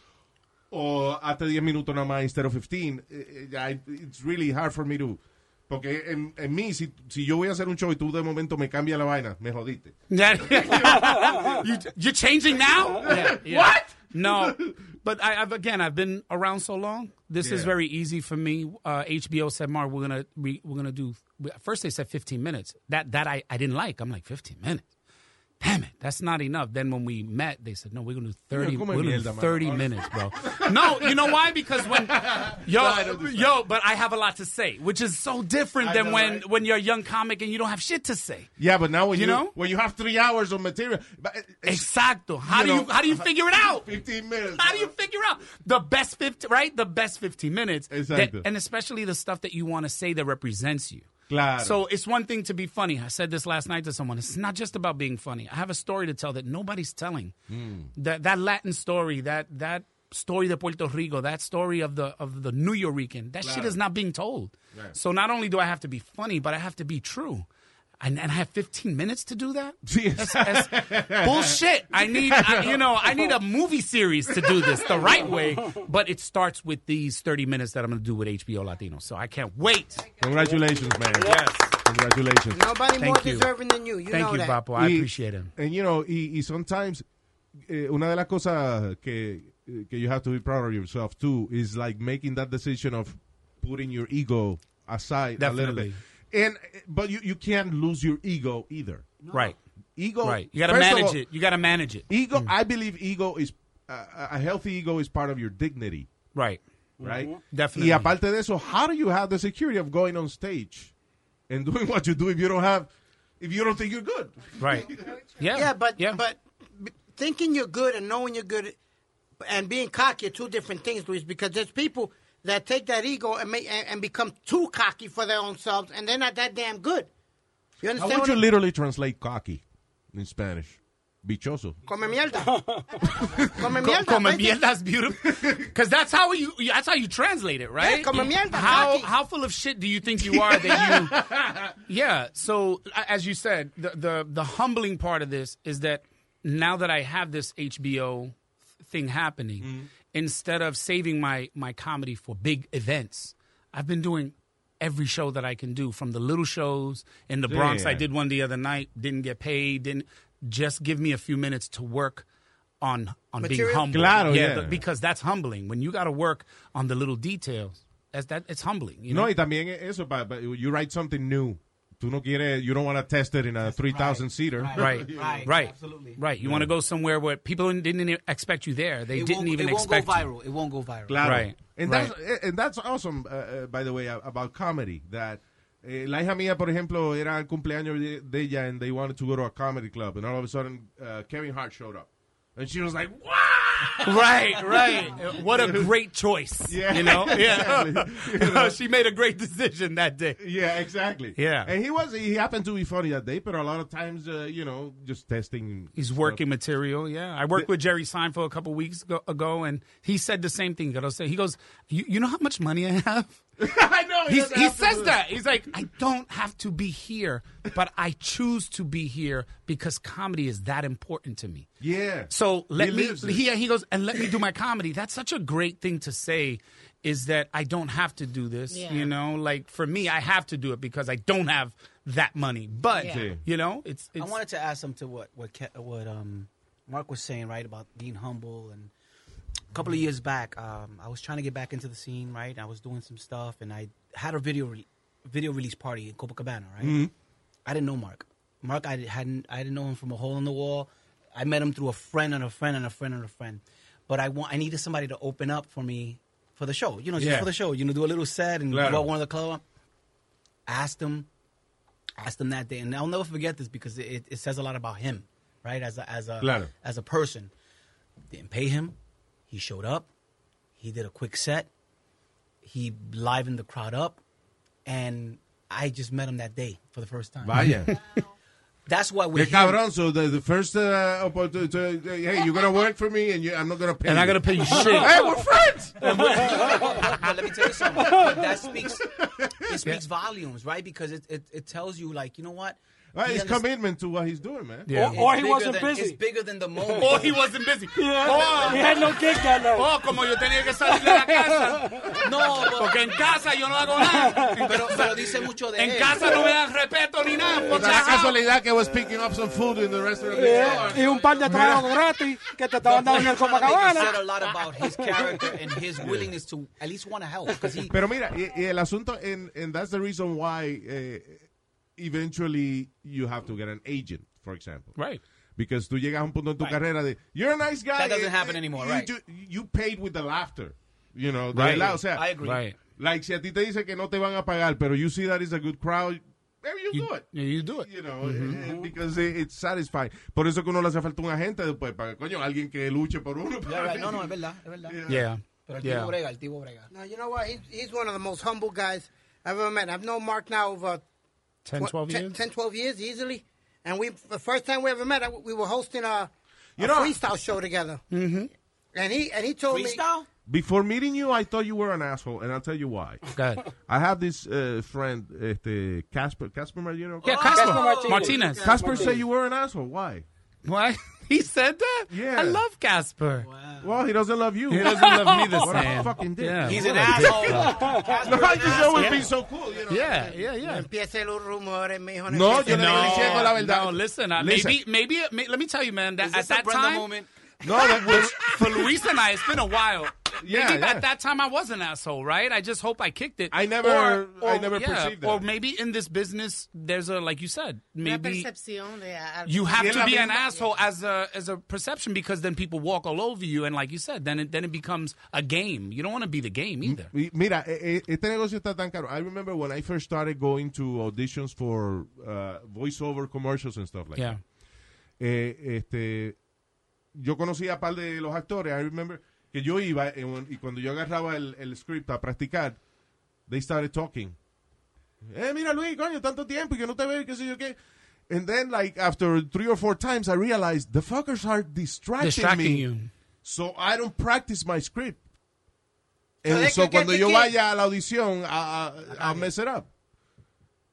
Speaker 4: O hasta 10 minutos nada más instead of 15. Eh, eh, I- it's really hard for me to... Porque en, en mí, si, si yo voy a hacer un show y tú de momento me cambia la vaina, me jodiste.
Speaker 9: <laughs> you, you're changing now?
Speaker 4: What?
Speaker 9: No, but I, I've again, I've been around so long. This is
Speaker 11: Yeah.
Speaker 9: very easy for me. Uh, HBO said, "Mark, we're gonna we, we're gonna do." First, they said 15 minutes. That that I, I didn't like. I'm like 15 minutes. Damn it, that's not enough. Then when we met, they said, "No, we're gonna do 30.
Speaker 11: Yeah, come
Speaker 9: We're
Speaker 11: on,
Speaker 9: gonna do
Speaker 11: mierda, man.
Speaker 9: 30
Speaker 11: Honest.
Speaker 9: minutes, bro." no, you know why? Because
Speaker 11: <laughs>
Speaker 9: when yo yo, but I have a lot to say, which is so different
Speaker 4: I
Speaker 9: than
Speaker 4: know,
Speaker 9: when
Speaker 4: right?
Speaker 9: when you're a young comic and you don't have shit to say.
Speaker 4: Yeah, but now when
Speaker 9: You
Speaker 4: you,
Speaker 9: know?
Speaker 4: when you have three hours of material, but eh, it- it's-
Speaker 9: Exacto. How
Speaker 4: You
Speaker 9: do you
Speaker 4: know,
Speaker 9: how do you figure it out?
Speaker 4: 15 minutes.
Speaker 9: How do you figure out the best 50 right? The best 15 minutes. that-
Speaker 4: Exacto.
Speaker 9: and especially the stuff that you want to say that represents you.
Speaker 4: Claro.
Speaker 9: So it's one thing to be funny. I said this last night to someone. It's not just about being funny. I have a story to tell that nobody's telling.
Speaker 4: Hmm.
Speaker 9: That that Latin story, that that story de Puerto Rico, that story of the of the New Yorican, that shit
Speaker 11: Claro.
Speaker 9: is not being told.
Speaker 11: Right.
Speaker 9: So not only do I have to be funny, but I have to be true. And, and I have 15 minutes to do that? That's, that's bullshit.
Speaker 4: <laughs>
Speaker 9: I need, I, you know, I need a movie series to do this the right
Speaker 4: <laughs>
Speaker 9: way. But it starts with these 30 minutes that I'm going to do with HBO Latino. So I can't wait.
Speaker 4: Congratulations, man.
Speaker 9: Yes.
Speaker 4: Congratulations.
Speaker 9: Nobody
Speaker 4: more
Speaker 9: deserving
Speaker 21: than you.
Speaker 9: You Thank know you, that. Papo. I appreciate him.
Speaker 4: And you know, y, y sometimes eh, una de las cosas que que you have to be proud of yourself too is like making that decision of putting your ego aside a little bit.
Speaker 9: Definitely.
Speaker 4: And eh, but you you can't lose your ego either.
Speaker 9: Right.
Speaker 4: Ego.
Speaker 9: Right. You got to
Speaker 4: first of
Speaker 9: manage
Speaker 4: all,
Speaker 9: it. Mm. You got to manage it.
Speaker 4: Ego. I believe ego is uh, a healthy ego is part of your dignity.
Speaker 9: Right.
Speaker 4: Right.
Speaker 9: Mhm. Definitely.
Speaker 4: Mm-hmm. Y aparte de eso, how do you have the security of going on stage and doing <laughs> what you do if you don't have if you don't think you're good?
Speaker 9: Right. Yeah.
Speaker 7: Yeah, but but thinking you're good and knowing you're good and being cocky are two different things, Luis. Because there's people that take that ego and make and, and become too cocky for their own selves, and they're not that damn good. You
Speaker 4: How
Speaker 7: understand?
Speaker 4: would
Speaker 7: what
Speaker 4: you
Speaker 7: I'm-
Speaker 4: literally translate cocky in Spanish? Bichoso.
Speaker 7: <laughs> Come mierda. Come
Speaker 9: Co-
Speaker 7: mierda.
Speaker 9: Come
Speaker 7: right?
Speaker 9: mierda's beautiful.
Speaker 4: <laughs>
Speaker 9: Because that's how you that's how you translate it, right?
Speaker 7: Yeah, come mierda,
Speaker 9: how
Speaker 7: cocky.
Speaker 9: how full of shit do you think you are that you? yeah. So a- as you said, the, the the humbling part of this is that now that I have this HBO thing happening,
Speaker 11: Mm-hmm.
Speaker 9: instead of saving my my comedy for big events, I've been doing. Every show that I can do, from the little shows in the Bronx, I
Speaker 11: Yeah.
Speaker 9: did one the other night. Didn't get paid. Didn't just give me a few minutes to work on on being
Speaker 11: Material.
Speaker 9: humble.
Speaker 11: Claro, yeah.
Speaker 9: th- because that's humbling. When you got to work on the little details, that's that it's humbling. You know?
Speaker 4: No, y también e-, eso, pa- pa- you write something new. Tú no quieres, you don't want to test it in a 3,000 seater. <laughs>
Speaker 9: Right, right, right. Right. You want to go somewhere where people didn't even expect you there. They
Speaker 4: It
Speaker 9: didn't
Speaker 4: won't-
Speaker 9: even
Speaker 4: it won't go
Speaker 9: expect. you.
Speaker 21: viral. It won't go viral.
Speaker 4: Claro.
Speaker 9: Right.
Speaker 4: And
Speaker 9: right.
Speaker 4: that's and that's awesome uh, uh, by the way uh, about comedy that Eh, la hija mía, por ejemplo, era el cumpleaños de, de ella and they wanted to go to a comedy club and all of a sudden uh, Kevin Hart showed up and she was like, "What?" <laughs>
Speaker 9: Right, right. What a great choice.
Speaker 4: Yeah,
Speaker 9: you <laughs> know. Yeah,
Speaker 4: exactly.
Speaker 9: <laughs> You know, she made a great decision that day.
Speaker 4: Yeah, exactly.
Speaker 9: Yeah.
Speaker 4: and he was he happened to be funny that day, but a lot of times, uh, you know, just testing.
Speaker 9: He's working material. Yeah, I worked with Jerry Seinfeld a couple weeks ago, ago, and he said the same thing. That I said, he goes, "You you know how much money I have."
Speaker 4: I know.
Speaker 9: He's, he says that. He's like, I don't have to be here, but I choose to be here because comedy is that important to me.
Speaker 4: Yeah.
Speaker 9: So let
Speaker 4: He
Speaker 9: me.
Speaker 4: lives it.
Speaker 9: He he goes and let me do my comedy. That's such a great thing to say. Is that I don't have to do this.
Speaker 11: Yeah.
Speaker 9: You know, like for me, I have to do it because I don't have that money. But
Speaker 6: Yeah. Sí.
Speaker 9: you know, it's,
Speaker 6: I
Speaker 9: it's
Speaker 6: wanted to ask him to what what Ke- what um Mark was saying right about Dean Humble and a couple of
Speaker 22: Mm-hmm.
Speaker 6: years back um I was trying to get back into the scene right I was doing some stuff and I had a video re- video release party in Copacabana right
Speaker 22: Mhm.
Speaker 6: I didn't know Mark Mark I hadn't I didn't know him from a hole in the wall I met him through a friend and a friend and a friend and a friend but I want I needed somebody to open up for me for the show you know just
Speaker 22: Yeah.
Speaker 6: for the show you know do a little set and
Speaker 22: Claro.
Speaker 6: go out one of the club asked him asked him that day, and I'll never forget this because it, it says a lot about him, right? As a as a
Speaker 22: Claro.
Speaker 6: as a person. Didn't pay him. He showed up. He did a quick set. He livened the crowd up, and I just met him that day for the first time.
Speaker 9: <laughs>
Speaker 4: Vaya.
Speaker 6: That's why we.
Speaker 4: Qué
Speaker 6: <laughs>
Speaker 4: cabrón. So the, the first uh, opportunity, hey, you're gonna work for me, and you, I'm not gonna pay.
Speaker 9: And
Speaker 4: you.
Speaker 9: I'm gonna pay you
Speaker 6: <laughs>
Speaker 9: shit.
Speaker 4: hey, we're friends.
Speaker 6: but let me tell you something. But that speaks. It speaks volumes, right? Because it, it, it tells you, like, you know what?
Speaker 4: Well,
Speaker 6: He
Speaker 4: it's
Speaker 6: understands-
Speaker 4: commitment to what he's doing, man.
Speaker 6: It's bigger than- It's bigger than the moment.
Speaker 9: Or Oh, he wasn't busy.
Speaker 4: Oh.
Speaker 6: Yeah, he had no
Speaker 9: kick that night. Oh, como yo tenía que salir de la casa.
Speaker 6: <laughs> No,
Speaker 9: porque en casa yo no hago nada.
Speaker 6: Pero, pero dice mucho de
Speaker 9: en
Speaker 6: él.
Speaker 9: casa no me dan respeto ni nada. por si
Speaker 4: Eh, Oh, La
Speaker 9: acaso.
Speaker 4: casualidad que was picking up some food in the restaurant.
Speaker 10: Eh, y un par de tragos gratis que te estaban dando en el
Speaker 6: It
Speaker 10: Copacabana.
Speaker 6: said a lot about
Speaker 9: <laughs>
Speaker 6: his character and his willingness to at least want to help. Because he,
Speaker 4: Pero mira, y, y el asunto, and, and that's the reason why eh, eventually you have to get an agent, for example.
Speaker 9: Right.
Speaker 4: Because tú llegas a un punto en tu carrera de, you're a nice guy.
Speaker 6: That doesn't
Speaker 4: eh,
Speaker 6: happen
Speaker 4: eh,
Speaker 6: anymore,
Speaker 4: you
Speaker 6: right.
Speaker 4: do- you paid with the laughter, you know. de
Speaker 9: Right.
Speaker 4: verdad, o sea,
Speaker 9: I agree. Right.
Speaker 4: Like, si a ti te dice que no te van a pagar, pero you see that is a good crowd, there you, do it.
Speaker 9: you do it.
Speaker 4: You know, eh, eh, because it- it's satisfying. Por eso que uno le hace falta un agente después, para, coño, alguien que luche por uno.
Speaker 6: Yeah, right. No, no, es verdad, es verdad.
Speaker 9: Yeah.
Speaker 6: Pero el
Speaker 4: Yeah.
Speaker 6: tipo brega, el tipo brega.
Speaker 7: Now, you know what? He's, he's one of the most humble guys I've ever met. I've known Mark now over
Speaker 9: 10,
Speaker 7: tw-
Speaker 9: 12
Speaker 7: 10,
Speaker 9: years?
Speaker 7: 10, 12 years easily. And we, the first time we ever met, I- we were hosting a,
Speaker 4: You
Speaker 7: a
Speaker 4: know-
Speaker 7: freestyle show together.
Speaker 4: Mm-hmm.
Speaker 7: And he and he told me
Speaker 4: Before meeting you, I thought you were an asshole, and I'll tell you why. I have this uh, friend, este, Casper, Casper Martino.
Speaker 9: Yeah, Casper Martinez. Martinez.
Speaker 4: oh, Casper said you were an asshole. Why?
Speaker 9: <laughs> Why? He said that?
Speaker 4: Yeah.
Speaker 9: I love Casper.
Speaker 4: Well, he doesn't love you.
Speaker 9: He doesn't love me the
Speaker 4: What a
Speaker 9: same.
Speaker 4: fucking dick.
Speaker 9: Yeah.
Speaker 7: He's an
Speaker 4: What a dick.
Speaker 7: asshole.
Speaker 4: no, I just always
Speaker 7: Yeah.
Speaker 4: been so cool, you know.
Speaker 9: Yeah, yeah, yeah.
Speaker 7: Empiece los rumores, mijo.
Speaker 4: No,
Speaker 7: empiece-
Speaker 4: yo le digo diciendo la verdad.
Speaker 9: No, listen, I,
Speaker 4: Listen.
Speaker 9: maybe, maybe, may- let me tell you, man, that
Speaker 7: this
Speaker 9: at
Speaker 7: a
Speaker 9: that
Speaker 7: Brenda
Speaker 9: time,
Speaker 7: moment?
Speaker 4: No, <laughs> that was
Speaker 9: for Luis and I, it's been a while.
Speaker 4: <laughs> Yeah,
Speaker 9: maybe
Speaker 4: yeah.
Speaker 9: at that time I was an asshole, right? I just hope I kicked it. I
Speaker 4: never- I never perceived that.
Speaker 9: Or maybe in this business, there's a like you said,
Speaker 8: La
Speaker 9: maybe
Speaker 8: percepción de ah, algo.
Speaker 9: you have to be an asshole as a as a perception because then people walk all over you, and like you said, then it then it becomes a game. You don't want to be the
Speaker 4: Mm.
Speaker 9: game either.
Speaker 4: Mi- Mira, eh, eh, este negocio está tan caro. I remember when I first started going to auditions for uh, voiceover commercials and stuff like
Speaker 9: Yeah.
Speaker 4: that. Eh, este, yo conocía a par de los actores. I remember que yo iba eh, un- y cuando yo agarraba el, el script a practicar, they started talking. Eh, mira Luis, coño, tanto tiempo y que no te veo y qué sé yo qué. And then, like, after three or four times, I realized the fuckers are distracting,
Speaker 9: Distracting
Speaker 4: me.
Speaker 9: you.
Speaker 4: So I don't practice my script.
Speaker 9: Pero
Speaker 4: And
Speaker 9: es
Speaker 4: so
Speaker 9: que- que-
Speaker 4: cuando
Speaker 9: que-
Speaker 4: yo
Speaker 9: que-
Speaker 4: vaya a la audición, a, a, a mess it up.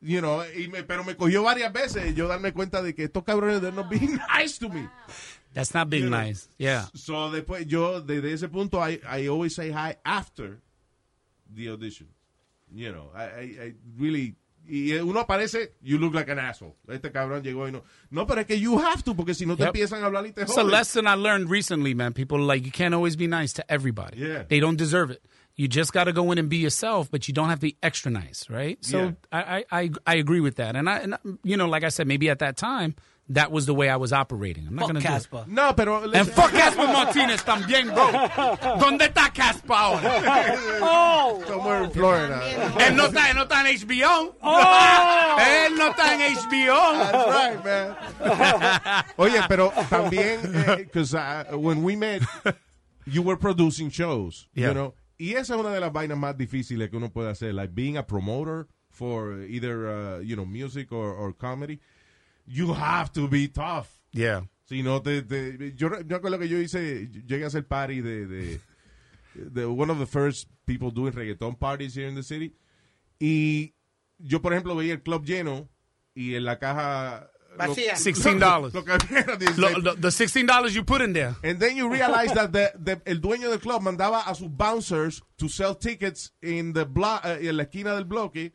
Speaker 4: You know, y me- pero me cogió varias veces yo darme cuenta de que estos cabrones de no being <laughs> nice to me.
Speaker 9: That's not being nice. Yeah.
Speaker 4: So después yo, desde ese punto, I, I always say hi after the audition. You know, I, I, I really... Y uno aparece, you look like an asshole. Este cabrón llegó y no... No, pero es que you have to, porque si no te
Speaker 9: Yep.
Speaker 4: empiezan a hablar y te
Speaker 9: It's a
Speaker 4: joden.
Speaker 9: lesson I learned recently, man. People are like you can't always be nice to everybody.
Speaker 4: Yeah.
Speaker 9: They don't deserve it. You just got to go in and be yourself, but you don't have to be extra nice, right? So
Speaker 11: Yeah.
Speaker 9: I, I I I agree with that, and I and I- you know, like I said, maybe at that time that was the way I was operating. I'm not
Speaker 6: Fuck
Speaker 9: going to
Speaker 6: Casper.
Speaker 4: No, pero
Speaker 9: And fuck Casper Martinez también, bro. ¿Dónde está Casper ahora?
Speaker 10: Oh.
Speaker 4: Somewhere in Florida.
Speaker 9: Él no está, él no está en HBO.
Speaker 10: Oh.
Speaker 9: Él no está en HBO.
Speaker 4: That's right, man. <laughs> Oye, pero también, because when we met, you were producing shows,
Speaker 9: Yeah.
Speaker 4: you know. Y esa es una de las vainas más difíciles que uno puede hacer, like being a promoter for either, uh, you know, music or, or comedy. You have to be tough.
Speaker 9: Yeah.
Speaker 4: Si no te, te- yo, re- yo recuerdo que yo hice, llegué a hacer party de, de, de one of the first people doing reggaeton parties here in the city. Y yo, por ejemplo, veía el club lleno y en la caja... lo-
Speaker 9: Vacía. $16.
Speaker 4: Lo que había era
Speaker 9: Lo- lo- the $16 you put in there.
Speaker 4: And then you realize that the, the- el dueño del club mandaba a sus bouncers to sell tickets in the blo- eh, en la esquina del bloque.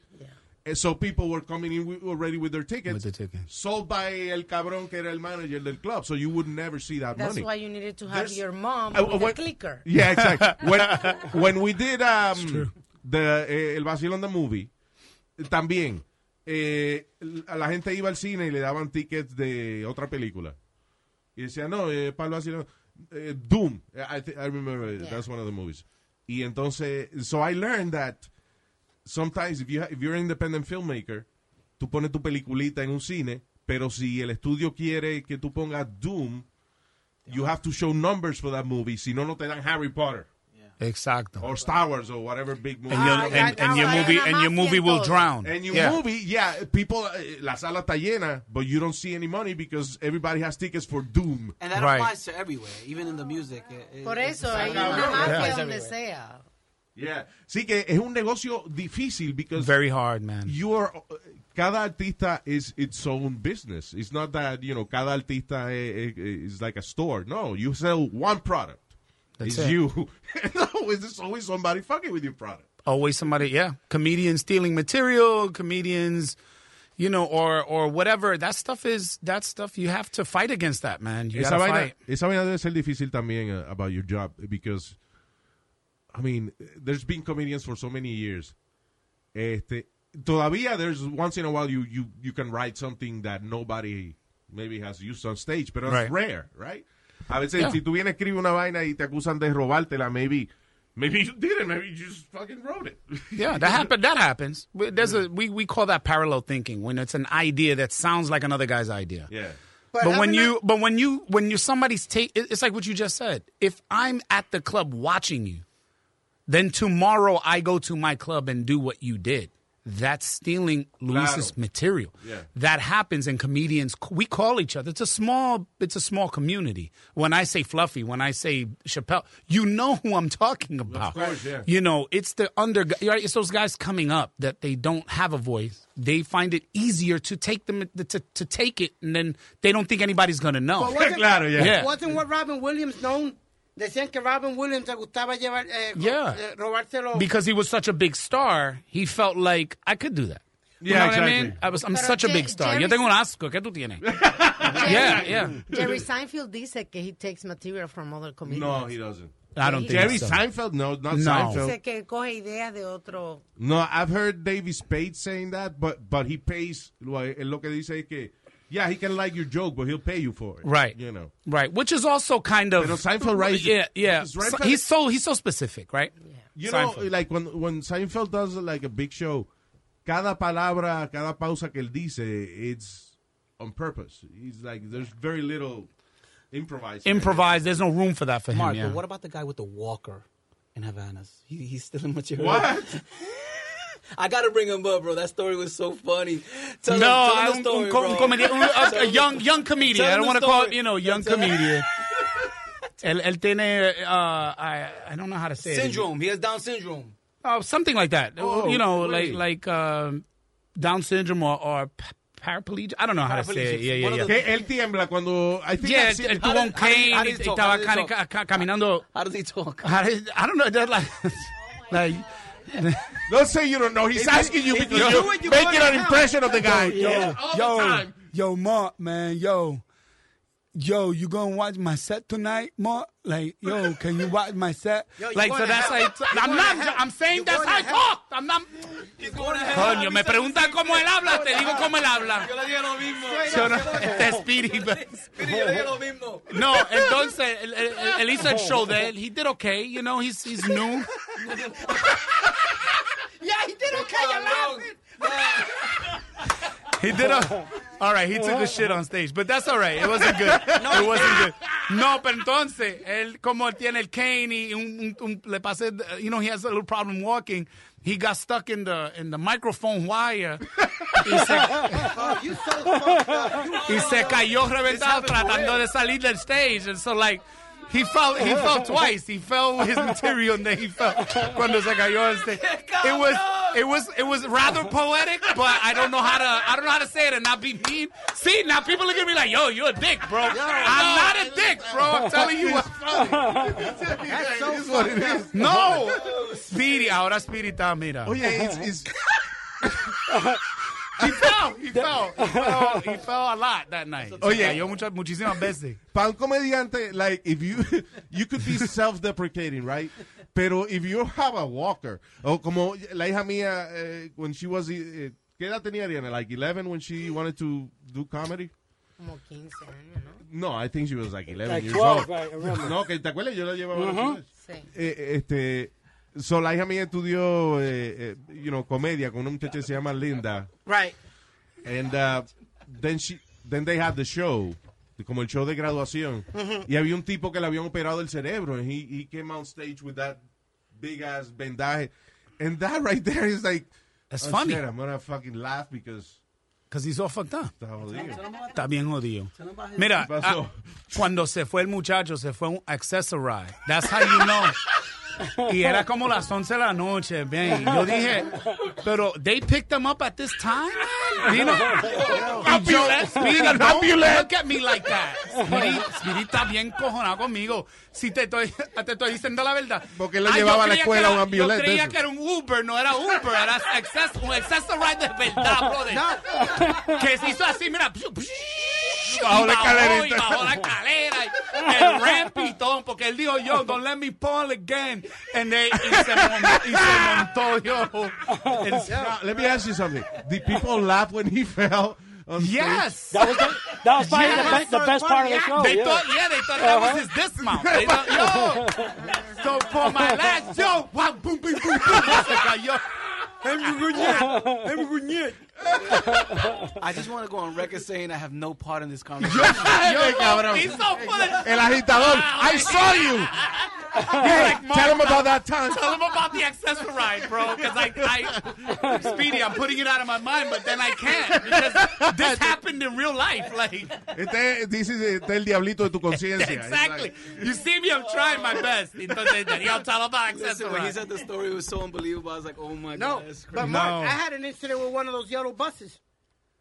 Speaker 4: And so people were coming in wi- already with their tickets.
Speaker 9: With the tickets.
Speaker 4: Sold by el cabrón que era el manager del club. So you would never see that
Speaker 8: That's
Speaker 4: money.
Speaker 8: why you needed to have
Speaker 4: There's-
Speaker 8: your mom
Speaker 4: I- I
Speaker 8: with a
Speaker 4: went-
Speaker 8: clicker.
Speaker 4: Yeah, exactly. When, when we did um, the, eh, el vacilón de movie, también eh, a la gente iba al cine y le daban tickets de otra película. Y decía, no, eh, para el vacilón, eh, Doom. I, thi- I remember it. that's one of the movies. Y entonces, so I learned that sometimes if, you ha- if you're an independent filmmaker, tú pones tu peliculita en un cine, pero si el estudio quiere que tú pongas Doom, you have to show numbers for that movie, si no, no te dan Harry Potter.
Speaker 9: Exacto.
Speaker 4: Or Star Wars or whatever big movie.
Speaker 9: And your- Ah, and- ya, and ya, your ya, movie- ya, and your mafia movie will todo. drown.
Speaker 4: And your
Speaker 9: Yeah.
Speaker 4: movie, yeah, people, eh, la sala está llena, but you don't see any money because everybody has tickets for Doom.
Speaker 21: And that applies to everywhere, even in the music. It- it-
Speaker 8: Por
Speaker 21: it's
Speaker 8: eso,
Speaker 21: the
Speaker 8: hay
Speaker 21: same.
Speaker 8: una
Speaker 4: Yeah.
Speaker 8: mafia donde sea.
Speaker 4: Yeah. Sí que es un negocio difícil because
Speaker 9: Very hard, man.
Speaker 4: you are eh, cada artista is its own business. It's not that, you know, cada artista eh, eh, is like a store. No, you sell one product.
Speaker 9: That's
Speaker 4: it's
Speaker 9: it.
Speaker 4: you. <laughs> always, there's always somebody fucking with your product.
Speaker 9: always somebody yeah comedians stealing material comedians you know or or whatever that stuff is that stuff you have to fight against that man you
Speaker 4: esa
Speaker 9: gotta
Speaker 4: vaina,
Speaker 9: fight
Speaker 4: esa vaina debe ser difícil también uh, about your job because I mean, there's been comedians for so many years. Este, todavía there's once in a while you you you can write something that nobody maybe has used on stage, pero
Speaker 9: Right.
Speaker 4: it's rare, right? A veces
Speaker 9: Yeah.
Speaker 4: si tú vienes escribe una vaina y te acusan de robártela, maybe maybe you didn't, maybe you just fucking wrote it.
Speaker 9: yeah that happen that happens We- there's a we, we call that parallel thinking when it's an idea that sounds like another guy's idea
Speaker 4: Yeah.
Speaker 9: But,
Speaker 21: But haven't
Speaker 9: when you, but when you, when you somebody's take, it- it's like what you just said. If I'm at the club watching you, then tomorrow I go to my club and do what you did. That's stealing Luis's
Speaker 11: Claro.
Speaker 9: material.
Speaker 11: Yeah.
Speaker 9: That happens, and comedians we call each other. It's a small, it's a small community. When I say Fluffy, when I say Chappelle, you know who I'm talking about.
Speaker 11: course, yeah.
Speaker 9: You know, it's the under, right, it's those guys coming up that they don't have a voice. They find it easier to take them to, to take it, and then they don't think anybody's gonna know. <laughs>
Speaker 7: But wasn't- Wasn't what Robin Williams known? Decían que Robin Williams le gustaba llevar, eh, co-
Speaker 9: Yeah.
Speaker 7: eh,
Speaker 4: oh.
Speaker 7: robárselo.
Speaker 9: because he was such a big star, he felt like I could do that. You
Speaker 11: Yeah,
Speaker 9: know what I
Speaker 11: exactly.
Speaker 9: mean? I was, I'm
Speaker 8: Pero
Speaker 9: such a
Speaker 8: Je-
Speaker 9: big star.
Speaker 8: Jerry-
Speaker 9: Yo tengo un asco. ¿Qué tú
Speaker 4: <laughs>
Speaker 9: tienes? yeah, yeah.
Speaker 8: Jerry Seinfeld dice que he takes material from other comedians.
Speaker 4: <laughs> No, he doesn't.
Speaker 9: I don't think
Speaker 4: Jerry
Speaker 9: so.
Speaker 4: Seinfeld, no, not
Speaker 9: No.
Speaker 4: Seinfeld.
Speaker 8: Dice que coge ideas de otro.
Speaker 4: No, I've heard David Spade saying that, but but he pays. Lo, él lo que dice es que, yeah, he can like your joke, but he'll pay you for it.
Speaker 9: Right.
Speaker 4: You know.
Speaker 9: Right, which is also kind of
Speaker 4: Pero Seinfeld, right?
Speaker 9: Yeah, yeah.
Speaker 4: Is Seinfeld-
Speaker 9: he's so he's so specific, right?
Speaker 4: You
Speaker 9: Seinfeld.
Speaker 4: know, like when when Seinfeld does like a big show, cada palabra, cada pausa que él dice, it's on purpose. He's like, there's very little improvising.
Speaker 9: Improvise. There's no room for that for him.
Speaker 21: Mark,
Speaker 9: yeah.
Speaker 21: but what about the guy with the walker in Havanas? He, he's still in material.
Speaker 9: What?
Speaker 21: I gotta bring him up, bro. That story was so funny. Tell
Speaker 9: no,
Speaker 21: him, tell
Speaker 9: I
Speaker 21: him
Speaker 9: un,
Speaker 21: the story,
Speaker 9: un, co-
Speaker 21: bro.
Speaker 9: un comedia- un-
Speaker 21: <laughs>
Speaker 9: a-
Speaker 21: Tell
Speaker 9: a
Speaker 21: him-
Speaker 9: young young comedian.
Speaker 21: tell
Speaker 9: I
Speaker 21: him
Speaker 9: don't
Speaker 21: the
Speaker 9: want to call it,
Speaker 21: story.
Speaker 9: you know,
Speaker 21: <laughs>
Speaker 9: young
Speaker 21: Tell-
Speaker 9: comedian. él, él tiene, uh, I, I don't know how to say
Speaker 21: syndrome. He has Down syndrome.
Speaker 9: it. Oh, something like that.
Speaker 21: Oh,
Speaker 9: you know,
Speaker 21: really?
Speaker 9: like like um, Down syndrome or, or p- paraplegic. I don't know how to say it.
Speaker 4: Paraplegic.
Speaker 9: Yeah,
Speaker 4: One
Speaker 9: yeah,
Speaker 4: of
Speaker 9: yeah.
Speaker 4: the- Que él tiembla cuando. I think
Speaker 9: Yeah,
Speaker 4: I've seen-
Speaker 9: él tuvo un cane y estaba cani- ca- ca- caminando.
Speaker 21: How does he talk?
Speaker 9: How did, I don't know.
Speaker 21: <laughs>
Speaker 9: That like, like
Speaker 4: don't say you don't know. He's asking you because
Speaker 9: yo-
Speaker 4: you're <laughs> making an impression of the guy.
Speaker 9: Yo, yo, yo, Mark, man, yo.
Speaker 23: yo, you gonna watch my set tonight, Mark? Like, yo, can you watch my set?
Speaker 9: Yo, you Like, so going to that's hell. how you- You I'm going not- to hell. I'm saying You that's going how to I hell. talk. I'm not. Coño, me preguntan cómo él habla, te digo cómo él habla.
Speaker 6: Yo le dije lo mismo.
Speaker 9: Yo no- Este Speedy, but-
Speaker 6: Mire, yo le dije lo mismo.
Speaker 9: No, entonces, él, él- él hizo el show de él. He did okay, you know, he's, he's new.
Speaker 6: Yeah, he did okay. You're laughing.
Speaker 9: He did a, all right. He took a shit on stage, but that's all right. It wasn't good. It wasn't good. No, pero entonces él como él tiene el cane y un, un, un- le pasé, uh, you know, he has a little problem walking. He got stuck in the in the microphone wire. Y se,
Speaker 6: Oh,
Speaker 9: y se cayó reventado tratando de salir del stage. And so like. He fell. He fell twice. He fell with his material, and then he fell. Cuando se cayó el stage. It was. It was. It was rather poetic, but I don't know how to. I don't know how to say it and not be mean. See, now people are gonna be like, "Yo, you're a dick, bro." I'm not a dick, bro. I'm telling you. what-
Speaker 6: That's so
Speaker 9: It's what it is. No, Speedy. Ahora Speedy está mira.
Speaker 4: Oye, it's,
Speaker 9: it's... he fell. He fell. He fell. He fell a lot that night.
Speaker 4: Oye.
Speaker 9: Se cayó muchas, muchísimas veces.
Speaker 4: Para un comediante, like, if you, <laughs> you could be self-deprecating, right? Pero if you have a walker, o como la hija mía, eh, when she was, eh, ¿qué edad tenía Ariana? Like 11 when she wanted to do comedy?
Speaker 8: Como 15 años.
Speaker 4: No, I think she was like 11
Speaker 10: Like
Speaker 4: years
Speaker 10: 12,
Speaker 4: old.
Speaker 10: right, I remember. Uh-huh.
Speaker 4: no, que te acuerdas, yo la llevaba a la
Speaker 10: Ujú.
Speaker 4: ciudad.
Speaker 8: Sí.
Speaker 4: Eh, este, so la hija mía estudió, eh, eh, you know, comedia con una muchacha que se llama Linda.
Speaker 7: Right.
Speaker 4: And uh, then she, then they had the show, como el show de graduación.
Speaker 6: Ujú.
Speaker 4: Y había un tipo que le habían operado el cerebro, and he, he came on stage with that big ass vendaje. And that right there is like,
Speaker 9: That's
Speaker 4: oh,
Speaker 9: funny.
Speaker 4: shit, I'm gonna fucking laugh because.
Speaker 9: Because he's all fucked up.
Speaker 4: Está jodido.
Speaker 9: Está bien jodido.
Speaker 4: Se lo bajé.
Speaker 9: Mira,
Speaker 4: ¿Qué pasó?
Speaker 9: ah, cuando se fue el muchacho, se fue un accessorize. That's how you know. Y era como las 11 de la noche, bien. Yo dije, pero they picked him up at this time, you know? Y yo,
Speaker 6: Ambulance.
Speaker 9: Speedy, don't
Speaker 6: Ambulance.
Speaker 9: look at me like that. Speedy, Speedy está bien cojonado conmigo. Si te estoy, te estoy diciendo la verdad. Porque
Speaker 4: lo llevaba a la escuela un ambulance
Speaker 9: Yo creía
Speaker 4: eso.
Speaker 9: que era un Uber, no era Uber, era access, un accessoride de verdad, brother. Que se hizo así, mira.
Speaker 6: Bajó la
Speaker 9: y
Speaker 6: escalerita.
Speaker 9: y Bajó la escalera. y El ramp y todo, porque él dijo, yo, don't let me fall again. And they, y, se mon- y se
Speaker 4: <laughs>
Speaker 9: montó yo. El-
Speaker 4: Now, let me ask you something. Did people laugh when he <laughs> fell? on stage?
Speaker 9: Yes. They thought, yeah, they thought that was his dismount. They thought, yo. So for my last joke, wow, boom, boom, boom, boom, se cayó.
Speaker 6: I just want to go on record saying I have no part in this conversation. Yo,
Speaker 4: cabrón. El agitador. I saw
Speaker 9: <laughs>
Speaker 4: you. Hey, tell him about that time.
Speaker 9: Tell him about the accessoride, bro. Because I, I, Speedy, I'm putting it out of my mind, but then I can't because <laughs> this happened in real life. Like,
Speaker 4: Este, this is, este es el diablito de tu conciencia.
Speaker 9: <laughs> exactly. You see me, I'm trying my best. Entonces, yo, tell him about
Speaker 6: Listen, when he
Speaker 9: accessoride.
Speaker 6: said the story, it was so unbelievable. I was like, oh my
Speaker 7: No,
Speaker 6: god, that's crazy.
Speaker 7: but Mark, I had an incident with one of those yellow buses.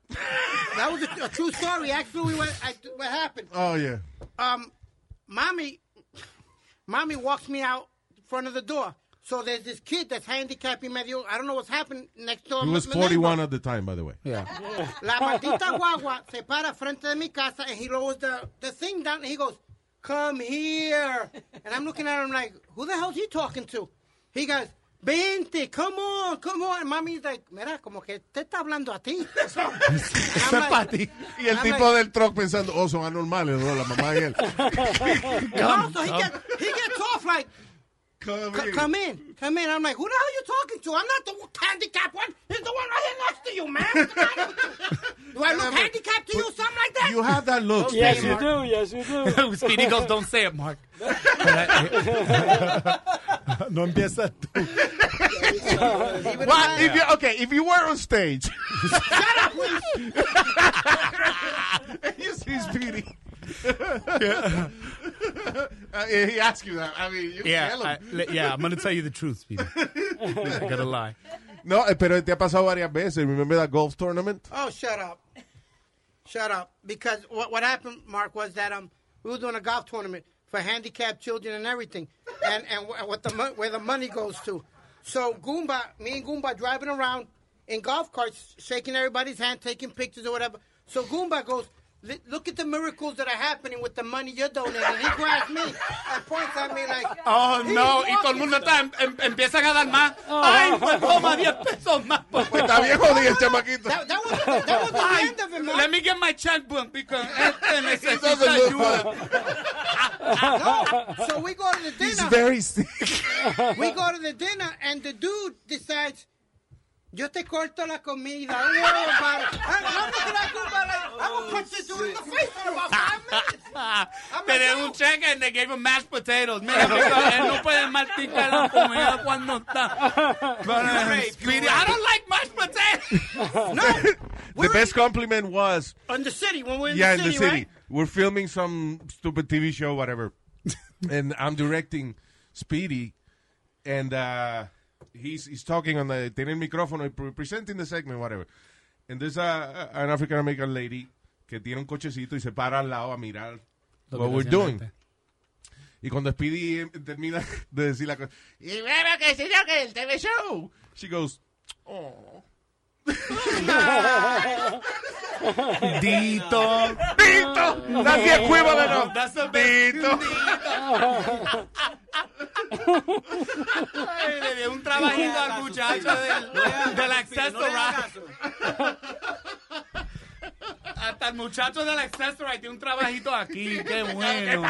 Speaker 7: that was a, a true story. Actually, what, I, what happened?
Speaker 4: Oh, yeah.
Speaker 7: um, mommy, mommy walks me out front of the door. So there's this kid that's handicapped in medio. I don't know what's happened next door.
Speaker 4: He was 41 at the time, by the way.
Speaker 9: Yeah.
Speaker 7: La maldita guagua se para frente de mi casa and he lowers the, the thing down and he goes, come here. And I'm looking at him like, who the hell's he talking to? He goes, vente, come on, come on. And mommy's like, mira, como que te está hablando a ti.
Speaker 4: Eso es para ti. <laughs> Y el
Speaker 7: I'm
Speaker 4: tipo
Speaker 7: like-
Speaker 4: del truck pensando, oh, son anormales, ¿no? La mamá y él.
Speaker 7: no, so he gets, he gets off like,
Speaker 4: come,
Speaker 7: in. come in, come in. I'm like, who the hell you talking to? I'm not the handicapped one. It's the one right here next to you, man. What's the matter
Speaker 4: <laughs>
Speaker 7: with you? Do I look handicapped to you? Something like that?
Speaker 4: You have that look.
Speaker 10: Yes, you do. Yes, you do.
Speaker 9: <laughs> Speedy goes, don't say it, Mark. <laughs> no empieza tú.
Speaker 4: What? If you, okay, if you were on stage. <laughs> you see Speedy.
Speaker 9: Yeah.
Speaker 4: <laughs> Uh, he asked you that. I mean, you
Speaker 9: Yeah,
Speaker 4: tell him.
Speaker 9: I, le- yeah, I'm gonna tell you the truth, Speedy. I gotta lie.
Speaker 4: No, eh, pero te ha pasado varias veces. Remember that golf <laughs> tournament?
Speaker 7: Oh, shut up. Shut up. Because what, what happened, Mark, was that um we were doing a golf tournament for handicapped children and everything, and and wh- what the mon- where the money goes to. So Goomba, me and Goomba driving around in golf carts, shaking everybody's hand, taking pictures or whatever. So Goomba goes, Li- Look at the miracles that are happening with the money you're donating. He grabs me and points at me like,
Speaker 9: Oh,
Speaker 7: "He's
Speaker 9: no. Y todo el
Speaker 7: walking."
Speaker 9: mundo está, em- em- empiezan a dar más. Ay, pues toma 10 pesos más. Pues
Speaker 7: está bien jodido el
Speaker 9: chamaquito.
Speaker 7: That, that was the, that was the end of it, man.
Speaker 9: Let me get my checkbook because
Speaker 24: <laughs>
Speaker 9: este necesita
Speaker 24: doesn't look
Speaker 9: ayuda.
Speaker 7: no. So we go to the dinner.
Speaker 24: He's very sick.
Speaker 7: we go to the dinner, and the dude decides, yo te corto la comida. Don't worry about it. I'm, I'm not gonna go about it.
Speaker 4: Oh,
Speaker 7: I'm gonna punch this dude in the face in about
Speaker 4: Ah.
Speaker 7: five minutes.
Speaker 24: Ah,
Speaker 9: Te dieron un cheque and they gave him mashed potatoes. Mira, porque él no puede masticar la comida cuando está. Puree, puree. I don't like mashed potatoes.
Speaker 4: <laughs> The best compliment was,
Speaker 7: In the city, when we're in
Speaker 4: yeah,
Speaker 7: the
Speaker 4: in
Speaker 7: city,
Speaker 4: the city.
Speaker 7: right?
Speaker 4: We're filming some stupid TV show,
Speaker 7: <laughs>
Speaker 4: whatever. and I'm directing Speedy, and uh, he's he's talking on the tiene el micrófono y pre- presenting the segment, whatever. And there's a, a- an African American lady que tiene un cochecito y se para al lado a mirar
Speaker 24: Lo
Speaker 4: what
Speaker 24: que
Speaker 4: we're
Speaker 24: está
Speaker 4: doing.
Speaker 24: haciendo
Speaker 4: Y cuando Speedy eh, termina <laughs> de decir la cosa,
Speaker 24: Y claro que sí, yo que el TV Show.
Speaker 4: she goes,
Speaker 24: Oh.
Speaker 4: Dito. Dito! That's the equivalent of
Speaker 24: That's the
Speaker 4: Dito.
Speaker 9: Ay, le dio un trabajito al muchacho del, del accessorite. Hasta el muchacho del accessorite tiene un trabajito <laughs> aquí. Qué bueno.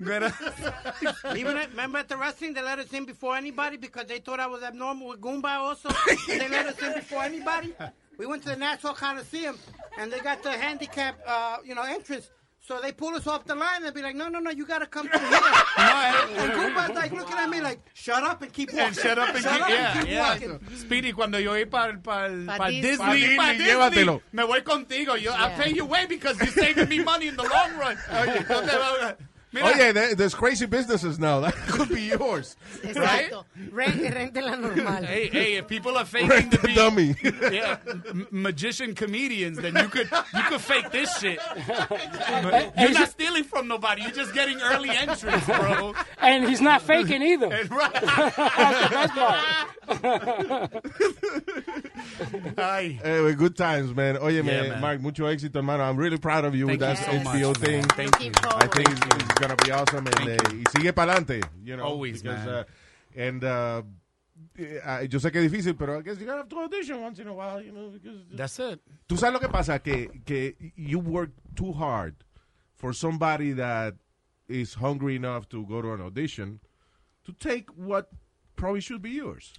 Speaker 4: <laughs>
Speaker 7: Even at, remember at the wrestling, they let us in before anybody because they thought I was abnormal with Goomba
Speaker 4: <laughs>
Speaker 7: also. they let us in before anybody. We went to the Nassau Coliseum, and they got the handicap, uh, you know, entrance. So they pull us off the line and be like, no, no, no, you got to come through here. and Goomba's like looking at me like, shut up and keep walking.
Speaker 9: <laughs> And <laughs> shut up and keep, yeah, yeah.
Speaker 7: walking.
Speaker 9: Speedy, cuando yo voy para el
Speaker 7: Pa'
Speaker 9: pa'
Speaker 7: Disney.
Speaker 9: Disney,
Speaker 7: Pa' Disney,
Speaker 9: pa' Disney,
Speaker 4: llévatelo.
Speaker 9: me voy contigo. Yo, I'll pay you way because you're saving me money in the long run. <laughs> Oye, no te va-
Speaker 4: Oh yeah, there, there's crazy businesses now. <laughs> That could be yours.
Speaker 8: Exacto. Rente, rente la normal.
Speaker 9: Hey, hey, if people are faking to be
Speaker 4: dummy. <laughs>
Speaker 9: yeah, m- magician comedians, then you could you could fake this <laughs> shit. You're not stealing from nobody. You're just getting early entrance, bro.
Speaker 10: And he's not faking either.
Speaker 7: <laughs>
Speaker 9: <laughs>
Speaker 4: Anyway, good times, man. Oye, man,
Speaker 24: man.
Speaker 4: Mark, mucho éxito, hermano. I'm really proud of you
Speaker 24: Thank
Speaker 4: with that
Speaker 24: you so much,
Speaker 4: HBO
Speaker 24: man.
Speaker 4: thing.
Speaker 24: Thank Thank you. you.
Speaker 4: I think it's, it's gonna be awesome. And,
Speaker 24: Thank
Speaker 4: uh, y sigue para adelante, you know.
Speaker 24: Always, man.
Speaker 4: Uh, and uh, eh, yo sé que es difícil, pero I guess you gotta have to audition once in a while, you know, because
Speaker 9: That's it.
Speaker 4: Tú sabes lo que pasa que que you work too hard for somebody that is hungry enough to go to an audition to take what probably should be yours.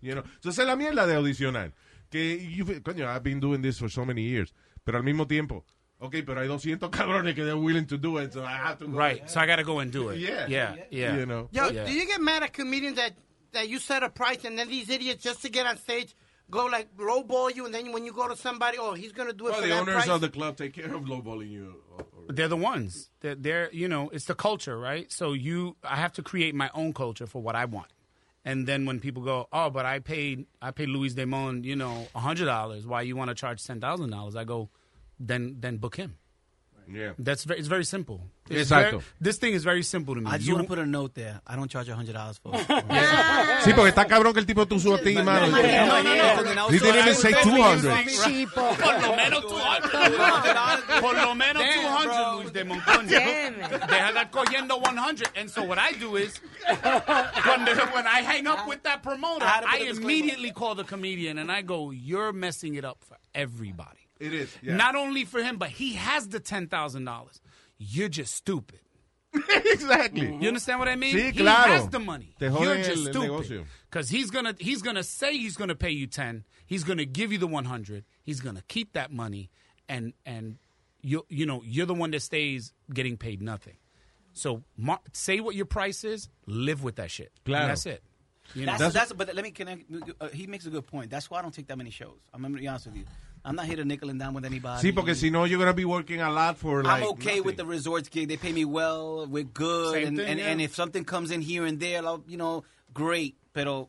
Speaker 4: You know, entonces la mierda de audicionar que you feel, coño, I've been doing this for so many years, pero al mismo tiempo, okay, pero hay 200 cabrones que they're willing to do it, so I have to go.
Speaker 9: Right. So I gotta go and do it.
Speaker 4: Yeah.
Speaker 9: Yeah. Yeah.
Speaker 4: You know.
Speaker 7: Yo,
Speaker 9: Yeah.
Speaker 7: do you get mad at comedians that, that you set a price and then these idiots just to get on stage go like lowball you and then when you go to somebody, oh, he's going to do it
Speaker 4: Well,
Speaker 7: for
Speaker 4: the
Speaker 7: that
Speaker 4: owners
Speaker 7: price?
Speaker 4: of the club take care of lowballing you.
Speaker 9: They're the ones. They're, they're you know, it's the culture, right? So you, I have to create my own culture for what I want. And then when people go, oh, but I paid, I paid Luis Damon, you know, hundred dollars. Why you want to charge ten thousand dollars? I go, then then book him.
Speaker 4: Yeah.
Speaker 9: That's very, it's very simple. It's
Speaker 6: Exacto.
Speaker 9: very- this thing is very simple to me.
Speaker 6: I just
Speaker 9: You-
Speaker 6: want to put a note there. I don't charge hundred dollars for.
Speaker 4: Sí, porque está cabrón que el tipo tú subes a ti, mano.
Speaker 6: no, no, no, no.
Speaker 4: He didn't even say 200.
Speaker 9: <laughs> Por lo menos 200. Por lo menos 200, Luis de Moncoño. Deja de estar cogiendo 100. And so what I do is, when, the- when I hang up with that promoter,
Speaker 24: I had to put
Speaker 9: I
Speaker 24: a disclaimer.
Speaker 9: immediately call the comedian and I go, you're messing it up for everybody.
Speaker 4: It is. yeah.
Speaker 9: Not only for him, but he has the $10,000. You're just stupid.
Speaker 4: <laughs> exactly.
Speaker 9: You understand what I mean?
Speaker 4: Sí,
Speaker 9: he
Speaker 4: claro.
Speaker 9: has the money.
Speaker 4: Te joden
Speaker 9: You're
Speaker 4: el-
Speaker 9: just
Speaker 4: el negocio.
Speaker 9: stupid. Because he's gonna he's gonna say he's gonna pay you ten. He's gonna give you the one hundred. He's gonna keep that money, and and you you know you're the one that stays getting paid nothing. So mar- say what your price is. Live with that shit. And
Speaker 6: Claro.
Speaker 9: that's it. You know?
Speaker 6: that's, that's- but let me connect. Uh, he makes a good point. That's why I don't take that many shows. I'm gonna be honest with you. I'm not here to nickel and dime with anybody.
Speaker 4: Sí, porque si no, you're gonna be working a lot for like.
Speaker 6: I'm okay with the resorts gig. They pay me well. We're good.
Speaker 4: Same
Speaker 6: and
Speaker 4: thing,
Speaker 6: and, and
Speaker 4: yeah.
Speaker 6: if something comes in here and there, I'll, you know, great. But uh,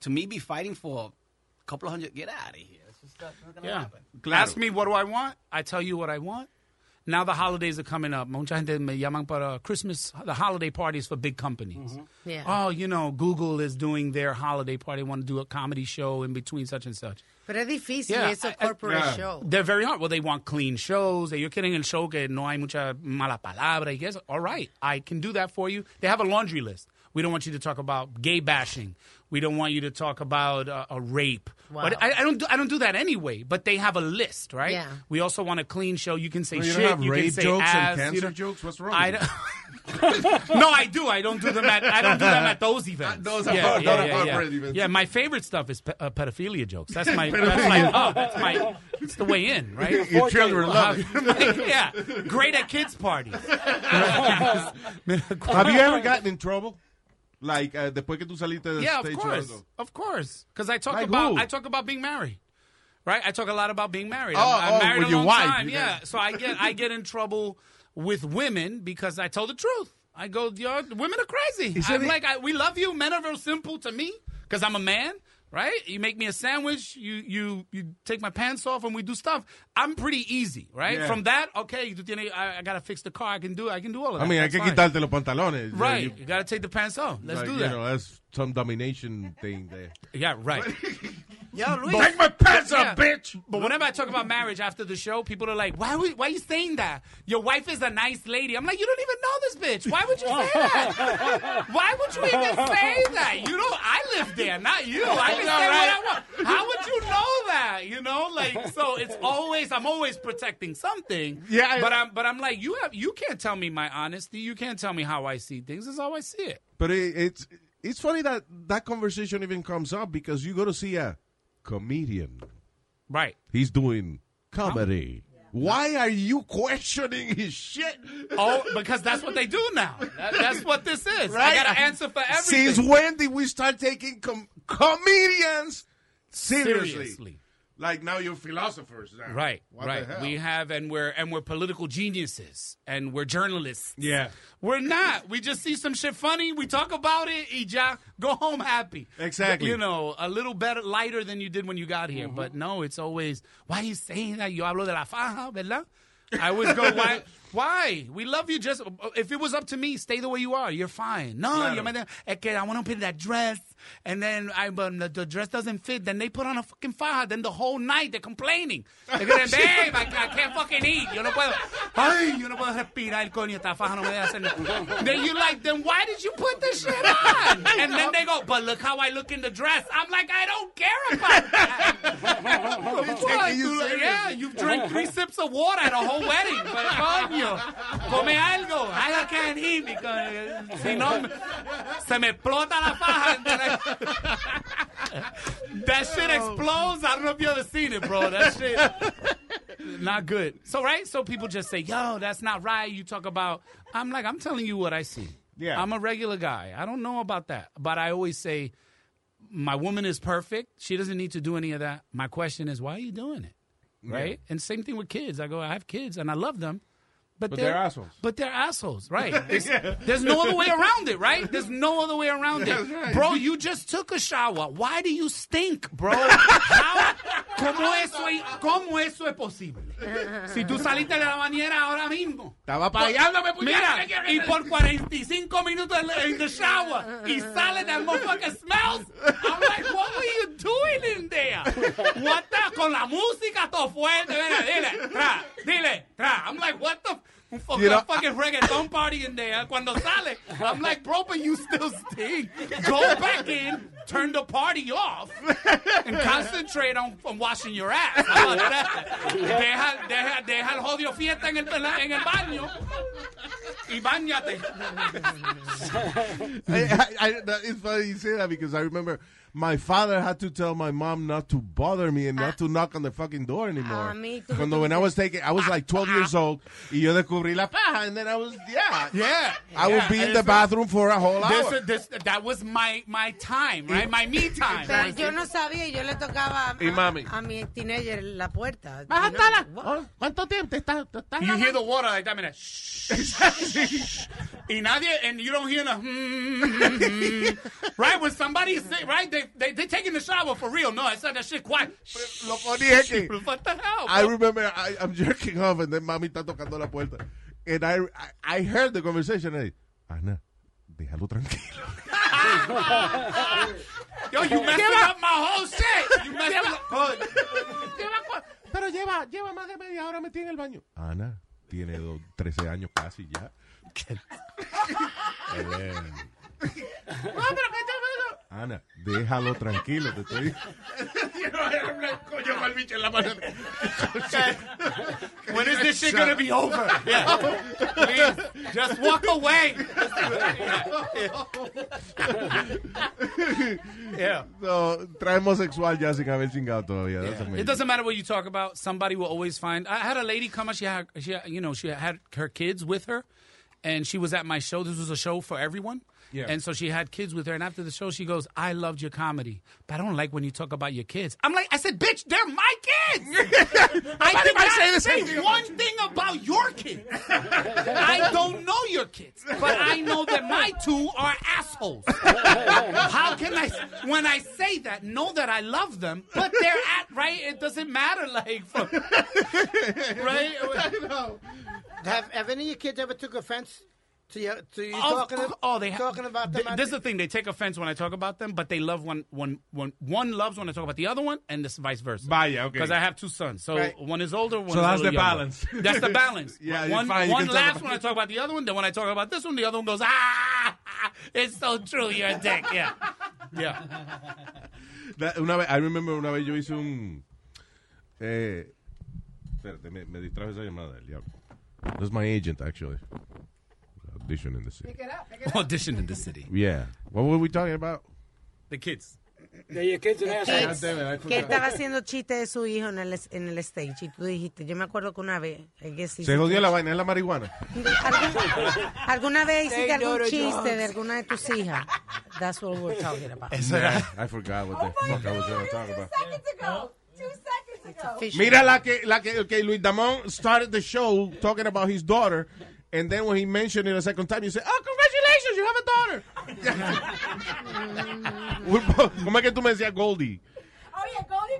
Speaker 6: to me, be fighting for a couple of hundred, get out of here. It's just not, not gonna
Speaker 9: Yeah.
Speaker 6: happen.
Speaker 9: Ask me what do I want. I tell you what I want. Now the holidays are coming up. Mucha gente me llaman para Christmas, the holiday parties for big companies.
Speaker 8: Yeah.
Speaker 9: Oh, you know, Google is doing their holiday party. want to do a comedy show in between such and such.
Speaker 8: Pero es difícil,
Speaker 9: Yeah,
Speaker 8: eso
Speaker 9: I- I-
Speaker 8: corporate
Speaker 9: yeah.
Speaker 8: show.
Speaker 9: They're very hard. Well, they want clean shows. You're kidding el show que no hay mucha mala palabra. Yes, all right, I can do that for you. They have a laundry list. We don't want you to talk about gay bashing. We don't want you to talk about uh, a rape.
Speaker 11: Wow.
Speaker 9: But I, I don't. Do, I don't do that anyway. But they have a list, right?
Speaker 11: Yeah.
Speaker 9: We also want a clean show. You can say
Speaker 11: Well, you don't
Speaker 9: shit.
Speaker 11: have
Speaker 9: you can
Speaker 11: rape
Speaker 9: say
Speaker 11: jokes and
Speaker 9: ass, you
Speaker 11: cancer
Speaker 9: don't-
Speaker 11: jokes? What's wrong
Speaker 9: I
Speaker 11: with
Speaker 9: don't- <laughs> no, I do. I don't do them at. I don't do them at those events.
Speaker 11: those are not- not appropriate events.
Speaker 9: Yeah, my favorite stuff is pe- uh, pedophilia jokes. That's
Speaker 11: <laughs>
Speaker 9: my. that's my.
Speaker 11: Pedophilia.
Speaker 9: love. That's my. It's the way in, right?
Speaker 11: Your <laughs> Your children love
Speaker 9: it. <laughs> yeah, great at kids' parties.
Speaker 20: <laughs> Have you
Speaker 9: <laughs>
Speaker 20: ever gotten in trouble? Like, uh, después que tú saliste del
Speaker 9: yeah, of
Speaker 20: stage o
Speaker 9: course,
Speaker 20: algo.
Speaker 9: of course. Because I talk
Speaker 20: Like
Speaker 9: about
Speaker 20: who?
Speaker 9: I talk about being married, right? I talk a lot about being married.
Speaker 20: Oh,
Speaker 9: I'm, I'm
Speaker 20: oh,
Speaker 9: married
Speaker 20: with
Speaker 9: a
Speaker 20: your
Speaker 9: long
Speaker 20: wife,
Speaker 9: time.
Speaker 20: you
Speaker 9: Yeah,
Speaker 20: guys.
Speaker 9: so I get I get in trouble with women because I tell the truth. I go, yo, women are crazy. I'm like, I, we love you. Men are real simple to me because I'm a man. Right? You make me a sandwich, you you you take my pants off and we do stuff. I'm pretty easy, right?
Speaker 20: Yeah.
Speaker 9: From that, okay, tú tienes- I, I gotta fix the car, I can do I can do all of that.
Speaker 20: I mean, hay
Speaker 9: That's
Speaker 20: que
Speaker 9: fine.
Speaker 20: quitarte los pantalones.
Speaker 9: Right.
Speaker 20: You-
Speaker 9: You gotta take the pants off. Let's
Speaker 20: like,
Speaker 9: do
Speaker 20: you
Speaker 9: that.
Speaker 20: know, that's some domination thing
Speaker 9: <laughs>
Speaker 20: there.
Speaker 9: Yeah, right.
Speaker 20: <laughs>
Speaker 9: Yo, Luis.
Speaker 20: Take my pants off, bitch.
Speaker 9: But whenever I talk about marriage after the show, people are like, "Why? Would, why are you saying that? Your wife is a nice lady." I'm like, "You don't even know this bitch. Why would you say that? why would you even say that? You know, I live there, not you. I can say
Speaker 11: All right.
Speaker 9: what I want. How would you know that? You know, like so. It's always I'm always protecting something.
Speaker 11: Yeah, I-
Speaker 9: but I'm but I'm like you have you can't tell me my honesty. You can't tell me how I see things. It's how I see it.
Speaker 20: But it, it's it's funny that that conversation even comes up because you go to see a comedian.
Speaker 9: Right.
Speaker 20: He's doing comedy. Why are you questioning his shit?
Speaker 9: Oh, because that's what they do now. That- that's what this is.
Speaker 20: Right?
Speaker 9: I got to answer for everything.
Speaker 20: Since when did we start taking com- comedians seriously?
Speaker 9: Seriously.
Speaker 20: Like now you're philosophers. Now.
Speaker 9: Right,
Speaker 20: What
Speaker 9: right.
Speaker 20: The hell?
Speaker 9: We have, and we're and we're political geniuses, and we're journalists.
Speaker 20: Yeah.
Speaker 9: we're not. We just see some shit funny. We talk about it. Ija, go home happy.
Speaker 20: Exactly. Mm-hmm.
Speaker 9: You know, a little better, lighter than you did when you got here. But no, it's always why are you saying that? Yo hablo de la faja, verdad? I always go why. Why? We love you. Just if it was up to me, stay the way you are. You're fine. No,
Speaker 11: Claro.
Speaker 9: yo me de- es que I want to put that dress, and then I but the, the dress doesn't fit. Then they put on a fucking faja. Then the whole night they're complaining. They're gonna, babe, I, I can't fucking eat. Yo no puedo. Ay, yo no puedo respirar, coño. Esta faja no me deja hacer nada. Then you like, then why did you put this shit on? And then they go, but look how I look in the dress. I'm like, I don't care about that. What?
Speaker 11: you
Speaker 9: Tú-
Speaker 11: serious.
Speaker 9: yeah, you've drank three sips of water at a whole wedding. But coño, come algo. I can't eat because eh, si no, se me explota la faja. And then I- that shit explodes. I don't know if you ever seen it, bro. That shit. Not good. So right, so people just say, "Yo, that's not right." You talk about. I'm like, I'm telling you what I see. Yeah, I'm a regular guy. I don't know about that, but I always say, my woman is perfect. She doesn't need to do any of that. My question is, why are you doing it? Right. And same thing with kids. I go, I have kids and I love them, but,
Speaker 11: But they're assholes.
Speaker 9: But they're
Speaker 11: <laughs>
Speaker 9: assholes, right? It's-
Speaker 11: Yeah.
Speaker 9: There's no other way around it, right? There's no other way around
Speaker 11: <laughs>
Speaker 9: it,
Speaker 11: That's right.
Speaker 9: bro. You just took a shower. Why do you stink,
Speaker 11: <laughs>
Speaker 9: bro? How- ¿Cómo eso, cómo eso es posible? Si tú saliste de la bañera ahora mismo.
Speaker 20: Estaba
Speaker 11: payándome,
Speaker 9: Mira,
Speaker 11: puñeta, que-
Speaker 9: y por 45 minutos en la- in the shower, y sale that motherfucker smells. I'm like, what were you doing in there? What the, con la música todo fuerte, mira, dile, tra, dile, tra. I'm like, what the, un fucking,
Speaker 11: You know,
Speaker 9: fucking reggaeton party in there. Cuando sale, I'm like, bro, but you still stink. Go back in, turn the party off, and concentrate on, on washing your ass. How about that? Deja, deja, deja el jodido fiesta en el, en la- en el baño y bañate.
Speaker 20: I, I, I, that- it's funny you say that because I remember my father had to tell my mom not to bother me and not to knock on the fucking door anymore.
Speaker 8: Ah, mi, tú-
Speaker 20: Cuando when I was taking, I was like 12 years old, y yo descubrí la paja, and then I was, yeah,
Speaker 9: yeah,
Speaker 20: I would be in the bathroom for a whole
Speaker 9: This-
Speaker 20: hour.
Speaker 9: this- that was my my time, right? My me time.
Speaker 8: Pero yo no sabía y yo le tocaba
Speaker 9: Y
Speaker 8: a,
Speaker 9: mami.
Speaker 8: a mi teenager la puerta.
Speaker 9: Baja
Speaker 8: You
Speaker 9: tala.
Speaker 8: know, what?
Speaker 20: ¿Cuánto tiempo te estás?
Speaker 9: You hear the water like that, mira. shh, shh, shh. <laughs> Y nadie, and you don't hear the hmm, hmm, hmm. right when somebody is sick, right? They they they taking the shower for real. No, it's not that shit quiet.
Speaker 4: Lo funny
Speaker 9: <laughs>
Speaker 4: es que-
Speaker 9: What the hell?
Speaker 4: I
Speaker 9: bro?
Speaker 4: remember I, I'm jerking off and then mami está tocando la puerta. And I, I, I heard the conversation. And I, Ana, déjalo tranquilo.
Speaker 9: Yo, you messed
Speaker 25: Lleva-
Speaker 9: up my whole shit. You messed
Speaker 25: Lleva-
Speaker 9: up. Oh,
Speaker 4: Pero lleva, lleva más de media hora metida en el baño. Ana tiene do- 13 años casi ya. Eh,
Speaker 25: No, pero que te veo.
Speaker 4: Ana, déjalo tranquilo, te estoy
Speaker 9: <laughs>
Speaker 25: Coño, con el bicho en la mano.
Speaker 9: When is this shit gonna be over? <laughs> Yeah. Please, just walk away. Yeah.
Speaker 4: So, trae homosexual ya sin haber chingado todavía. That's amazing.
Speaker 9: It doesn't matter what you talk about. Somebody will always find. I had a lady come up. She had, she, had- you know, she had her kids with her, and she was at my show. This was a show for everyone.
Speaker 25: Yeah.
Speaker 9: And so she had kids with her, and after the show, she goes, "I loved your comedy, but I don't like when you talk about your kids." I'm like, I said, "Bitch, they're my kids." I did
Speaker 25: <laughs> I
Speaker 9: not
Speaker 25: say
Speaker 9: say
Speaker 25: the same thing?
Speaker 9: one thing about your kids. I don't know your kids, but I know that my two are assholes. How can I, when I say that, know that I love them, but they're at right? It doesn't matter, like, for, <laughs> right?
Speaker 7: Have, have any of your kids ever took offense to you, to you
Speaker 9: Of
Speaker 7: talking,
Speaker 9: cou- oh, they ha-
Speaker 7: talking about them?
Speaker 9: Th- this is the thing. They take offense when I talk about them, but they love when one one one loves when I talk about the other one, and this vice versa.
Speaker 25: Vaya, okay.
Speaker 9: Because I have two sons, so
Speaker 25: Right.
Speaker 9: one is older, one
Speaker 25: So
Speaker 9: is
Speaker 25: that's the
Speaker 9: a little younger.
Speaker 25: balance.
Speaker 9: <laughs> That's the balance.
Speaker 25: <laughs> Yeah, you're
Speaker 9: one
Speaker 25: fine, you can
Speaker 9: one
Speaker 25: talk
Speaker 9: laughs
Speaker 25: about-
Speaker 9: when I talk about the other one. Then when I talk about this one, the other one goes ah. <laughs> It's so true. You're a dick. Yeah, yeah.
Speaker 7: <laughs>
Speaker 4: That- una vez, I remember una vez yo hice un. Eh, espérate, me, me distrajo esa llamada del diablo. That's my agent, actually. Audition in the city.
Speaker 9: Audition in the city.
Speaker 4: Yeah. What were we talking about?
Speaker 9: The kids.
Speaker 10: Yeah, your kids and
Speaker 8: Kids,
Speaker 10: assholes.
Speaker 8: que estaba haciendo chiste de su hijo en el, es- en el stage y tú dijiste, yo me acuerdo que una vez, I guess
Speaker 4: Se
Speaker 8: hiciste-
Speaker 4: jodió la vaina, es la marihuana.
Speaker 8: alguna vez hiciste
Speaker 25: They
Speaker 8: algún
Speaker 25: know the
Speaker 8: chiste
Speaker 25: drugs.
Speaker 8: de alguna de tus hijas. That's what we're talking about.
Speaker 4: Yeah, I forgot what the fuck I was gonna talk about.
Speaker 8: Fish.
Speaker 4: Mira la que, la que, okay, Luis Damón started the show talking about his daughter, and then when he mentioned it a second time, he said, oh, congratulations, you have a daughter. <laughs> c- ¿cómo es que tú me decías Goldie?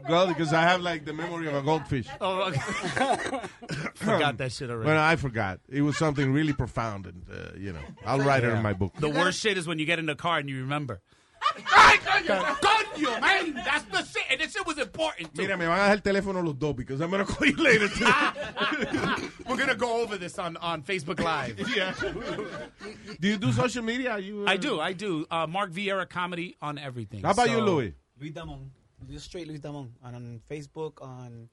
Speaker 4: Goldie, because I have like the memory of a goldfish.
Speaker 9: Oh, okay.
Speaker 7: <laughs>
Speaker 9: Forgot that shit already.
Speaker 4: Well, I forgot. It was something really profound, and uh, you know, I'll write it in my book.
Speaker 9: The worst shit is when you get in the car and you remember. Coño, man, that's the shit, and this shit was important. Too.
Speaker 4: Mira, me van a dejar el teléfono los dos, because I'm gonna call you later.
Speaker 9: <laughs>
Speaker 4: too.
Speaker 9: Ah. We're gonna go over this on, on Facebook Live. yeah.
Speaker 4: do you do social media? Are you?
Speaker 9: I do. I do. Uh, Mark Vieira comedy on everything.
Speaker 4: How about
Speaker 9: So-
Speaker 4: you, Louis?
Speaker 6: Luis Damon. Just straight Luis Damon. On, on Facebook, on,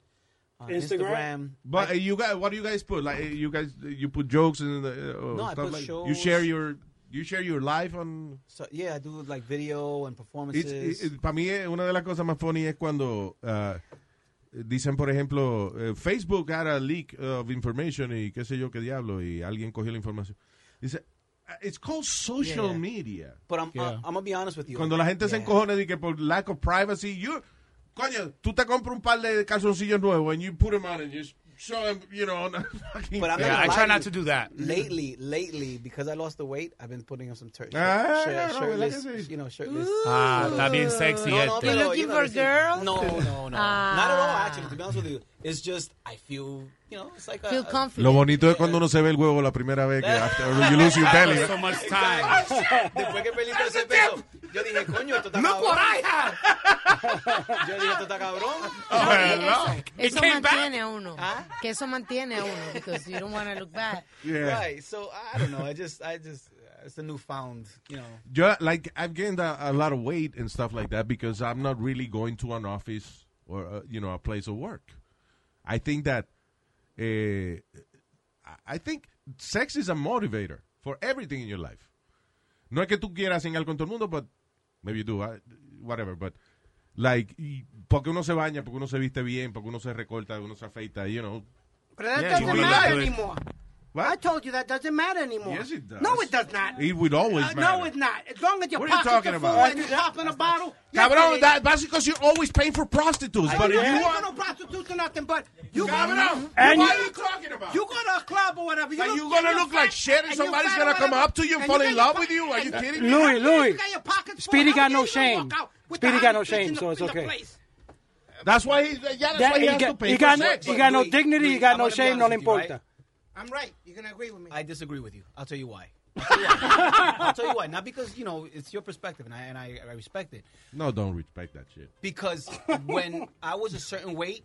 Speaker 6: on Instagram.
Speaker 4: Instagram. But uh, you guys, what do you guys put? Like uh, you guys, uh, you put jokes and uh, or
Speaker 6: No, I
Speaker 4: stuff
Speaker 6: put
Speaker 4: like-
Speaker 6: shows.
Speaker 4: You share your, you share your life on.
Speaker 6: So, yeah, I do like video and performances.
Speaker 4: Para mí eh, una de las cosas más funny es cuando ah, dicen, por ejemplo, eh, Facebook had a leak of information y qué sé yo qué diablo y alguien cogió la información. Dice, uh, it's called social
Speaker 6: Yeah.
Speaker 4: media.
Speaker 6: But I'm, uh, I'm, I'm going to be honest with you.
Speaker 4: Cuando la gente se
Speaker 6: Yeah.
Speaker 4: encojona de que por lack of privacy, you, coño, tú te compras un par de calzoncillos nuevos and you put them on and you show them, you know, on a fucking
Speaker 6: But I'm
Speaker 4: thing.
Speaker 6: not gonna lie you, Lately, lately, because I lost the weight, I've been putting on some tur- shirt,
Speaker 4: Ah,
Speaker 6: shirt-
Speaker 4: no, no,
Speaker 6: shirtless,
Speaker 4: like I
Speaker 6: you know, shirtless.
Speaker 9: Ah, está bien sexy
Speaker 6: No, no,
Speaker 9: este.
Speaker 6: pero,
Speaker 9: You
Speaker 8: looking
Speaker 6: know,
Speaker 8: for
Speaker 6: it's-
Speaker 8: girls?
Speaker 6: No,
Speaker 8: <laughs>
Speaker 6: no, no,
Speaker 8: Ah.
Speaker 6: not at all. Actually, to be honest with you, it's just I feel, you know, it's like a,
Speaker 8: Feel
Speaker 6: a-
Speaker 8: confident.
Speaker 4: Lo bonito es cuando uno se ve el huevo la primera vez que after you lose your
Speaker 9: <laughs>
Speaker 4: belly.
Speaker 9: So much time.
Speaker 6: Después que perdí todo ese peso, yo dije, coño, esto está
Speaker 9: Look
Speaker 6: cabrón.
Speaker 9: what I have.
Speaker 6: Yo dije, esto está cabrón.
Speaker 4: Oh,
Speaker 8: Eso
Speaker 6: came back.
Speaker 8: mantiene a uno.
Speaker 9: Ah.
Speaker 8: Que eso mantiene a uno. Because you don't want to look bad.
Speaker 6: Right. So I don't know. I just, I just, it's a newfound, you know.
Speaker 4: Yo, like, I've gained a, a lot of weight and stuff like that because I'm not really going to an office or, uh, you know, a place of work. I think that, eh, I I think sex is a motivator for everything in your life. No es que tú quieras en con todo el mundo, but maybe you do, I- whatever, but like, y- porque uno se baña, porque uno se viste bien, porque uno se recorta, uno se afeita, you know.
Speaker 7: Pero that
Speaker 4: Yeah, you
Speaker 7: doesn't
Speaker 4: wanna
Speaker 7: matter
Speaker 4: look good.
Speaker 7: anymore. I told you that doesn't matter anymore.
Speaker 4: Yes, it does.
Speaker 7: No, it does not.
Speaker 4: It would always
Speaker 7: Uh,
Speaker 4: matter.
Speaker 7: No, it's not. As long as your
Speaker 4: What are you
Speaker 7: pockets
Speaker 4: talking
Speaker 7: are
Speaker 4: about?
Speaker 7: full and you're popping a bottle. yes,
Speaker 4: Cabrón,
Speaker 7: it
Speaker 4: that, that's because you're always paying for prostitutes.
Speaker 7: I
Speaker 4: But if
Speaker 7: don't
Speaker 4: you
Speaker 7: pay
Speaker 4: want,
Speaker 7: for no prostitutes or nothing, but you
Speaker 4: Cabrón,
Speaker 7: And
Speaker 4: what
Speaker 7: you-
Speaker 4: are you talking about?
Speaker 7: You go to a club or whatever. You
Speaker 4: Like, you
Speaker 7: look-
Speaker 4: gonna
Speaker 7: you're
Speaker 4: look like
Speaker 7: fat,
Speaker 4: shit and
Speaker 7: you're
Speaker 4: somebody's
Speaker 7: fat or
Speaker 4: gonna come
Speaker 7: whatever,
Speaker 4: up to you and
Speaker 7: and
Speaker 4: fall
Speaker 7: you
Speaker 4: in
Speaker 7: got
Speaker 4: love
Speaker 7: your
Speaker 4: with you? Are you
Speaker 7: pockets-
Speaker 4: kidding me?
Speaker 26: Louis, Louis.
Speaker 7: You got your pockets full.
Speaker 26: Speedy
Speaker 7: How
Speaker 26: got
Speaker 7: you
Speaker 26: no
Speaker 7: gonna
Speaker 26: shame.
Speaker 7: walk out with
Speaker 26: Speedy
Speaker 7: the
Speaker 26: got no
Speaker 7: hundred bitches
Speaker 26: shame,
Speaker 7: in
Speaker 26: so
Speaker 7: the-
Speaker 26: it's
Speaker 7: in the
Speaker 26: okay.
Speaker 7: place?
Speaker 4: That's why he, yeah, that's
Speaker 26: That-
Speaker 4: why he,
Speaker 26: he
Speaker 4: has
Speaker 26: got-
Speaker 4: to pay
Speaker 26: he
Speaker 4: for
Speaker 26: got no-
Speaker 4: sex.
Speaker 26: he got no
Speaker 21: Louis,
Speaker 26: dignity, he
Speaker 21: Louis,
Speaker 26: got
Speaker 21: I'm
Speaker 26: no
Speaker 21: gonna be
Speaker 26: shame, no
Speaker 21: honest with
Speaker 26: le
Speaker 21: you, right?
Speaker 26: importa.
Speaker 7: I'm right. You're going to agree with me.
Speaker 21: I disagree with you. I'll tell you why.
Speaker 6: I'll tell you why. Not because you know it's your perspective, and I and I, I respect it.
Speaker 4: No, don't respect that shit.
Speaker 6: Because when I was a certain weight,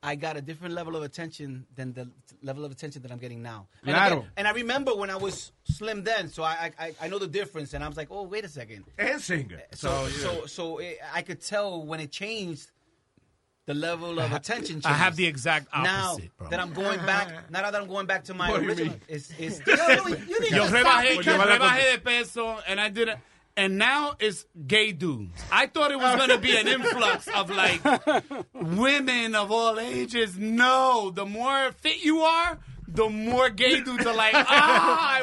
Speaker 6: I got a different level of attention than the level of attention that I'm getting now. And I
Speaker 4: Claro.
Speaker 6: get- and I remember when I was slim then, so I I, I know the difference, and I was like, oh wait a second.
Speaker 4: And singer.
Speaker 6: So
Speaker 9: Oh,
Speaker 6: so so it, I could tell when it changed. The level of attention. Changes.
Speaker 9: I have the exact
Speaker 6: now
Speaker 9: opposite, bro.
Speaker 6: that I'm going back. Now that I'm going back to my
Speaker 9: What do <laughs> you
Speaker 6: original,
Speaker 9: mean?
Speaker 6: it's, it's
Speaker 9: Yo rebajé, yo rebajé de
Speaker 6: rebajé.
Speaker 9: peso, and I did it. And now it's gay dudes. I thought
Speaker 4: <laughs>
Speaker 9: it was going to be an influx of like women of all ages. No, the more fit you are, the more gay dudes are like, ah, I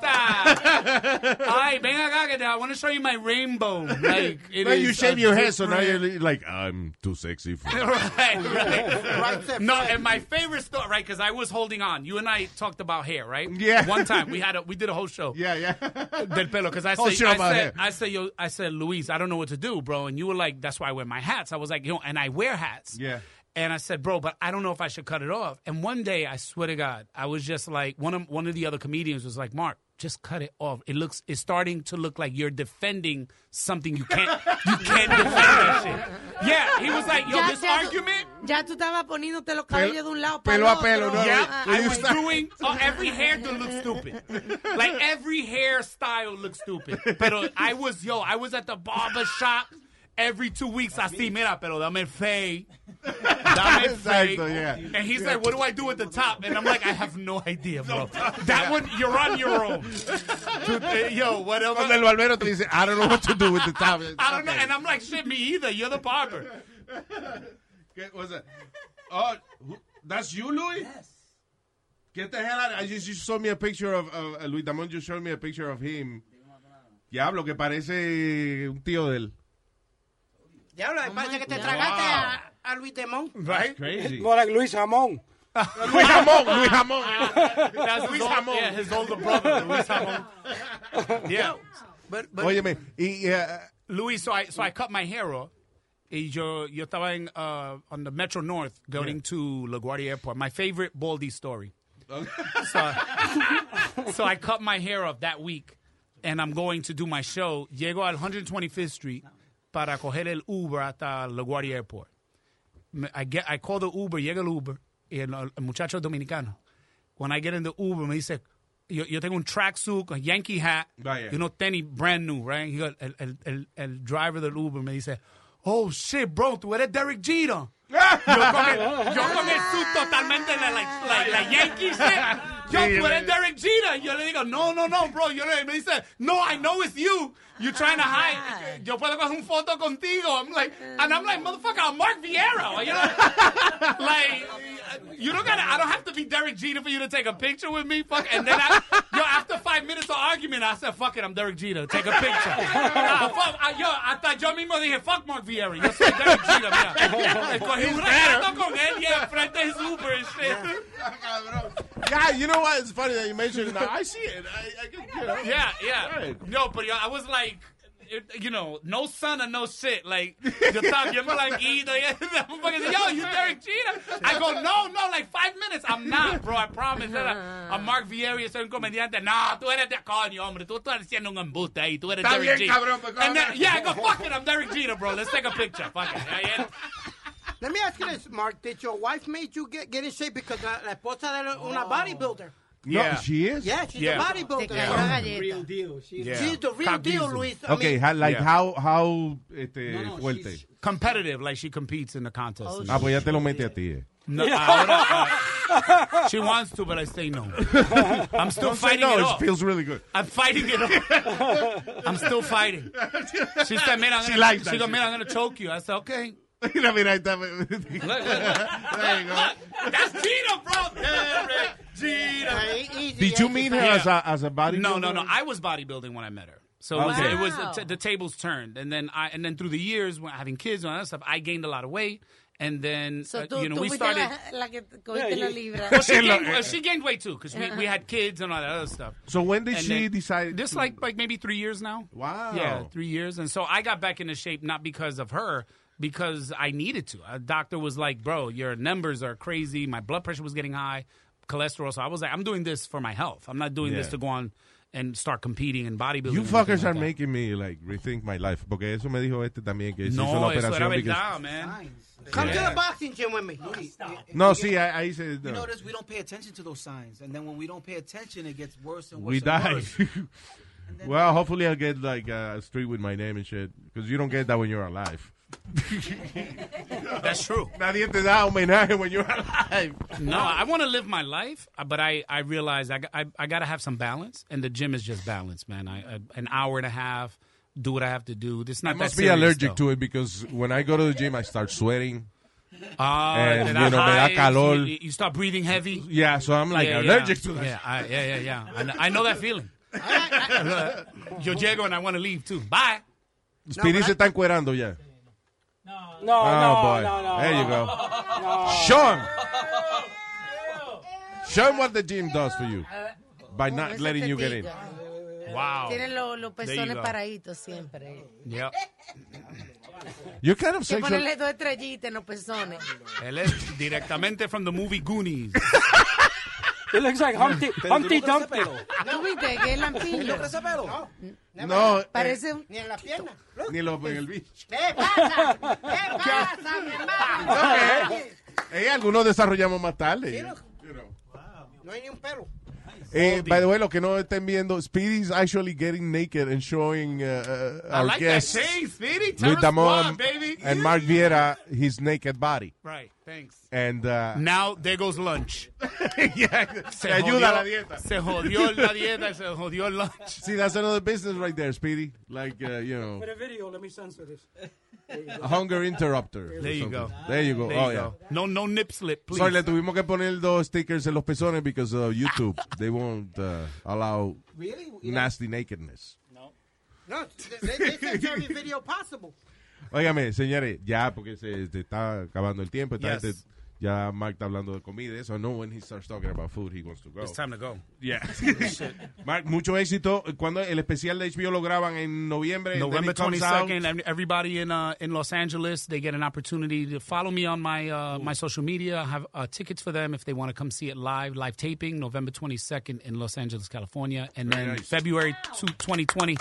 Speaker 4: <laughs>
Speaker 9: that. All right, ven acá que te, I want to show you my rainbow.
Speaker 4: <laughs>
Speaker 9: Like, it
Speaker 4: Now you
Speaker 9: is
Speaker 4: shave
Speaker 9: a
Speaker 4: your hair, so now
Speaker 9: different- <laughs>
Speaker 4: you're li- like, I'm too sexy for
Speaker 9: right, right. no, and my favorite story, right? Because I was holding on. You and I talked about hair, right?
Speaker 4: Yeah.
Speaker 9: One time
Speaker 4: <laughs>
Speaker 9: we had a we did a whole show.
Speaker 4: Yeah, yeah.
Speaker 9: <laughs> Del pelo, because I
Speaker 4: Whole
Speaker 9: said,
Speaker 4: show
Speaker 9: I
Speaker 4: about
Speaker 9: said,
Speaker 4: hair.
Speaker 9: I said, yo, I said, Luis, I don't know what to do, bro. And you were like, that's why I wear my hats. I was like, yo, and I wear hats.
Speaker 4: Yeah.
Speaker 9: And I said, bro, but I don't know if I should cut it off. And one day, I swear to God, I was just like, one of one of the other comedians was like, Mark, just cut it off. It looks, it's starting to look like you're defending something you can't, you can't defend that shit. Yeah, he was like, yo,
Speaker 8: Ya
Speaker 9: this
Speaker 8: te-
Speaker 9: argument.
Speaker 8: Ya tú estabas poniéndote los cabellos de un lado para
Speaker 9: Pelo
Speaker 8: el
Speaker 9: a
Speaker 8: otro.
Speaker 9: pelo, no. Yeah,
Speaker 8: Ah,
Speaker 9: I was doing uh, every hairdo looked stupid. Like every hairstyle looked stupid. Pero I was yo, I was at the barber shop every two weeks. I see, mira, pero dame el fade, <laughs> dame el fade.
Speaker 4: Exacto, yeah.
Speaker 9: And he's like, what do I do at the top? And I'm like, I have <laughs> no idea, bro. That one, you're on your own. Dude, eh, yo, whatever.
Speaker 4: Cuando el barbero te dice, I don't know what to do with the top.
Speaker 9: <laughs> I don't know. And I'm like, shit, me either. You're the barber.
Speaker 4: ¿Qué cosa? Oh, who- that's you, Louis? Yes. Get the hell out of I just, you saw me a picture of, of uh, Luis Damon just showed me a picture of him. Diablo, que parece un tío de él.
Speaker 7: Diablo, me parece que te
Speaker 4: God.
Speaker 7: tragaste
Speaker 4: Wow.
Speaker 7: a, a Luis Demón.
Speaker 4: Right? Crazy.
Speaker 26: More like Luis Jamón.
Speaker 4: Luis Jamón, Luis Jamón.
Speaker 9: That's
Speaker 4: Luis
Speaker 9: his old-
Speaker 4: Jamón.
Speaker 9: Yeah, his older brother, Luis Jamón. <laughs> Yeah.
Speaker 7: But,
Speaker 4: Óyeme, y, uh,
Speaker 9: Luis, so I so I cut my hair off. Y yo, yo estaba en, uh, on the Metro North going to LaGuardia Airport. My favorite Baldy story. so, so I cut my hair off that week, and I'm going to do my show. Llego al 125th Street para coger el Uber hasta LaGuardia Airport. Me- I get, I call the Uber, llega el Uber, y el, el muchacho es dominicano. When I get in the Uber, me dice, yo, yo tengo un tracksuit, a Yankee hat,
Speaker 4: Vaya.
Speaker 9: y unos tenis brand new, right? He go- el, el, el, el driver del Uber me dice, oh shit, bro, tú eres Derek Jeter. Yo con el, yo con el suit totalmente la, la, la, la Yankee shit. Yo,
Speaker 4: Sí,
Speaker 9: tú
Speaker 4: man.
Speaker 9: eres Derek Jeter. Yo le digo, no, no, no, bro. Yo le, me dice, no, I know it's you. You're trying to hide. Yo puedo coger un foto contigo. I'm like, and I'm like, motherfucker, I'm Mark Vieira. You know? <laughs> like, you don't gotta, I don't have to be Derek Jeter for you to take a picture with me. Fuck. And then I, yo, after five minutes of argument, I said, fuck it, I'm Derek Jeter. Take a picture. nah, fuck, I, yo, hasta yo mismo dije, fuck Mark Vieira. Yo soy Derek Jeter, mira. Cogí una foto con él y enfrente de su Uber and shit.
Speaker 4: uh, yeah, you know what? It's funny that you mentioned that. I see it. I, I can, you know.
Speaker 9: Yeah, yeah.
Speaker 4: Right.
Speaker 9: No, but yeah, I was like, it- you know, no son or no shit. Like, yo estaba bien blanquito. y <laughs> that motherfucker said, Yo, you Derek Jeter. I go, no, no, like five minutes. I'm not, bro. I promise. Era- I'm Mark Vieri, yo soy un comediante. No, tú eres de coño, hombre. Tú estás haciendo un embuste ahí. Tú eres
Speaker 4: Está bien,
Speaker 9: Derek Jeter.
Speaker 4: cabrón, pero
Speaker 9: And then-
Speaker 4: cabrón.
Speaker 9: yeah, I go, fuck it, I'm Derek Jeter, bro. Let's take a picture. Fuck
Speaker 7: <laughs>
Speaker 9: it. Yeah, yeah.
Speaker 7: Let me ask you this, Mark. Did your wife made you get, get in shape because la, la esposa de la- una bodybuilder?
Speaker 4: No,
Speaker 9: Yeah.
Speaker 4: she is?
Speaker 7: Yeah, she's
Speaker 9: Yeah.
Speaker 7: a bodybuilder.
Speaker 8: Te cayó la galleta.
Speaker 6: Real deal. She's
Speaker 9: Yeah.
Speaker 7: She's the real
Speaker 9: Cock
Speaker 7: deal,
Speaker 9: diesel.
Speaker 7: Luis. I
Speaker 4: Okay,
Speaker 7: mean,
Speaker 4: how, like,
Speaker 9: Yeah.
Speaker 4: how, how, este,
Speaker 6: no,
Speaker 4: fuerte.
Speaker 9: Competitive, like she competes in the contest.
Speaker 8: Oh,
Speaker 4: Ah, pues ya te lo mete a ti, eh.
Speaker 9: No, I
Speaker 4: <laughs>
Speaker 9: don't- she wants to, but I say no. I'm still
Speaker 4: Don't say
Speaker 9: fighting
Speaker 4: no,
Speaker 9: it
Speaker 4: it
Speaker 9: off.
Speaker 4: feels really
Speaker 9: <laughs>
Speaker 4: good.
Speaker 9: I'm fighting it.
Speaker 4: <laughs>
Speaker 9: off. I'm still fighting. She said, "Man, I'm
Speaker 4: She
Speaker 9: gonna."
Speaker 4: likes
Speaker 9: she
Speaker 4: that
Speaker 9: go,
Speaker 4: shit.
Speaker 9: "Man, I'm gonna choke you." I said, "Okay."
Speaker 4: <laughs> Mira, mira, ahí está. <laughs> There you go.
Speaker 9: That's Gina, bro. Derek, Gina.
Speaker 4: Did you meet her as a, as a body?
Speaker 9: No, no, no. I was bodybuilding when I met her. So it was,
Speaker 4: Okay.
Speaker 9: it was
Speaker 4: Wow.
Speaker 9: the, t- the tables turned, and then I and then through the years, when having kids and all that stuff, I gained a lot of weight, and then uh,
Speaker 8: So tú,
Speaker 9: you know
Speaker 8: tú
Speaker 9: we
Speaker 8: fuiste
Speaker 9: started.
Speaker 8: la, la que cogiste la
Speaker 9: <laughs>
Speaker 8: libra.
Speaker 4: <laughs>
Speaker 9: Well, she, gained, uh, she gained weight too because we, we had kids and all that other stuff.
Speaker 4: So when did
Speaker 9: And
Speaker 4: she
Speaker 9: then-
Speaker 4: decide?
Speaker 9: This
Speaker 4: to-
Speaker 9: like like maybe three years now.
Speaker 4: Wow.
Speaker 9: Yeah, three years, and so I got back into shape not because of her, because I needed to. A doctor was like, "Bro, your numbers are crazy. My blood pressure was getting high, cholesterol." So I was like, "I'm doing this for my health. I'm not doing this
Speaker 4: Yeah.
Speaker 9: to go on and start competing in bodybuilding."
Speaker 4: You
Speaker 9: and stuff
Speaker 4: fuckers
Speaker 9: like
Speaker 4: are
Speaker 9: that.
Speaker 4: making me like rethink my life. Porque eso me dijo este también que se hizo
Speaker 9: No,
Speaker 4: la
Speaker 9: eso era
Speaker 4: operación.
Speaker 9: verdad,
Speaker 4: because-
Speaker 9: man.
Speaker 7: Come to
Speaker 4: Yeah.
Speaker 7: the boxing gym with me.
Speaker 4: No, sí, ahí ahí se.
Speaker 6: You
Speaker 4: no.
Speaker 6: notice we don't pay attention to those signs, and then when we don't pay attention, it gets worse and worse.
Speaker 4: We
Speaker 6: and
Speaker 4: die. <laughs>
Speaker 9: <laughs>
Speaker 6: worse.
Speaker 4: well, hopefully I'll get like uh, a street with my name and shit. Because you don't get that when you're alive.
Speaker 9: That's true.
Speaker 4: Nadie te da homenaje when you're alive.
Speaker 9: No, I want to live my life, uh, but I I realize I, g- I, got to have some balance, and the gym is just balance, man. I, I an hour and a half, do what I have to do. It's not
Speaker 4: I
Speaker 9: that
Speaker 4: must be
Speaker 9: serious,
Speaker 4: allergic
Speaker 9: though.
Speaker 4: to it because when I go to the gym, I start sweating.
Speaker 9: Ah,
Speaker 4: and,
Speaker 9: te
Speaker 4: you
Speaker 9: da
Speaker 4: know, me da
Speaker 9: hives,
Speaker 4: calor.
Speaker 9: You, you start breathing heavy.
Speaker 4: <laughs> Yeah, so I'm like
Speaker 9: Yeah,
Speaker 4: allergic to
Speaker 9: yeah.
Speaker 4: that.
Speaker 9: Yeah, I, yeah, yeah, yeah. I know, I know that feeling. <laughs> Yo llego and I want to leave too. Bye.
Speaker 4: Speedy se está encuerando ya.
Speaker 10: No,
Speaker 4: oh, boy.
Speaker 10: no, no.
Speaker 4: There you go.
Speaker 10: No.
Speaker 4: Sean! Show him what the gym does for you by not letting you get in.
Speaker 9: Wow.
Speaker 8: Tienen los, los
Speaker 4: There you
Speaker 8: pezones
Speaker 4: go.
Speaker 8: paraditos siempre.
Speaker 9: Yep.
Speaker 4: You're kind
Speaker 8: Hay
Speaker 4: of
Speaker 8: que
Speaker 4: sexual.
Speaker 8: ponerle dos estrellitas en los pezones.
Speaker 9: Él es directamente from the movie Goonies.
Speaker 10: It looks like Humpty, Humpty Dumpty.
Speaker 8: ¿Tú viste que es lampiño?
Speaker 10: ¿Loco ese
Speaker 7: Oh,
Speaker 6: pelo?
Speaker 4: No, eh,
Speaker 8: Parece un...
Speaker 7: Ni en las piernas.
Speaker 4: Ni lo en el bicho.
Speaker 7: ¿Qué pasa? ¿Qué <laughs> pasa, mi hermano?
Speaker 4: Eh, algunos desarrollamos más tarde.
Speaker 7: No hay ni un pelo.
Speaker 4: Eh, by the way, lo que no estén viendo, Speedy's actually getting naked and showing uh, uh,
Speaker 9: I
Speaker 4: our
Speaker 9: like that
Speaker 4: guests,
Speaker 9: shade, Speedy. Tell
Speaker 4: Luis
Speaker 9: us
Speaker 4: Damón
Speaker 9: what, baby.
Speaker 4: and Mark Viera, his naked body.
Speaker 9: Right, thanks.
Speaker 4: And uh,
Speaker 9: Now there
Speaker 4: <laughs>
Speaker 9: goes lunch. se
Speaker 4: te ayuda
Speaker 9: jodió-
Speaker 4: la dieta.
Speaker 9: Se jodió
Speaker 4: <laughs>
Speaker 9: la dieta, se jodió el lunch.
Speaker 4: see, that's another business right there, Speedy. Like uh, you know,
Speaker 10: For the video, let me censor this.
Speaker 4: a hunger interrupter. or
Speaker 9: There you
Speaker 4: something.
Speaker 9: go.
Speaker 4: There you go.
Speaker 9: There
Speaker 4: oh
Speaker 9: you
Speaker 4: yeah.
Speaker 9: go. No, no nip slip, please.
Speaker 4: Sorry, le tuvimos que poner dos stickers en los pezones because of YouTube. They won't uh, allow
Speaker 7: Really?
Speaker 4: nasty nakedness.
Speaker 7: No, they, they censor every video possible.
Speaker 4: Óigame, señores, ya porque se, se está acabando el tiempo. esta
Speaker 9: Yes.
Speaker 4: gente- ya Mark está hablando de comida y eso. No, when he starts talking about food, he wants to go.
Speaker 9: It's time to go. <laughs>
Speaker 4: Yeah. Mark, mucho éxito. Cuando el especial de HBO lo graban en noviembre. and then
Speaker 9: November
Speaker 4: it comes
Speaker 9: 22nd,
Speaker 4: out.
Speaker 9: and everybody in uh, in Los Angeles, they get an opportunity to follow me on my uh, my social media. I have uh, tickets for them if they want to come see it live, live taping, November 22nd in Los Angeles, California. And
Speaker 4: Very
Speaker 9: then
Speaker 4: nice.
Speaker 9: February 2, 2020,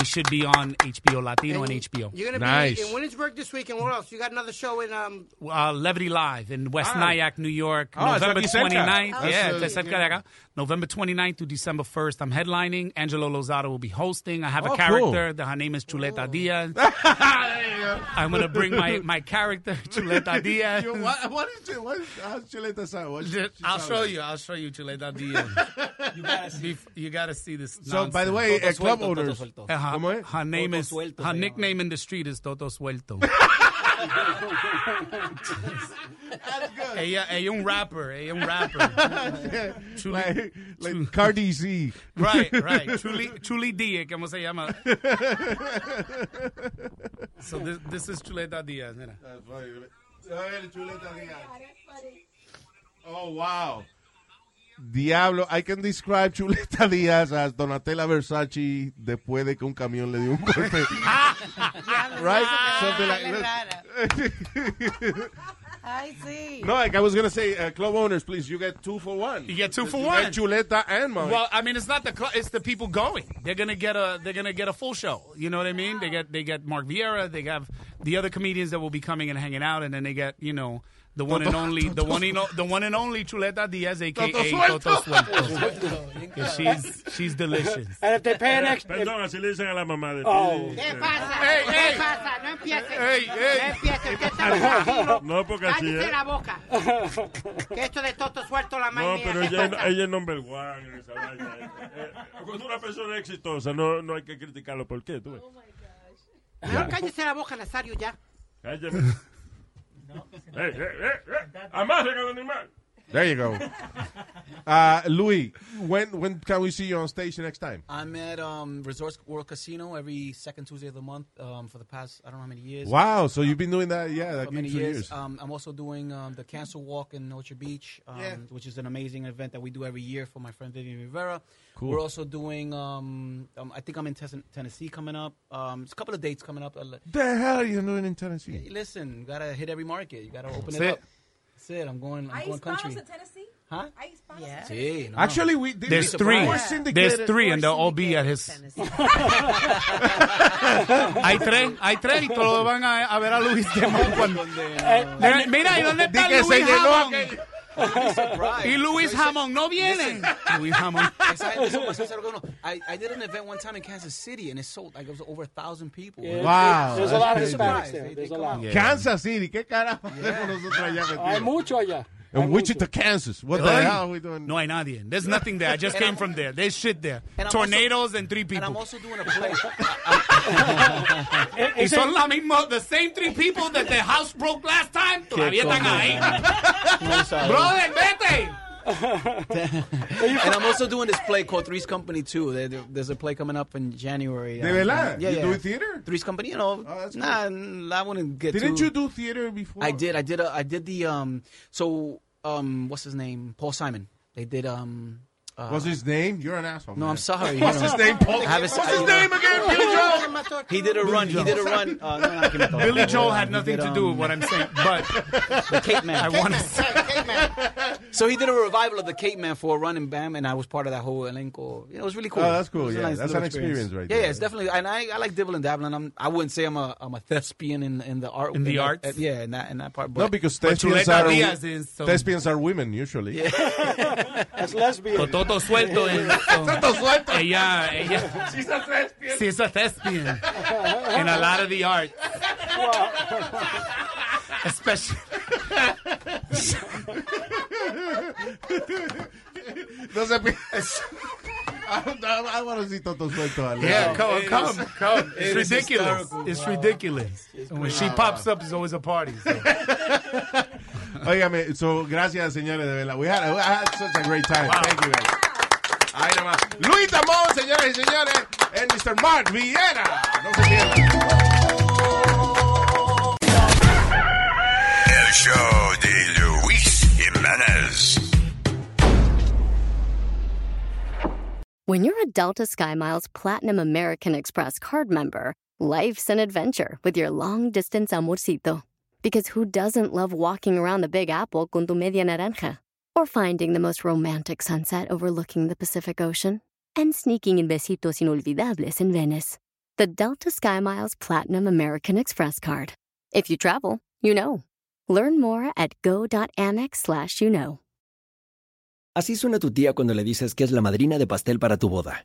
Speaker 9: we should be on HBO Latino and, HBO.
Speaker 7: You're gonna be in Williamsburg this week, and what else? You got another show in um.
Speaker 9: uh, Levity Live in West
Speaker 7: All right.
Speaker 9: Nyack, New York,
Speaker 7: Oh, it's
Speaker 9: November
Speaker 7: aquí cerca.
Speaker 9: 29th.
Speaker 7: That's,
Speaker 9: yeah,
Speaker 7: uh,
Speaker 9: it's cerca de acá. November 29th to December 1st. I'm headlining. Angelo Lozado will be hosting. I have
Speaker 4: Oh,
Speaker 9: a character. that Her name is Chuleta Diaz. <laughs> I'm going to bring my, my <laughs> character,
Speaker 4: <laughs>
Speaker 9: Chuleta Diaz.
Speaker 4: Yo, what, what is it? What is, how's Chuleta sound? What she- she
Speaker 9: I'll
Speaker 4: sound
Speaker 9: show
Speaker 4: like?
Speaker 9: you. I'll show you <laughs> Chuleta Diaz. you gotta see. You gotta see this.
Speaker 4: So, by the
Speaker 9: nonsense.
Speaker 4: way, Toto uh, club Suelto, Toto owners- Suelto.
Speaker 9: Uh-huh.
Speaker 4: ¿Cómo es?
Speaker 9: Her name
Speaker 4: Toto
Speaker 9: is.
Speaker 4: Suelto
Speaker 9: her
Speaker 4: se
Speaker 9: nickname in the street is Toto Suelto. ella, ella un rapper. Ella un rapper. Chuli,
Speaker 4: Like, like Cardi Z.
Speaker 9: right, right. Chuli, Chuli Diaz, ¿cómo se
Speaker 4: <laughs>
Speaker 9: llama? so this, this is Chuleta Diaz. Mira.
Speaker 4: Oh, wow. Diablo, I can describe Chuleta <laughs> Díaz as Donatella Versace después de que un camión le dio un golpe.
Speaker 8: <laughs>
Speaker 4: right? Something like
Speaker 8: Ay, sí.
Speaker 4: No, like I was going to say, uh, club owners, please, you get two for one. You
Speaker 9: get two for
Speaker 4: get
Speaker 9: one.
Speaker 4: Chuleta and Mike.
Speaker 9: Well, I mean, it's not the cl- it's the people going. They're gonna get a they're gonna get a full show. You know what I mean? They get they get Mark Vieira. They have the other comedians that will be coming and hanging out, and then they get you know the one and only the one and o- the one and only Chuleta Diaz, aka
Speaker 10: Toto
Speaker 9: Toto
Speaker 10: Suelto.
Speaker 9: Suelto. Yeah, she's she's delicious.
Speaker 10: And if they pay an extra...
Speaker 27: Perdón, así le dicen a la mamá de
Speaker 10: Oh.
Speaker 7: ¿Qué pasa?
Speaker 9: Ey,
Speaker 7: ¿Qué
Speaker 9: ey.
Speaker 7: pasa? No empieces.
Speaker 9: Ey, ey.
Speaker 7: No empieces. Usted está <laughs> tranquilo.
Speaker 27: No, porque así
Speaker 7: Cállese
Speaker 27: es.
Speaker 7: la boca. Que esto de Toto suelto la mano.
Speaker 27: No, eh, pero ella, ella es number one en esa vaina. Eh, Cuando una persona es exitosa, no, no hay que criticarlo. ¿Por qué? Tú ves.
Speaker 7: No, cállese la boca, Nazario, ya.
Speaker 27: Cállame.
Speaker 7: Eh, eh, eh, eh. Amarren al animal.
Speaker 4: There you go. Uh, Louis, when when can we see you on stage next time?
Speaker 6: I'm at um, Resorts World Casino every second Tuesday of the month um, for the past I don't know how many years.
Speaker 4: Wow, so you've been doing that, yeah,
Speaker 6: for
Speaker 4: like in
Speaker 6: many
Speaker 4: two
Speaker 6: years.
Speaker 4: years.
Speaker 6: Um, I'm also doing um, the Cancer Walk in Ultra Beach, um,
Speaker 28: Yeah.
Speaker 6: which is an amazing event that we do every year for my friend Vivian Rivera.
Speaker 28: Cool.
Speaker 6: We're also doing, um, um, I think I'm in Tes- Tennessee coming up. Um, it's a couple of dates coming up. Uh,
Speaker 4: The hell are you doing in Tennessee?
Speaker 6: Listen, you gotta hit every market. You gotta open
Speaker 4: That's
Speaker 6: it,
Speaker 4: it.
Speaker 6: up. That's it. I'm going. I'm
Speaker 12: Hay
Speaker 6: going country.
Speaker 12: hispanos en Tennessee?
Speaker 6: Huh?
Speaker 12: Hay hispanos en
Speaker 6: Yeah.
Speaker 12: Tennessee?
Speaker 6: Sí, no.
Speaker 4: Actually, we did
Speaker 9: There's
Speaker 4: we-
Speaker 9: three.
Speaker 4: we're syndicated-
Speaker 9: There's three, and they'll all be at his. <laughs> hay tres, hay tres, y todos van a, a ver a Luis de Mon cuando- Eh, mira, mira, ¿y dónde
Speaker 29: Di
Speaker 9: está
Speaker 29: que se
Speaker 9: Luis
Speaker 29: llenó
Speaker 9: Jamón?
Speaker 29: aquel-
Speaker 9: Y Luis Jamón no viene. Luis Jamón.
Speaker 6: Esa gente son bastante algunos. I, I did an event one time in Kansas City and it sold like it was over a thousand people.
Speaker 4: Yeah, Wow,
Speaker 10: There's a lot of
Speaker 4: that's
Speaker 10: Hispanics
Speaker 6: crazy.
Speaker 10: there. There's a lot.
Speaker 4: Yeah. Kansas City, qué carajo hacemos nosotros allá
Speaker 10: Hay
Speaker 4: metidos?
Speaker 10: mucho allá.
Speaker 4: En Wichita, Kansas. What the
Speaker 9: Ay,
Speaker 6: ah,
Speaker 4: hell?
Speaker 9: No hay nadie. There's nothing there. I just came from there. There's shit there.
Speaker 6: And I'm
Speaker 9: Tornadoes and three
Speaker 6: And I'm
Speaker 9: people.
Speaker 6: also doing
Speaker 4: <laughs>
Speaker 6: a play.
Speaker 9: Y son la misma, the same three people that the house broke last time. Todavía están ahí. Brother, vete.
Speaker 6: and I'm also doing this play called Three's Company too. There- there- There's a play coming up in January. Um,
Speaker 4: De verdad?
Speaker 6: Yeah,
Speaker 4: You
Speaker 6: yeah.
Speaker 4: doing theater?
Speaker 6: Three's Company, you know. nah, n- I wouldn't get.
Speaker 4: Didn't
Speaker 6: too-
Speaker 4: you do theater before?
Speaker 6: I did. I did. A, I did the um. So um, what's his name? Paul Simon. They did um. Uh,
Speaker 4: What's his name? You're an asshole.
Speaker 6: No,
Speaker 4: man.
Speaker 6: I'm sorry.
Speaker 4: What's
Speaker 6: you know.
Speaker 4: his name? Paul?
Speaker 6: I haven't-
Speaker 4: What's
Speaker 6: I-
Speaker 4: his name again? Billy Joel.
Speaker 6: He did a run. He did a run. Uh, no, not Kimmy Joel.
Speaker 9: Billy Joel had
Speaker 6: He
Speaker 9: nothing
Speaker 6: did,
Speaker 9: to do
Speaker 6: um,
Speaker 9: with what I'm saying, but
Speaker 6: the Cape Man.
Speaker 9: <laughs> I want to.
Speaker 6: So he did a revival of the Cape Man for a run and bam, and I was part of that whole elenco. You know, it was really cool.
Speaker 4: Oh, that's cool,
Speaker 6: It was a
Speaker 4: yeah. That's
Speaker 6: little
Speaker 4: an experience right
Speaker 6: yeah,
Speaker 4: there.
Speaker 6: Yeah, it's definitely. And I, I like dibbling dabbling. I'm, I wouldn't say I'm a, I'm a thespian in, in the art.
Speaker 9: In the
Speaker 6: that-
Speaker 9: arts?
Speaker 6: uh, yeah, in that, in that part. But,
Speaker 4: No, because
Speaker 9: But
Speaker 4: thespians
Speaker 9: Chuleta
Speaker 4: are,
Speaker 9: Diaz is so-
Speaker 4: thespians are women usually.
Speaker 10: That's lesbian.
Speaker 9: Toto suelto. en-
Speaker 4: Toto suelto.
Speaker 9: Ella, ella.
Speaker 7: She's a thespian.
Speaker 9: She's a thespian. In a lot of the art. <laughs> Especially.
Speaker 4: No se pi- <laughs> I, I, I want to see Toto Suelto. at
Speaker 9: Yeah,
Speaker 4: least.
Speaker 9: come, come, <laughs> come. It's
Speaker 4: It is
Speaker 9: ridiculous.
Speaker 4: hysterical.
Speaker 9: It's ridiculous. And when she
Speaker 4: crazy.
Speaker 9: pops up, it's always a party. so.
Speaker 4: Óigame, so, gracias, señores, de verdad. We had, we had such a great time. Thank you, guys. Ahí nomás. Luis Tamón, señoras y señores, and Mr. Mark Villena. No se pierdan.
Speaker 30: El show de Luis Jiménez.
Speaker 8: When you're a Delta SkyMiles Platinum American Express card member, life's an adventure with your long distance amorcito. Because who doesn't love walking around the Big Apple con tu media naranja? Or finding the most romantic sunset overlooking the Pacific Ocean? And sneaking in besitos inolvidables in Venice. The Delta SkyMiles Platinum American Express card. If you travel, you know. Learn more at go.amex slash you know.
Speaker 31: Así suena tu tía cuando le dices que es la madrina de pastel para tu boda.